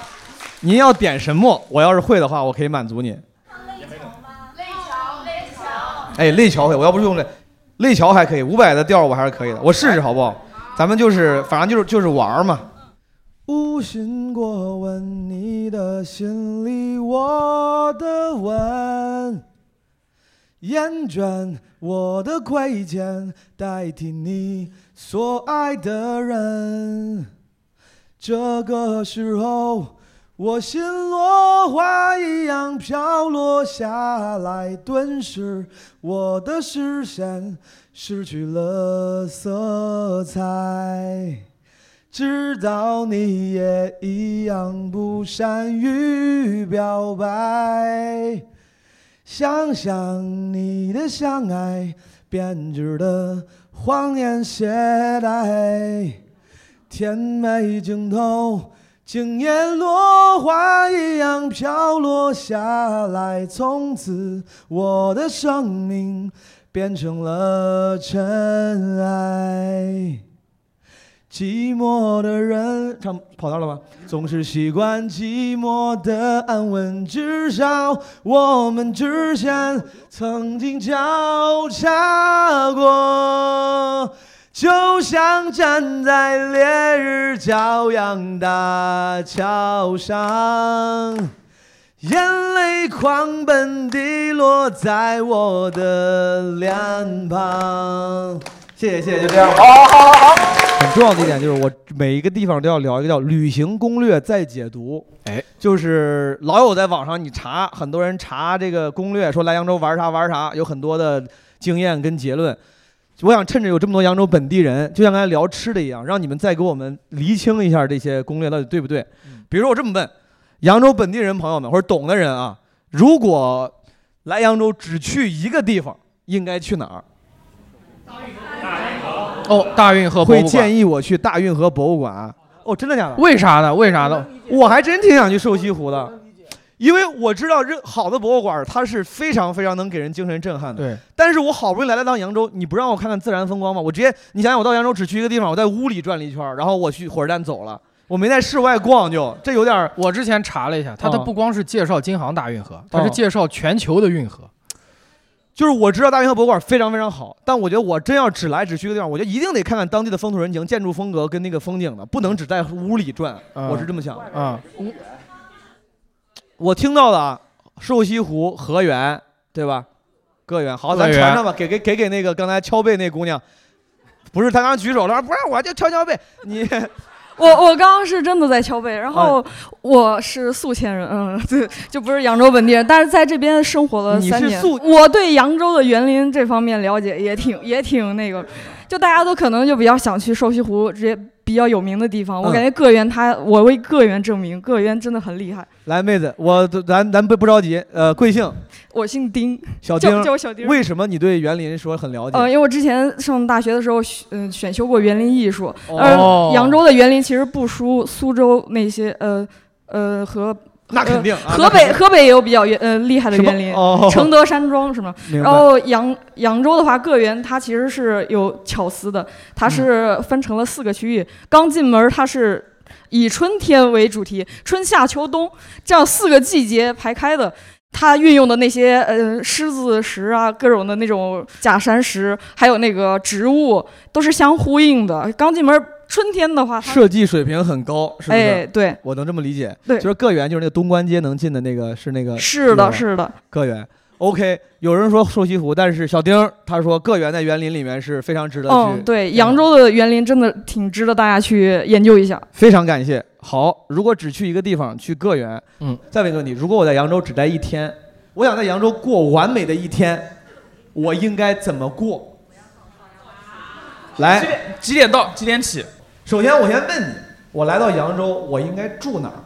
S1: 您要点什么？我要是会的话，我可以满足您。哎，肋桥会，我要不是用肋，肋桥还可以，五百的调儿我还是可以的，我试试好不好？咱们就是，反正就是就是玩儿嘛。
S24: 无心过问你的心里我的吻，厌倦我的亏欠，代替你所爱的人。这个时候，我心落花一样飘落下来，顿时我的视线失去了色彩。知道你也一样不善于表白，想想你的相爱编织的谎言懈怠，甜美镜头，惊艳落花一样飘落下来，从此我的生命变成了尘埃。寂寞的人，唱跑调了吗？总是习惯寂寞的安稳，至少我们之前曾经交叉过。就像站在烈日骄阳大桥上，眼泪狂奔滴落在我的脸庞。谢谢，谢谢，就这样吧。
S1: 很重要的一点就是，我每一个地方都要聊一个叫“旅行攻略再解读”。
S3: 哎，
S1: 就是老有在网上你查，很多人查这个攻略，说来扬州玩啥玩啥，有很多的经验跟结论。我想趁着有这么多扬州本地人，就像刚才聊吃的一样，让你们再给我们厘清一下这些攻略到底对不对。
S10: 嗯
S1: 比如说我这么问，扬州本地人朋友们或者懂的人啊，如果来扬州只去一个地方，应该去哪儿？
S10: 哦，大运河博
S1: 会
S10: 物馆
S1: 建议我去大运河博物馆。哦，真的假的？
S4: 为啥呢？为啥呢？
S1: 我还真挺想去瘦西湖的，因为我知道任好的博物馆它是非常非常能给人精神震撼的。
S4: 对，
S1: 但是我好不容易来了趟扬州，你不让我看看自然风光吗？我直接，你想想，我到扬州只去一个地方，我在屋里转了一圈儿，然后我去火车站走了，我没在室外逛就，这有点。
S9: 我之前查了一下，它它
S1: 嗯
S9: 不光是介绍京杭大运河，它是
S1: 嗯
S9: 介绍全球的运河。
S1: 哦就是我知道大运河博物馆非常非常好，但我觉得我真要只来只去一个地方，我觉得一定得看看当地的风土人情、建筑风格跟那个风景的，不能只在屋里转。
S9: 嗯
S1: 我是这么想的。
S9: 嗯，
S1: 我听到的啊，瘦西湖、河源，对吧？个源，好，咱
S9: 个源
S1: 传上吧，给给给给那个刚才敲背那姑娘，不是她刚刚举手了，不让我就敲敲背，你
S30: 我我刚刚是真的在敲背，然
S1: 嗯
S30: 后我是宿迁人，嗯， 对，就不是扬州本地人，但是在这边生活了
S1: 你
S30: 三
S1: 是
S30: 年
S1: 宿，
S30: 我对扬州的园林这方面了解也挺也挺那
S1: 嗯
S30: 个，就大家都可能就比较想去瘦西湖这些比较有名的地方，我
S1: 嗯
S30: 感觉个园它， 我为个园证明，个园真的很厉害。
S1: 来妹子，我咱咱不不着急，呃，贵姓？
S30: 我姓丁，
S1: 小
S30: 叫
S1: 丁，
S30: 叫我小丁。
S1: 为什么你对园林说很了解？
S30: 呃，因为我之前上大学的时候选，嗯、选修过园林艺术，
S1: 哦
S30: 而扬州的园林其实不输苏州那些，呃，呃和。
S1: 那肯定
S30: 呃
S1: 啊
S30: 河
S1: 那肯
S30: 北
S1: 定
S30: 河北也有比较园呃厉害的
S1: 什么
S30: 园林，
S1: 哦
S30: 承德山庄什么。
S1: 明白
S30: 然后扬扬州的话，个园它其实是有巧思的，它是分成了四个区域。刚进门，它是以春天为主题，春夏秋冬这样四个季节排开的。它运用的那些呃狮子石啊，各种的那种假山石，还有那个植物，都是相呼应的。刚进门，春天的话，它
S1: 设计水平很高，是不是？
S30: 哎对，
S1: 我能这么理解。
S30: 对
S1: 就是个园，就是那个东关街能进的那个，是那个。
S30: 是的
S1: 那个
S30: 是的。
S1: 个园，OK。有人说瘦西湖，但是小丁儿他说个园在园林里面是非常值得去。
S30: 嗯，对，扬州的园林真的挺值得大家去研究一下。
S1: 非常感谢。好，如果只去一个地方，去个园。
S9: 嗯，
S1: 再问一个问题：如果我在扬州只待一天，我想在扬州过完美的一天，我应该怎么过？来，
S4: 几点到？几点起？
S1: 首先我先问你，我来到扬州，我应该住哪儿？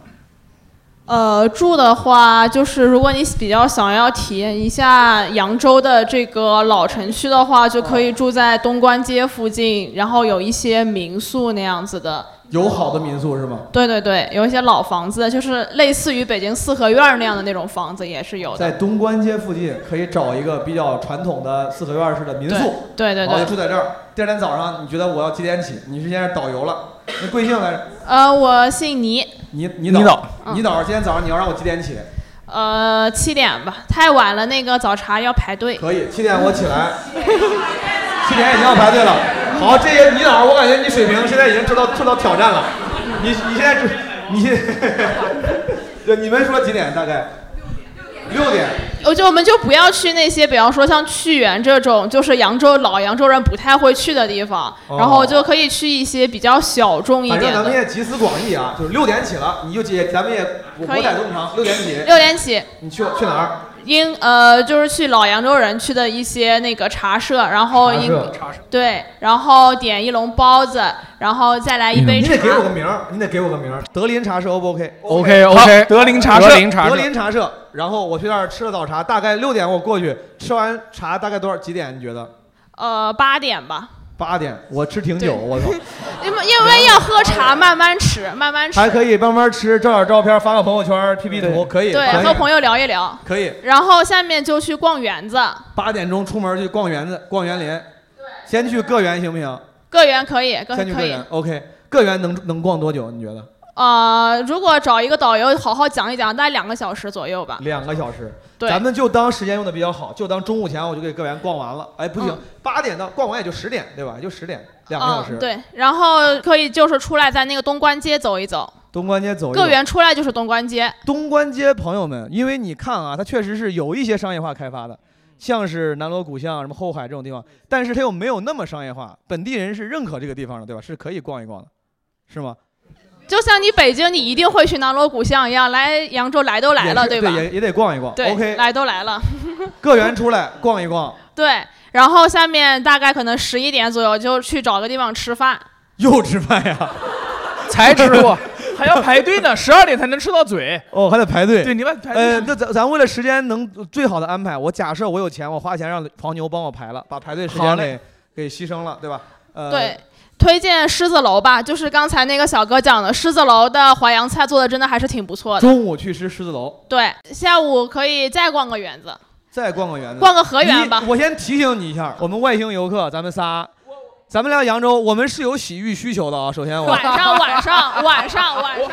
S6: 呃，住的话，就是如果你比较想要体验一下扬州的这个老城区的话，就可以住在东关街附近，然后有一些民宿那样子的。
S1: 有好的民宿是吗？
S6: 对对对，有一些老房子，就是类似于北京四合院儿那样的那种房子也是有的。
S1: 在东关街附近可以找一个比较传统的四合院式的民宿，
S6: 对对对对
S1: 然后就住在这儿。第二天早上，你觉得我要几点起？你是现在导游了，那贵姓来着？
S6: 呃，我姓倪，
S1: 你你导
S4: 你导
S6: 嗯
S1: 你导，今天早上你要让我几点起？
S6: 呃，七点吧，太晚了，那个早茶要排队。
S1: 可以，七点我起来，七点已经要排队了。好，这些你导，我感觉你水平现在已经受到受到挑战了。你你现在只你 现在，对你们说几点大概？六点。
S6: 我就我们就不要去那些，比方说像屈原这种，就是扬州老扬州人不太会去的地方，
S1: 哦
S6: 然后就可以去一些比较小众一
S1: 反正
S6: 点
S1: 咱们
S6: 的。
S1: 也集思广益啊，就是六点起了，你就解，咱们也我
S6: 可以
S1: 我在东城，六点起，
S6: 六点起，
S1: 你去去哪儿？
S6: 应呃就是去老扬州人去的一些那个茶社，然后
S1: 茶
S6: 应
S1: 社
S6: 对，然后点一笼包子，然后再来一杯
S1: 你
S6: 茶。
S1: 得给我个名儿，你得给我个名儿。德林茶社 O 不 OK？
S4: OK，OK，德林茶社
S1: 德
S4: 德
S1: 林
S4: 林
S1: 茶
S4: 茶社
S1: 社。然后我去那儿吃了早茶，大概六点我过去，吃完茶大概多少几点？你觉得？
S6: 呃，八点吧，
S1: 八点，我吃挺久，我操，
S6: 因为因为要喝茶，慢慢吃，慢慢吃。
S1: 还可以慢慢吃，照点照片发个朋友圈，P P 图，可以，
S6: 对，和朋友聊一聊，
S1: 可以。
S6: 然后下面就去逛园子，
S1: 八点钟出门去逛园子，逛园林，先去个园行不行？
S6: 个园可以，个
S1: 先去
S6: 可
S1: 个
S6: 以
S1: 园。，OK。个园能能逛多久？你觉得？
S6: 呃，如果找一个导游好好讲一讲，大概两个小时左右吧。
S1: 两个小时，
S6: 对
S1: 咱们就当时间用的比较好，就当中午前我就给个园逛完了。哎，不行
S6: 嗯，
S1: 八、点到逛完也就十点，对吧？也就十点，两个小时。
S6: 嗯，对，，然后可以就是出来在那个东关街走一走，
S1: 东关街走一走。
S6: 个园出来就是东关街。
S1: 东关街朋友们，因为你看啊，它确实是有一些商业化开发的，像是南锣鼓巷、什么后海这种地方，但是它又没有那么商业化，本地人是认可这个地方的，对吧？是可以逛一逛的，是吗？
S6: 就像你北京，你一定会去南锣鼓巷一样，来扬州来都来了，
S1: 也是
S6: 吧？
S1: 也也得逛一逛。
S6: 对
S1: OK，
S6: 来都来了。
S1: 个园出来逛一逛，
S6: 对，然后下面大概可能十一点左右就去找个地方吃饭。
S1: 又吃饭 呀？
S4: 哎才吃过，还要排队呢，十二点才能吃到嘴。
S1: 哦，还得排队。
S4: 对，你们排队。啊
S1: 呃，那咱咱为了时间能最好的安排，我假设我有钱，我花钱让黄牛帮我排了，把排队时
S4: 好
S1: 间
S4: 嘞
S1: 给给牺牲了，对吧？呃，
S6: 对，推荐狮子楼吧，就是刚才那个小哥讲的，狮子楼的淮扬菜做的真的还是挺不错的。
S1: 中午去吃狮子楼，
S6: 对，下午可以再逛个园子。
S1: 再逛个园子，
S6: 逛个河园吧
S1: 你我先提醒你一下，我们外星游客，咱们仨，咱们来扬州，我们是有洗浴需求的啊。首先我
S6: 晚上，晚上，晚上，晚上，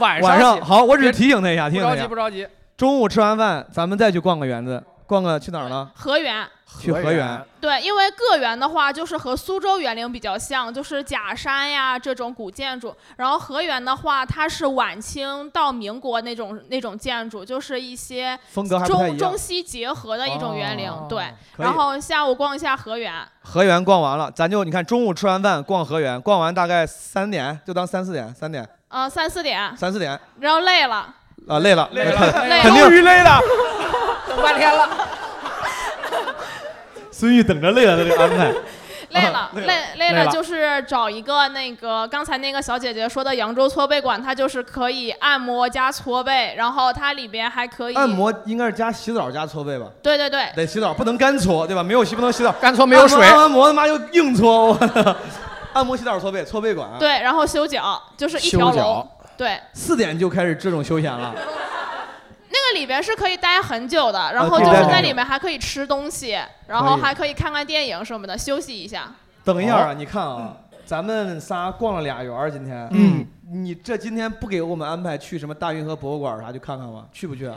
S4: 晚
S1: 晚
S4: 上
S1: 上
S4: 洗
S1: 好，我只是提醒他一下，提
S4: 不
S1: 醒他
S4: 着
S1: 一
S4: 急
S1: 下
S4: 不。着急，
S1: 中午吃完饭，咱们再去逛个园子，逛个去哪儿呢？
S6: 河园。
S1: 去河园。
S6: 对，因为个园的话，就是和苏州园林比较像，就是假山呀这种古建筑。然后河园的话，它是晚清到民国那种那种建筑，就是一些
S1: 风格还不太一样
S6: 中中西结合的一种园林。
S4: 哦
S6: 对，
S1: 可以
S6: 然后下午逛一下河园。
S1: 河园逛完了，咱就你看，中午吃完饭逛河园，逛完大概三点，就当三四点，三点，
S6: 呃，三四点，
S1: 三四点
S6: 然后 累了，
S1: 啊，累了，
S4: 累了
S1: 肯
S4: 累了
S1: 肯定
S4: 终于累 了。
S6: 等半天了，
S1: 孙玉等着累了的这个安排。
S6: 累了，累累
S1: 累
S6: 了，
S1: 了
S6: 就是找一个那个刚才那个小姐姐说的扬州搓背馆，它就是可以按摩加搓背，然后它里边还可以
S1: 按，摩应该是加洗澡加搓背吧？
S6: 对对对，
S1: 得洗澡，不能干搓，对吧？没有洗不能洗澡，干搓
S6: 没有水
S1: 按摩按摩他妈又硬搓，我按摩洗澡搓背，搓背馆。
S6: 对，，然后修脚就是一条
S1: 啊修
S6: 龙
S1: 脚，
S6: 对，
S1: 四点就开始这种休闲了。
S6: 那个里边是可以待很久的，然后
S1: 啊可以
S6: 就
S1: 待
S6: 是
S1: 很
S6: 在
S1: 久
S6: 里面还可以吃东西，然后还可以看看电影什么的，休息一下。
S1: 等一下啊，你看啊，咱们仨逛了俩园儿，今天，
S4: 嗯，
S1: 你这今天不给我们安排去什么大运河博物馆啥去看看吗？去不去啊？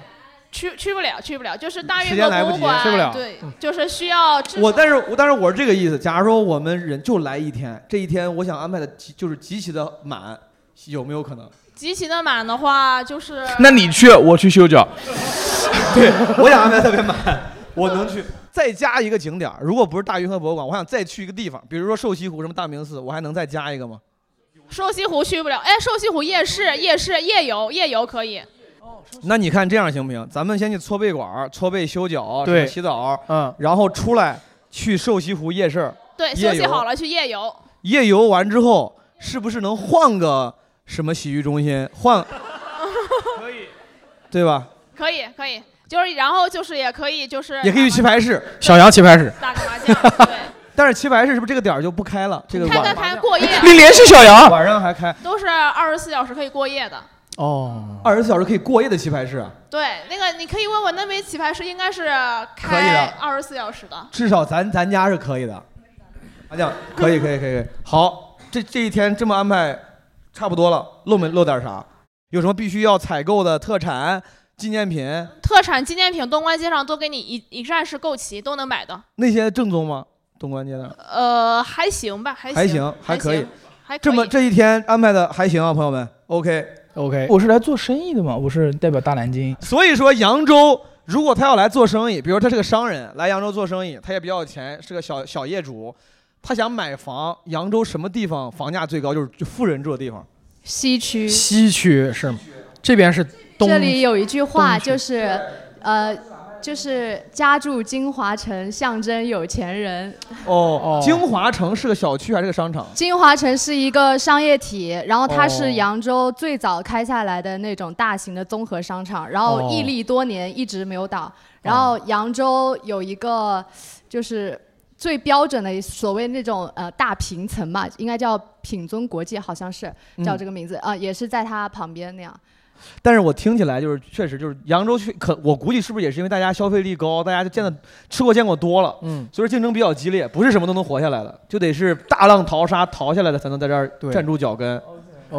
S6: 去去不了，去不了，就是大
S1: 时
S6: 运
S1: 间
S6: 河
S1: 来不
S6: 博
S1: 及
S6: 物馆，
S1: 去不了嗯
S6: 对，就是需要至
S1: 我但是我但是我是这个意思，假如说我们人就来一天，这一天我想安排的极就是极其的满，有没有 可能？
S6: 极其的满的 话，就是
S4: 那你去，我去修 脚。
S1: 对，我想安排特别满，我能去。再加一个景点儿，如果不是大运河博物馆，我还想再去一个地方，比如说瘦西湖什么大明寺，我还能再加一个吗？
S6: 瘦西湖去不了，哎，瘦西湖夜市、夜市、夜游、夜游可以。嗯
S1: 那你看这样行不行？咱们先去搓背馆儿、搓背修脚、什么
S4: 对
S1: 洗澡，嗯，然后出来去瘦西湖夜市，
S6: 对，休
S1: 夜
S6: 息
S1: 游
S6: 好了去夜游。
S1: 夜游完之后，是不是能换个什么洗浴中心？换，
S6: 可以，
S1: 对吧？
S6: 可以，可以，就是然后就是也可以就是
S1: 也可以去棋牌室，
S5: 小杨棋牌室。
S6: 打个麻 将，对，
S1: 但是棋牌室是不是这个点儿就不开了？这个
S6: 开
S1: 晚
S6: 开开过夜。
S1: 你联系小杨晚上还开
S6: 都是二十四小时可以过夜的。
S1: 哦，二十四小时可以过夜的棋牌室啊，
S6: 对，那个你可以问问那边棋牌室应该是
S1: 可以
S6: 开
S1: 的
S6: 二十四小时的。
S1: 至少咱咱家是可以的。麻将可以可以可以可以，好，这这一天这么安排差不多了，漏没漏点啥？有什么必须要采购的特产、纪念品？
S6: 特产纪念品，东关街上都给你一一站式购齐，都能买到。
S1: 那些正宗吗？东关街的
S6: 呃，还行吧，还
S1: 还
S6: 行
S1: 行，，还可以
S6: 行，还可
S1: 这么
S6: 以
S1: 这一天安排的还行啊，朋友们，OK
S5: 哎
S1: OK。
S4: 我是来做生意的嘛，我是代表大南京。
S1: 所以说，扬州如果他要来做生意，比如他是个商人，来扬州做生意，他也比较有钱，是个小小业主，他想买房，扬州什么地方房价最高？就是就富人住的地方。
S23: 西区，
S5: 西区是吗？这边是东。
S23: 这里有一句话就是，呃，就是家住金华城，象征有钱人。
S1: 哦，京华城是个小区还是个商场？
S23: 金华城是一个商业体，然后它
S1: 哦
S23: 是扬州最早开下来的那种大型的综合商场，然后
S1: 哦
S23: 屹立多年，一直没有倒。然后扬州有一个就是最标准的所谓那种呃大平层嘛，应该叫品尊国际，好像是
S1: 嗯
S23: 叫这个名字啊、呃也是在它旁边那样。
S1: 但是我听起来就是，确实就是扬州去，可我估计是不是也是因为大家消费力高，大家就见的吃过见过多了，嗯，所以说竞争比较激烈，不是什么都能活下来的，就得是大浪淘沙淘下来的才能在这儿站住脚跟，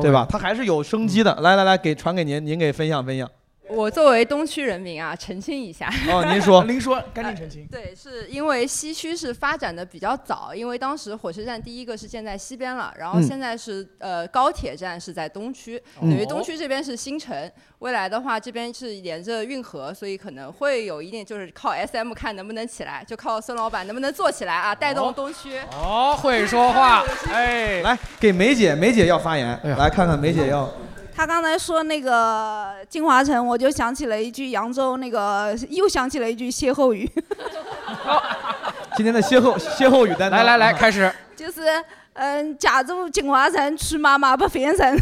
S1: 对吧？它还是有生机的。来来来，给传给您，您给分享分享。
S14: 我作为东区人民啊，澄清一下。呃
S1: 哦您说
S4: 您说，赶紧澄清。
S14: 对，是因为西区是发展的比较早，因为当时火车站第一个是建在西边了，然后
S15: 嗯
S14: 现在是、呃高铁站是在东区，
S15: 嗯
S14: 等于东区这边是新城，未来的话这边是沿着运河，所以可能会有一点就是靠 SM 看能不能起来，就靠孙老板能不能做起来啊，带动东区。
S5: 哦，会说 话，哎，
S1: 来给梅姐，梅姐要发言，来看看梅姐要。
S17: 他刚才说那个金华城，我就想起了一句扬州那个， 又想起了一句歇后语，
S1: 今天的歇后歇后语担当，
S5: 来来来，开始。
S17: 就是嗯，家住金华城，去妈妈不烦人。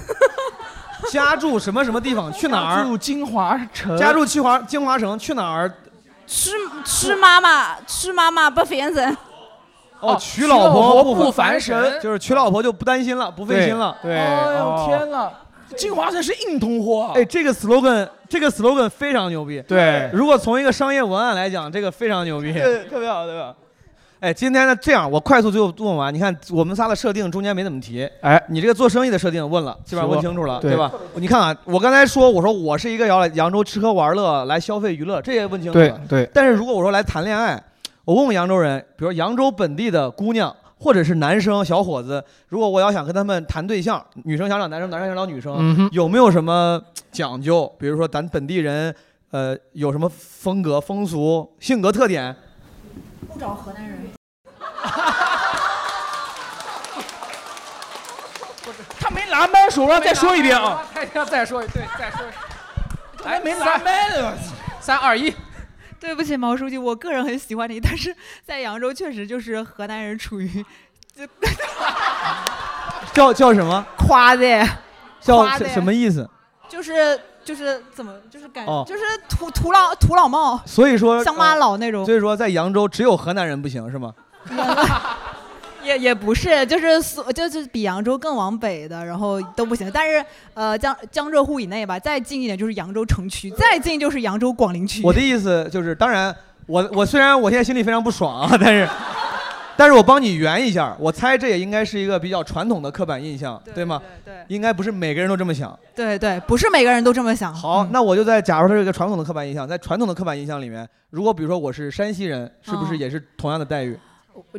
S1: 家住什么什么地方？去哪儿？
S4: 家住金华城
S1: 家住清华金华城，去哪儿？
S17: 吃吃妈妈，吃妈妈不烦人。
S1: 哦，娶老不烦就是娶老婆就不担心了，不费心了。
S27: 对对
S4: 哎呦
S1: 哦
S4: 天哪，金华城是硬通货啊。
S1: 哎，这个 slogan，这个 slogan 非常牛逼。
S27: 对
S1: 如果从一个商业文案来讲，这个非常牛逼。
S4: 对，啊特别好，特别好。
S1: 哎，今天呢，这样我快速最后问完，你看我们仨的设定中间没怎么提，
S27: 哎，
S1: 你这个做生意的设定问了，基本上问清楚了，
S27: 对
S1: 对吧？你看啊，我刚才说，我说我是一个要来扬州吃喝玩乐来消费娱乐，这也问清楚了，
S27: 对对
S1: 但是如果我说来谈恋爱，我问问扬州人，比如扬州本地的姑娘。或者是男生小伙子，如果我要想跟他们谈对象，女生想找男生，男生想找女生，
S27: 嗯哼
S1: 有没有什么讲究？比如说咱本地人，呃，有什么风格、风俗、性格特点？
S15: 不找河南人。
S4: 他没拿麦手让再说一遍啊！！
S5: 要再说一遍，对，再说一遍。
S4: 来，没拿麦
S1: 哎
S4: 呢。
S5: 三二一，
S15: 对不起，毛书记，我个人很喜欢你，但是在扬州确实就是河南人处于
S1: 叫叫什么？
S15: 夸的耶，
S1: 叫
S15: 夸的
S1: 什
S15: 耶
S1: 什么意思？
S15: 就是就是怎么就是感
S1: 哦
S15: 就是土土老土老帽，
S1: 所以说呃
S15: 乡巴佬那种
S1: 所以说在扬州只有河南人不行是吗？
S15: 也也不是，就是所就是比扬州更往北的，然后都不行。但是呃，江江浙沪以内吧，再近一点就是扬州城区，再近就是扬州广陵区。
S1: 我的意思就是，当然，我我虽然我现在心里非常不爽啊，但是， 但是我帮你圆一下，我猜这也应该是一个比较传统的刻板印象，对吗？
S15: 对
S1: 应该不是每个人都这么想。
S15: 对对，不是每个人都这么想。
S1: 好，那我就在假如它是一个传统的刻板印象，在传统的刻板印象里面，如果比如说我是山西人，是不
S15: 哦
S1: 是也是同样的待遇？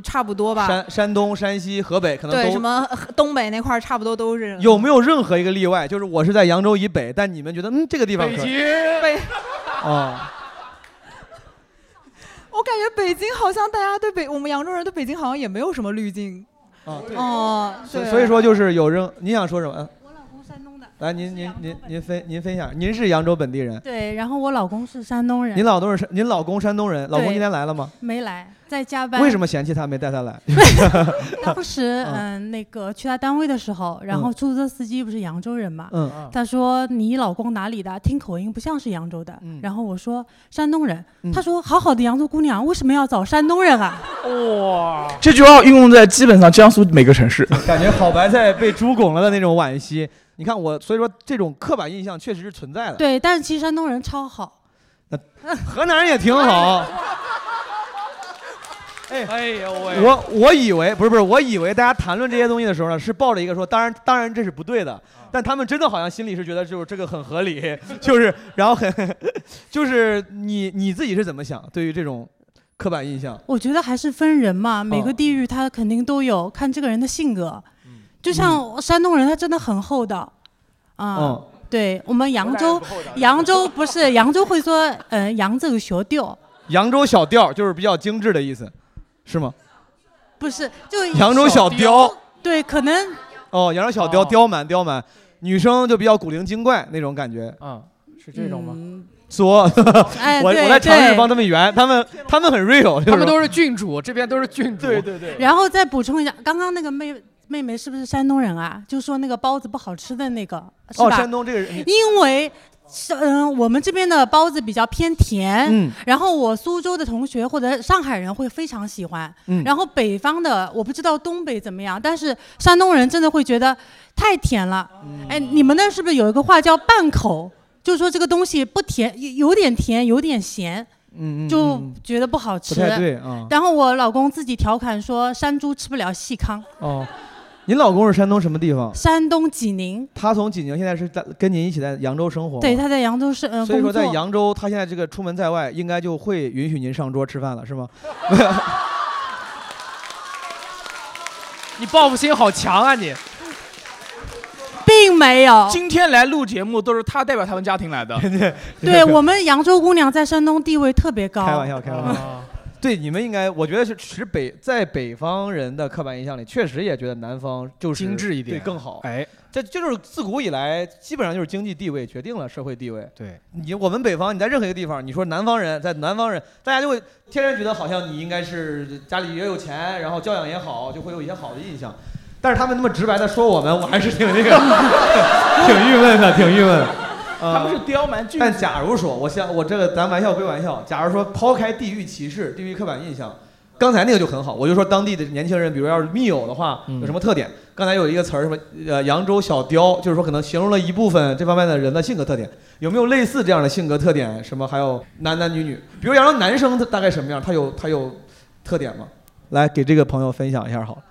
S15: 差不多吧。
S1: 山山东、山西、河北可能都
S15: 对，什么呃东北那块儿差不多都是
S1: 有没有任何一个例外？就是我是在扬州以北，但你们觉得嗯这个地方可以
S15: 北，
S1: 哦，
S15: 我感觉北京好像大家对北我们扬州人对北京好像也没有什么滤镜。
S1: 哦
S15: 哦，
S1: 所
S15: 对，
S1: 所以说就是有任你想说什么？我老公山东的。来，您您您您分您分享，您是扬州本地人，
S18: 对，然后我老公是山东人，
S1: 您老公是您老公山东人，老公
S18: 对
S1: 今天来了吗？
S18: 没来，在加班。
S1: 为什么？嫌弃他没带他来？
S18: 当时嗯、那个去他单位的时候，然后
S1: 嗯
S18: 出租车司机不是扬州人嘛，
S1: 嗯
S18: 他说你老公哪里的？听口音不像是扬州的。
S1: 嗯
S18: 然后我说山东人，他说好好的扬州姑娘为什么要找山东人 啊？哇，
S4: 这句话运用在基本上江苏每个城市。
S1: 感觉好白菜被猪拱了的那种惋惜。你看我，所以说这种刻板印象确实是存 在的。，
S18: 对，但是其实山东人超好，
S1: 河南人也挺好。哎
S4: 哎呦喂！
S1: 我我以为不是不是，我以为大家谈论这些东西的时候呢，是抱着一个说，当然当然这是不对的，但他们真的好像心里是觉得就是这个很合理， 就是然后 很就是你你自己是怎么想？对于这种刻板印象，
S18: 我觉得还是分人嘛，每
S1: 哦
S18: 个地域他肯定都有，看这个人的性格。
S1: 嗯
S18: 就像山东人，他真的很厚道，啊、
S1: 嗯
S18: 对我们扬州， 扬州不是扬州会说，嗯，扬州小调，
S1: 扬州小调就是比较精致的意思，是吗？
S18: 不是就
S1: 扬州小雕，
S18: 对，可能
S1: 哦，扬州小雕，刁蛮刁蛮，女生就比较古灵精怪那种感觉，嗯，
S5: 是这种吗？
S18: 嗯
S1: 作，
S5: 哎
S1: 我我
S5: 对
S1: 在尝试
S5: 对
S1: 帮他们圆，他们他们很 real，
S5: 他们都
S1: 是
S5: 是郡主，这边都是郡主。对对对
S18: 然后再补充一下，刚刚那个妹妹妹是不是山东人啊？就说那个包子不好吃的那个，是
S1: 哦，
S18: 吧？
S1: 山东这个人
S18: 因为是嗯，我们这边的包子比较偏甜，
S1: 嗯
S18: 然后我苏州的同学或者上海人会非常喜欢，
S1: 嗯
S18: 然后北方的我不知道东北怎么样，但是山东人真的会觉得太甜了，
S1: 嗯
S18: 哎，你们那是不是有一个话叫半口？就说这个东西不甜，有有点甜，有点咸，
S1: 嗯嗯
S18: 就
S1: 嗯
S18: 觉得不好吃。
S1: 不太对啊
S18: 然后我老公自己调侃说：“山猪吃不了细糠。
S1: 哦，您老公是山东什么地方”？
S18: 山东济宁，
S1: 他从济宁现在是在跟您一起在扬州生活吗，
S18: 对，他在扬州是嗯
S1: 所以
S18: 工
S1: 说在
S18: 作。
S1: 扬州，他现在这个出门在外，应该就会允许您上桌吃饭了，是吗？
S5: 你报复心好强啊你！
S18: 并没有。
S4: 今天来录节目都是他代表他们家庭 来的。
S18: 对我们扬州姑娘在山东地位特别高。
S1: 开玩笑，开玩笑。
S5: 啊
S1: 对，你们应该，我觉得是持北在北方人的刻板印象里，确实也觉得南方就是
S5: 精致一点
S1: 对更好。
S5: 哎，
S1: 这这就是自古以来，基本上就是经济地位决定了社会地位。
S5: 对，
S1: 你我们北方，你在任何一个地方，你说南方人，在南方人，大家就会天然觉得好像你应该是家里也有钱，然后教养也好，就会有一些好的印象。但是他们那么直白的说我们，我还是挺 那个，挺郁闷的，挺郁闷的。呃
S4: 他们是刁蛮郡主。
S1: 但假如说，我想我这个咱玩笑归玩笑，假如说抛开地域歧视、地域刻板印象，刚才那个就很好，我就说当地的年轻人，比如要是密友的话，
S4: 嗯
S1: 有什么特点？刚才有一个词儿什么呃扬州小雕，就是说可能形容了一部分这方面的人的性格特点。有没有类似这样的性格特点？什么还有男男女女，比如扬州男生他大概什么样？他有他有特点吗？来给这个朋友分享一下好了。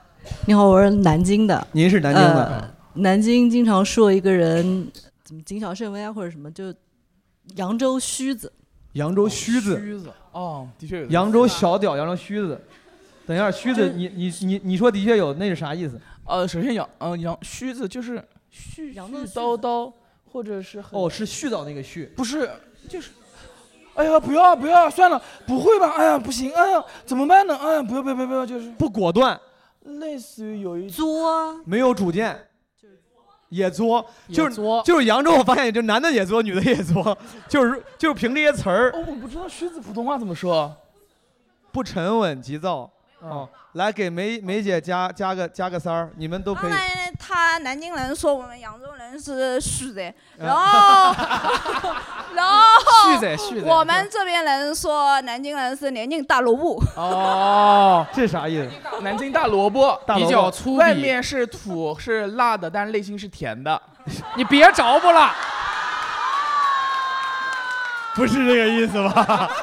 S22: 你好，我是南京的。
S1: 您是南京的
S22: 呃南京经常说一个人怎么谨小慎微啊，或者什么，就扬州须子。
S1: 扬州须子，
S4: 须子哦，的确有这 个
S1: 扬州小屌，扬州须子。等一下，须子，你你你你说的确有，那是啥意思？
S4: 呃，首先扬呃扬须子就是絮絮叨叨，或者是很
S1: 哦，是絮叨那个絮，
S4: 不是就是，哎呀不要不要算了，不会吧？哎呀不行，哎呀怎么办呢？哎呀不要不要不要不要，就是
S1: 不果断，
S4: 类似于有一
S22: 作
S1: 没有主见，也作，
S4: 也
S1: 就是
S4: 作
S1: 就是扬州，我发现就男的也作，女的也作，就是就是凭这些词儿。
S4: 哦，我不知道须子普通话怎么说，嗯
S1: 不沉稳急躁。哦，来给梅梅姐加加个加个三儿，你们都可以。
S17: 他南京人说我们扬州人是虚的，
S1: 嗯
S17: 然后，然后
S1: 虚的虚的
S17: 我们这边人说南京人是南京大萝卜。
S4: 哦，
S1: 这啥意思？
S4: 南京大萝卜
S9: 大萝卜比较粗鄙
S4: 外面是土是辣的，但内心是甜的。
S9: 你别着不了，
S1: 不是这个意思吧？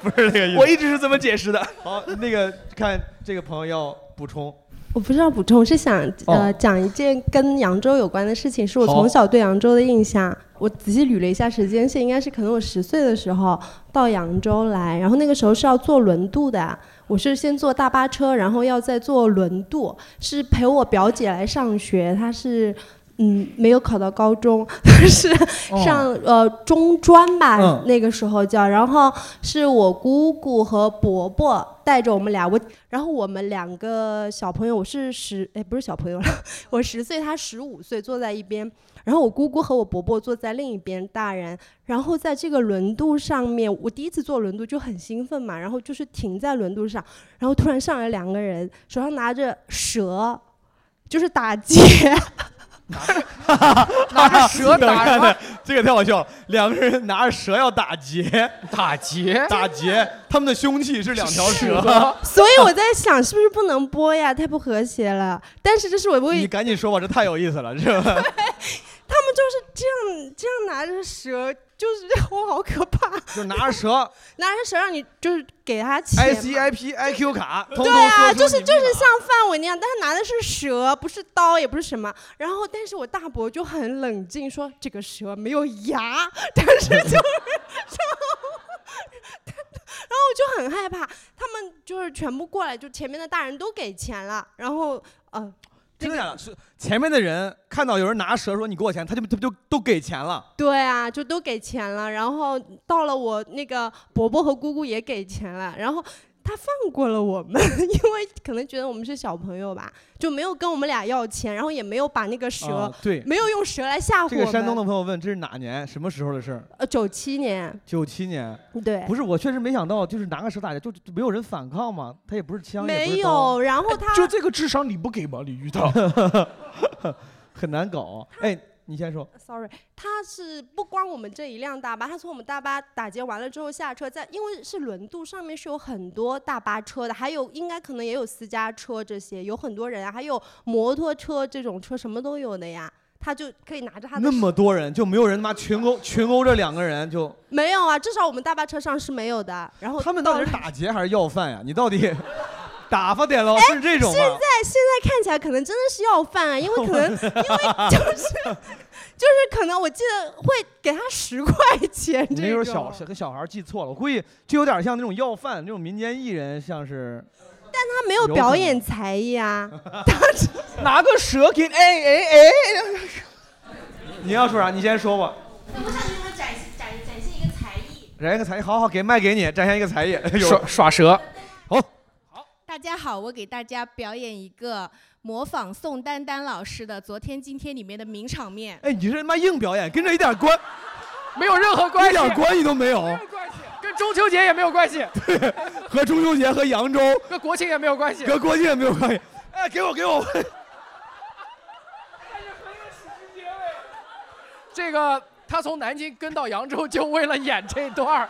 S1: 不是这个意思。
S4: 我一直是这么解释的。
S1: 好，那个看这个朋友要补 充，
S31: 我不是要补充，我是想
S1: 哦
S31: 呃讲一件跟扬州有关的事情，是我
S1: 好
S31: 从小对扬州的印象。我仔细捋了一下时间线，应该是可能我十岁的时候到扬州来，然后那个时候是要坐轮渡的，我是先坐大巴车，然后要再坐轮渡，是陪我表姐来上学，她是。嗯，没有考到高中， 是
S1: 哦
S31: 上、呃中专吧，
S32: 嗯
S31: 那个时候叫，然后是我姑姑和伯伯带着我们俩，我然后我们两个小朋友，我是十哎不是小朋友了， 我十岁，他十五岁，坐在一边，然后我姑姑和我伯伯坐在另一边，大人，然后在这个轮渡上面，我第一次坐轮渡就很兴奋嘛，然后就是停在轮渡上，然后突然上来两个人，手上拿着蛇， 就是打 劫。
S1: 拿
S31: 着蛇打
S1: 看看这个太好笑了，两个人拿着蛇要打劫，
S9: 打劫，
S1: 打劫，他们的凶器是两条蛇
S31: 蛇。所以我在想，是不是不能播呀？太不和谐了。但是这是我不
S1: 你赶紧说吧，这太有意思了， 这个
S31: 他们就是这样这样拿着蛇，就是 我好可怕，
S1: 就拿着蛇
S31: 拿着蛇让你就是给他钱嘛。
S1: I C I P I Q 卡，通通
S31: 对啊，
S1: 说出
S31: 就是
S1: 你
S31: 就是像范伟那样，但是拿的是蛇，不是刀，也不是什么。然后，但是我大伯就很冷静说，这个蛇没有牙， 但是就是然后。然后我就很害怕，他们就是全部过来，就前面的大人都给钱了，然后呃，
S1: 真的假的？是前面的人看到有人拿蛇说你给我钱，他就他就都给钱了。
S31: 对啊，就都给钱了，然后到了我那个伯伯和姑姑也给钱了，然后他放过了我们， 因为可能觉得我们是小朋友吧，就没有跟我们俩要钱，然后也没有把那个蛇，
S1: 啊对
S31: 没有用蛇来吓唬我
S1: 这
S31: 们。
S1: 个山东的朋友问这是哪年什么时候的事儿？
S31: 呃九七年，
S1: 九七年。
S31: 对，
S1: 不是，我确实没想到，就是拿个手打架，就就没有人反抗嘛，他也不是枪，也不
S31: 没
S1: 是刀哎
S31: 有，然后他
S1: 就
S31: 这
S4: 个智商你不给吗？李玉
S1: 刀，很难搞。哎，你先说，
S31: sorry，他是不光我们这一辆大巴，他从我们大巴打劫完了之后下车，在因为是轮渡上面是有很多大巴车的，还有应该可能也有私家车这些，有很多人啊，还有摩托车这种车什么都有的呀，他就可以拿着他的
S1: 那么
S31: 手
S1: 多人就没有人他妈群殴群殴这两个人就
S31: 没有啊，至少我们大巴车上是没有的。然后
S1: 他们到底是 打劫还是要饭呀？你到 底打发点喽？
S31: 哎
S1: 是这种
S31: 现在
S1: 吗？
S31: 现在看起来可能真的是要饭啊，因为 可能因为就是就是可能我记得会给他十块钱这种。
S1: 那时候小小跟小孩儿记错了，我估计就有点像那种要饭那种民间艺人，像是
S31: 但他没有
S1: 有
S31: 表
S1: 可
S31: 演才艺 啊，
S4: 拿个蛇给你，哎哎哎，
S1: 你要说啥？你先说吧。我想给他展展展现一个才艺。展现一个才艺，好好给麦给你，展现一个才艺。哦
S4: 耍耍蛇，
S13: 大家好，我给大家表演一个模仿宋丹丹老师的《昨天今天》里面的名场面。
S1: 哎，你这他妈硬表演，跟这一点关，
S13: 没有任何关系
S1: 一点关系都没有，
S13: 跟中秋节也没有关系，
S1: 和中秋节和扬州
S13: 跟国庆也没有关系
S1: 和国庆也没有关系。哎，给我给我，
S9: 这个他从南京跟到扬州就为了演这段儿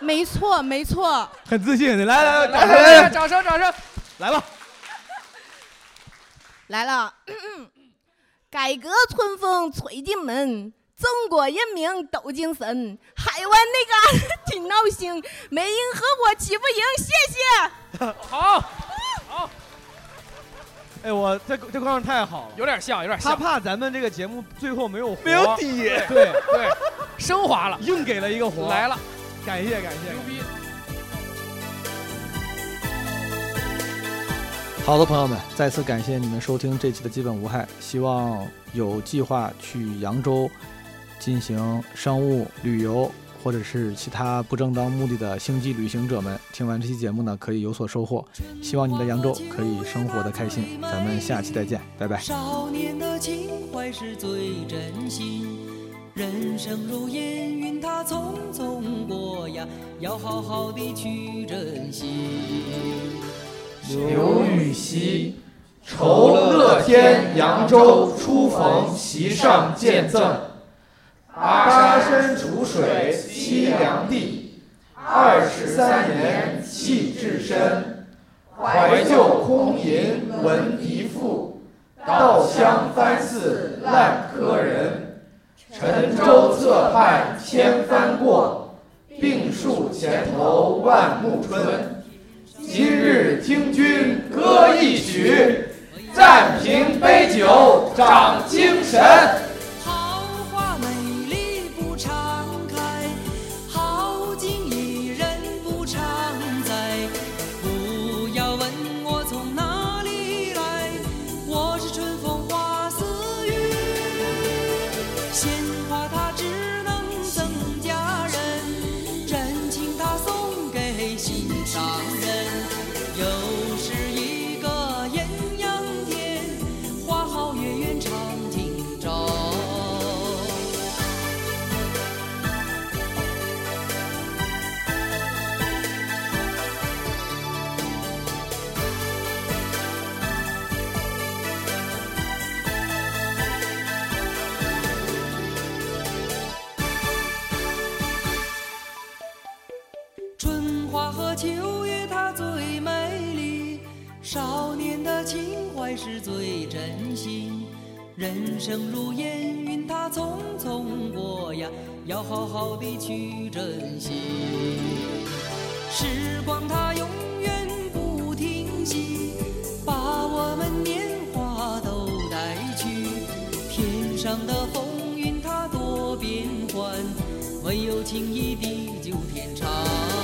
S31: 没错，没错。
S10: 很自信，来来来，
S31: 来
S10: 掌
S31: 来来
S10: 声来
S31: 来，掌声，
S10: 来
S31: 掌声。
S10: 来吧，
S13: 来了， 改革春风吹进门，中国人民都精神。海湾那嘎、 挺闹心，没人和我起不赢，谢谢。 好，好，
S1: 哎，我这这姑娘太好了，
S33: 有点像，有点
S1: 他
S33: 像，
S1: 怕咱们这个节目最后没有活
S33: 没有底
S1: 对对，
S33: 升华了，
S1: 硬给了一个活，
S33: 来了，
S1: 感谢感谢，
S33: 牛逼！
S10: 好的，朋友们，再次感谢你们收听这期的基本无害。希望有计划去扬州进行商务旅游或者是其他不正当目的的星际旅行者们，听完这期节目呢，可以有所收获。希望你的扬州可以生活的开心。咱们下期再见，拜拜。
S34: 少年的情怀是最真心，人生如烟云，它匆匆过呀，要好好的去珍惜。
S9: 刘禹锡，酬乐天扬州初逢席上见赠，巴山楚水西凉地，二十三年气至深。怀旧空吟闻笛赋，稻香翻似烂柯人。沉舟侧畔千帆过，病树前头万木春。今日听君歌一曲，暂凭杯酒长精神。
S34: 桃花美丽不常开，好景伊人不常在。不要问我从哪里来，我是春风化丝雨。鲜花它只能赠佳人，真情它送给心上人。又是一个艳阳天，花好月圆长汀州。春花和秋月它最美丽，少年的情怀是最真心。人生如烟云，它匆匆过呀，要好好的去珍惜。时光它永远不停息，把我们年华都带去。天上的风云它多变幻，唯有情谊地久天长。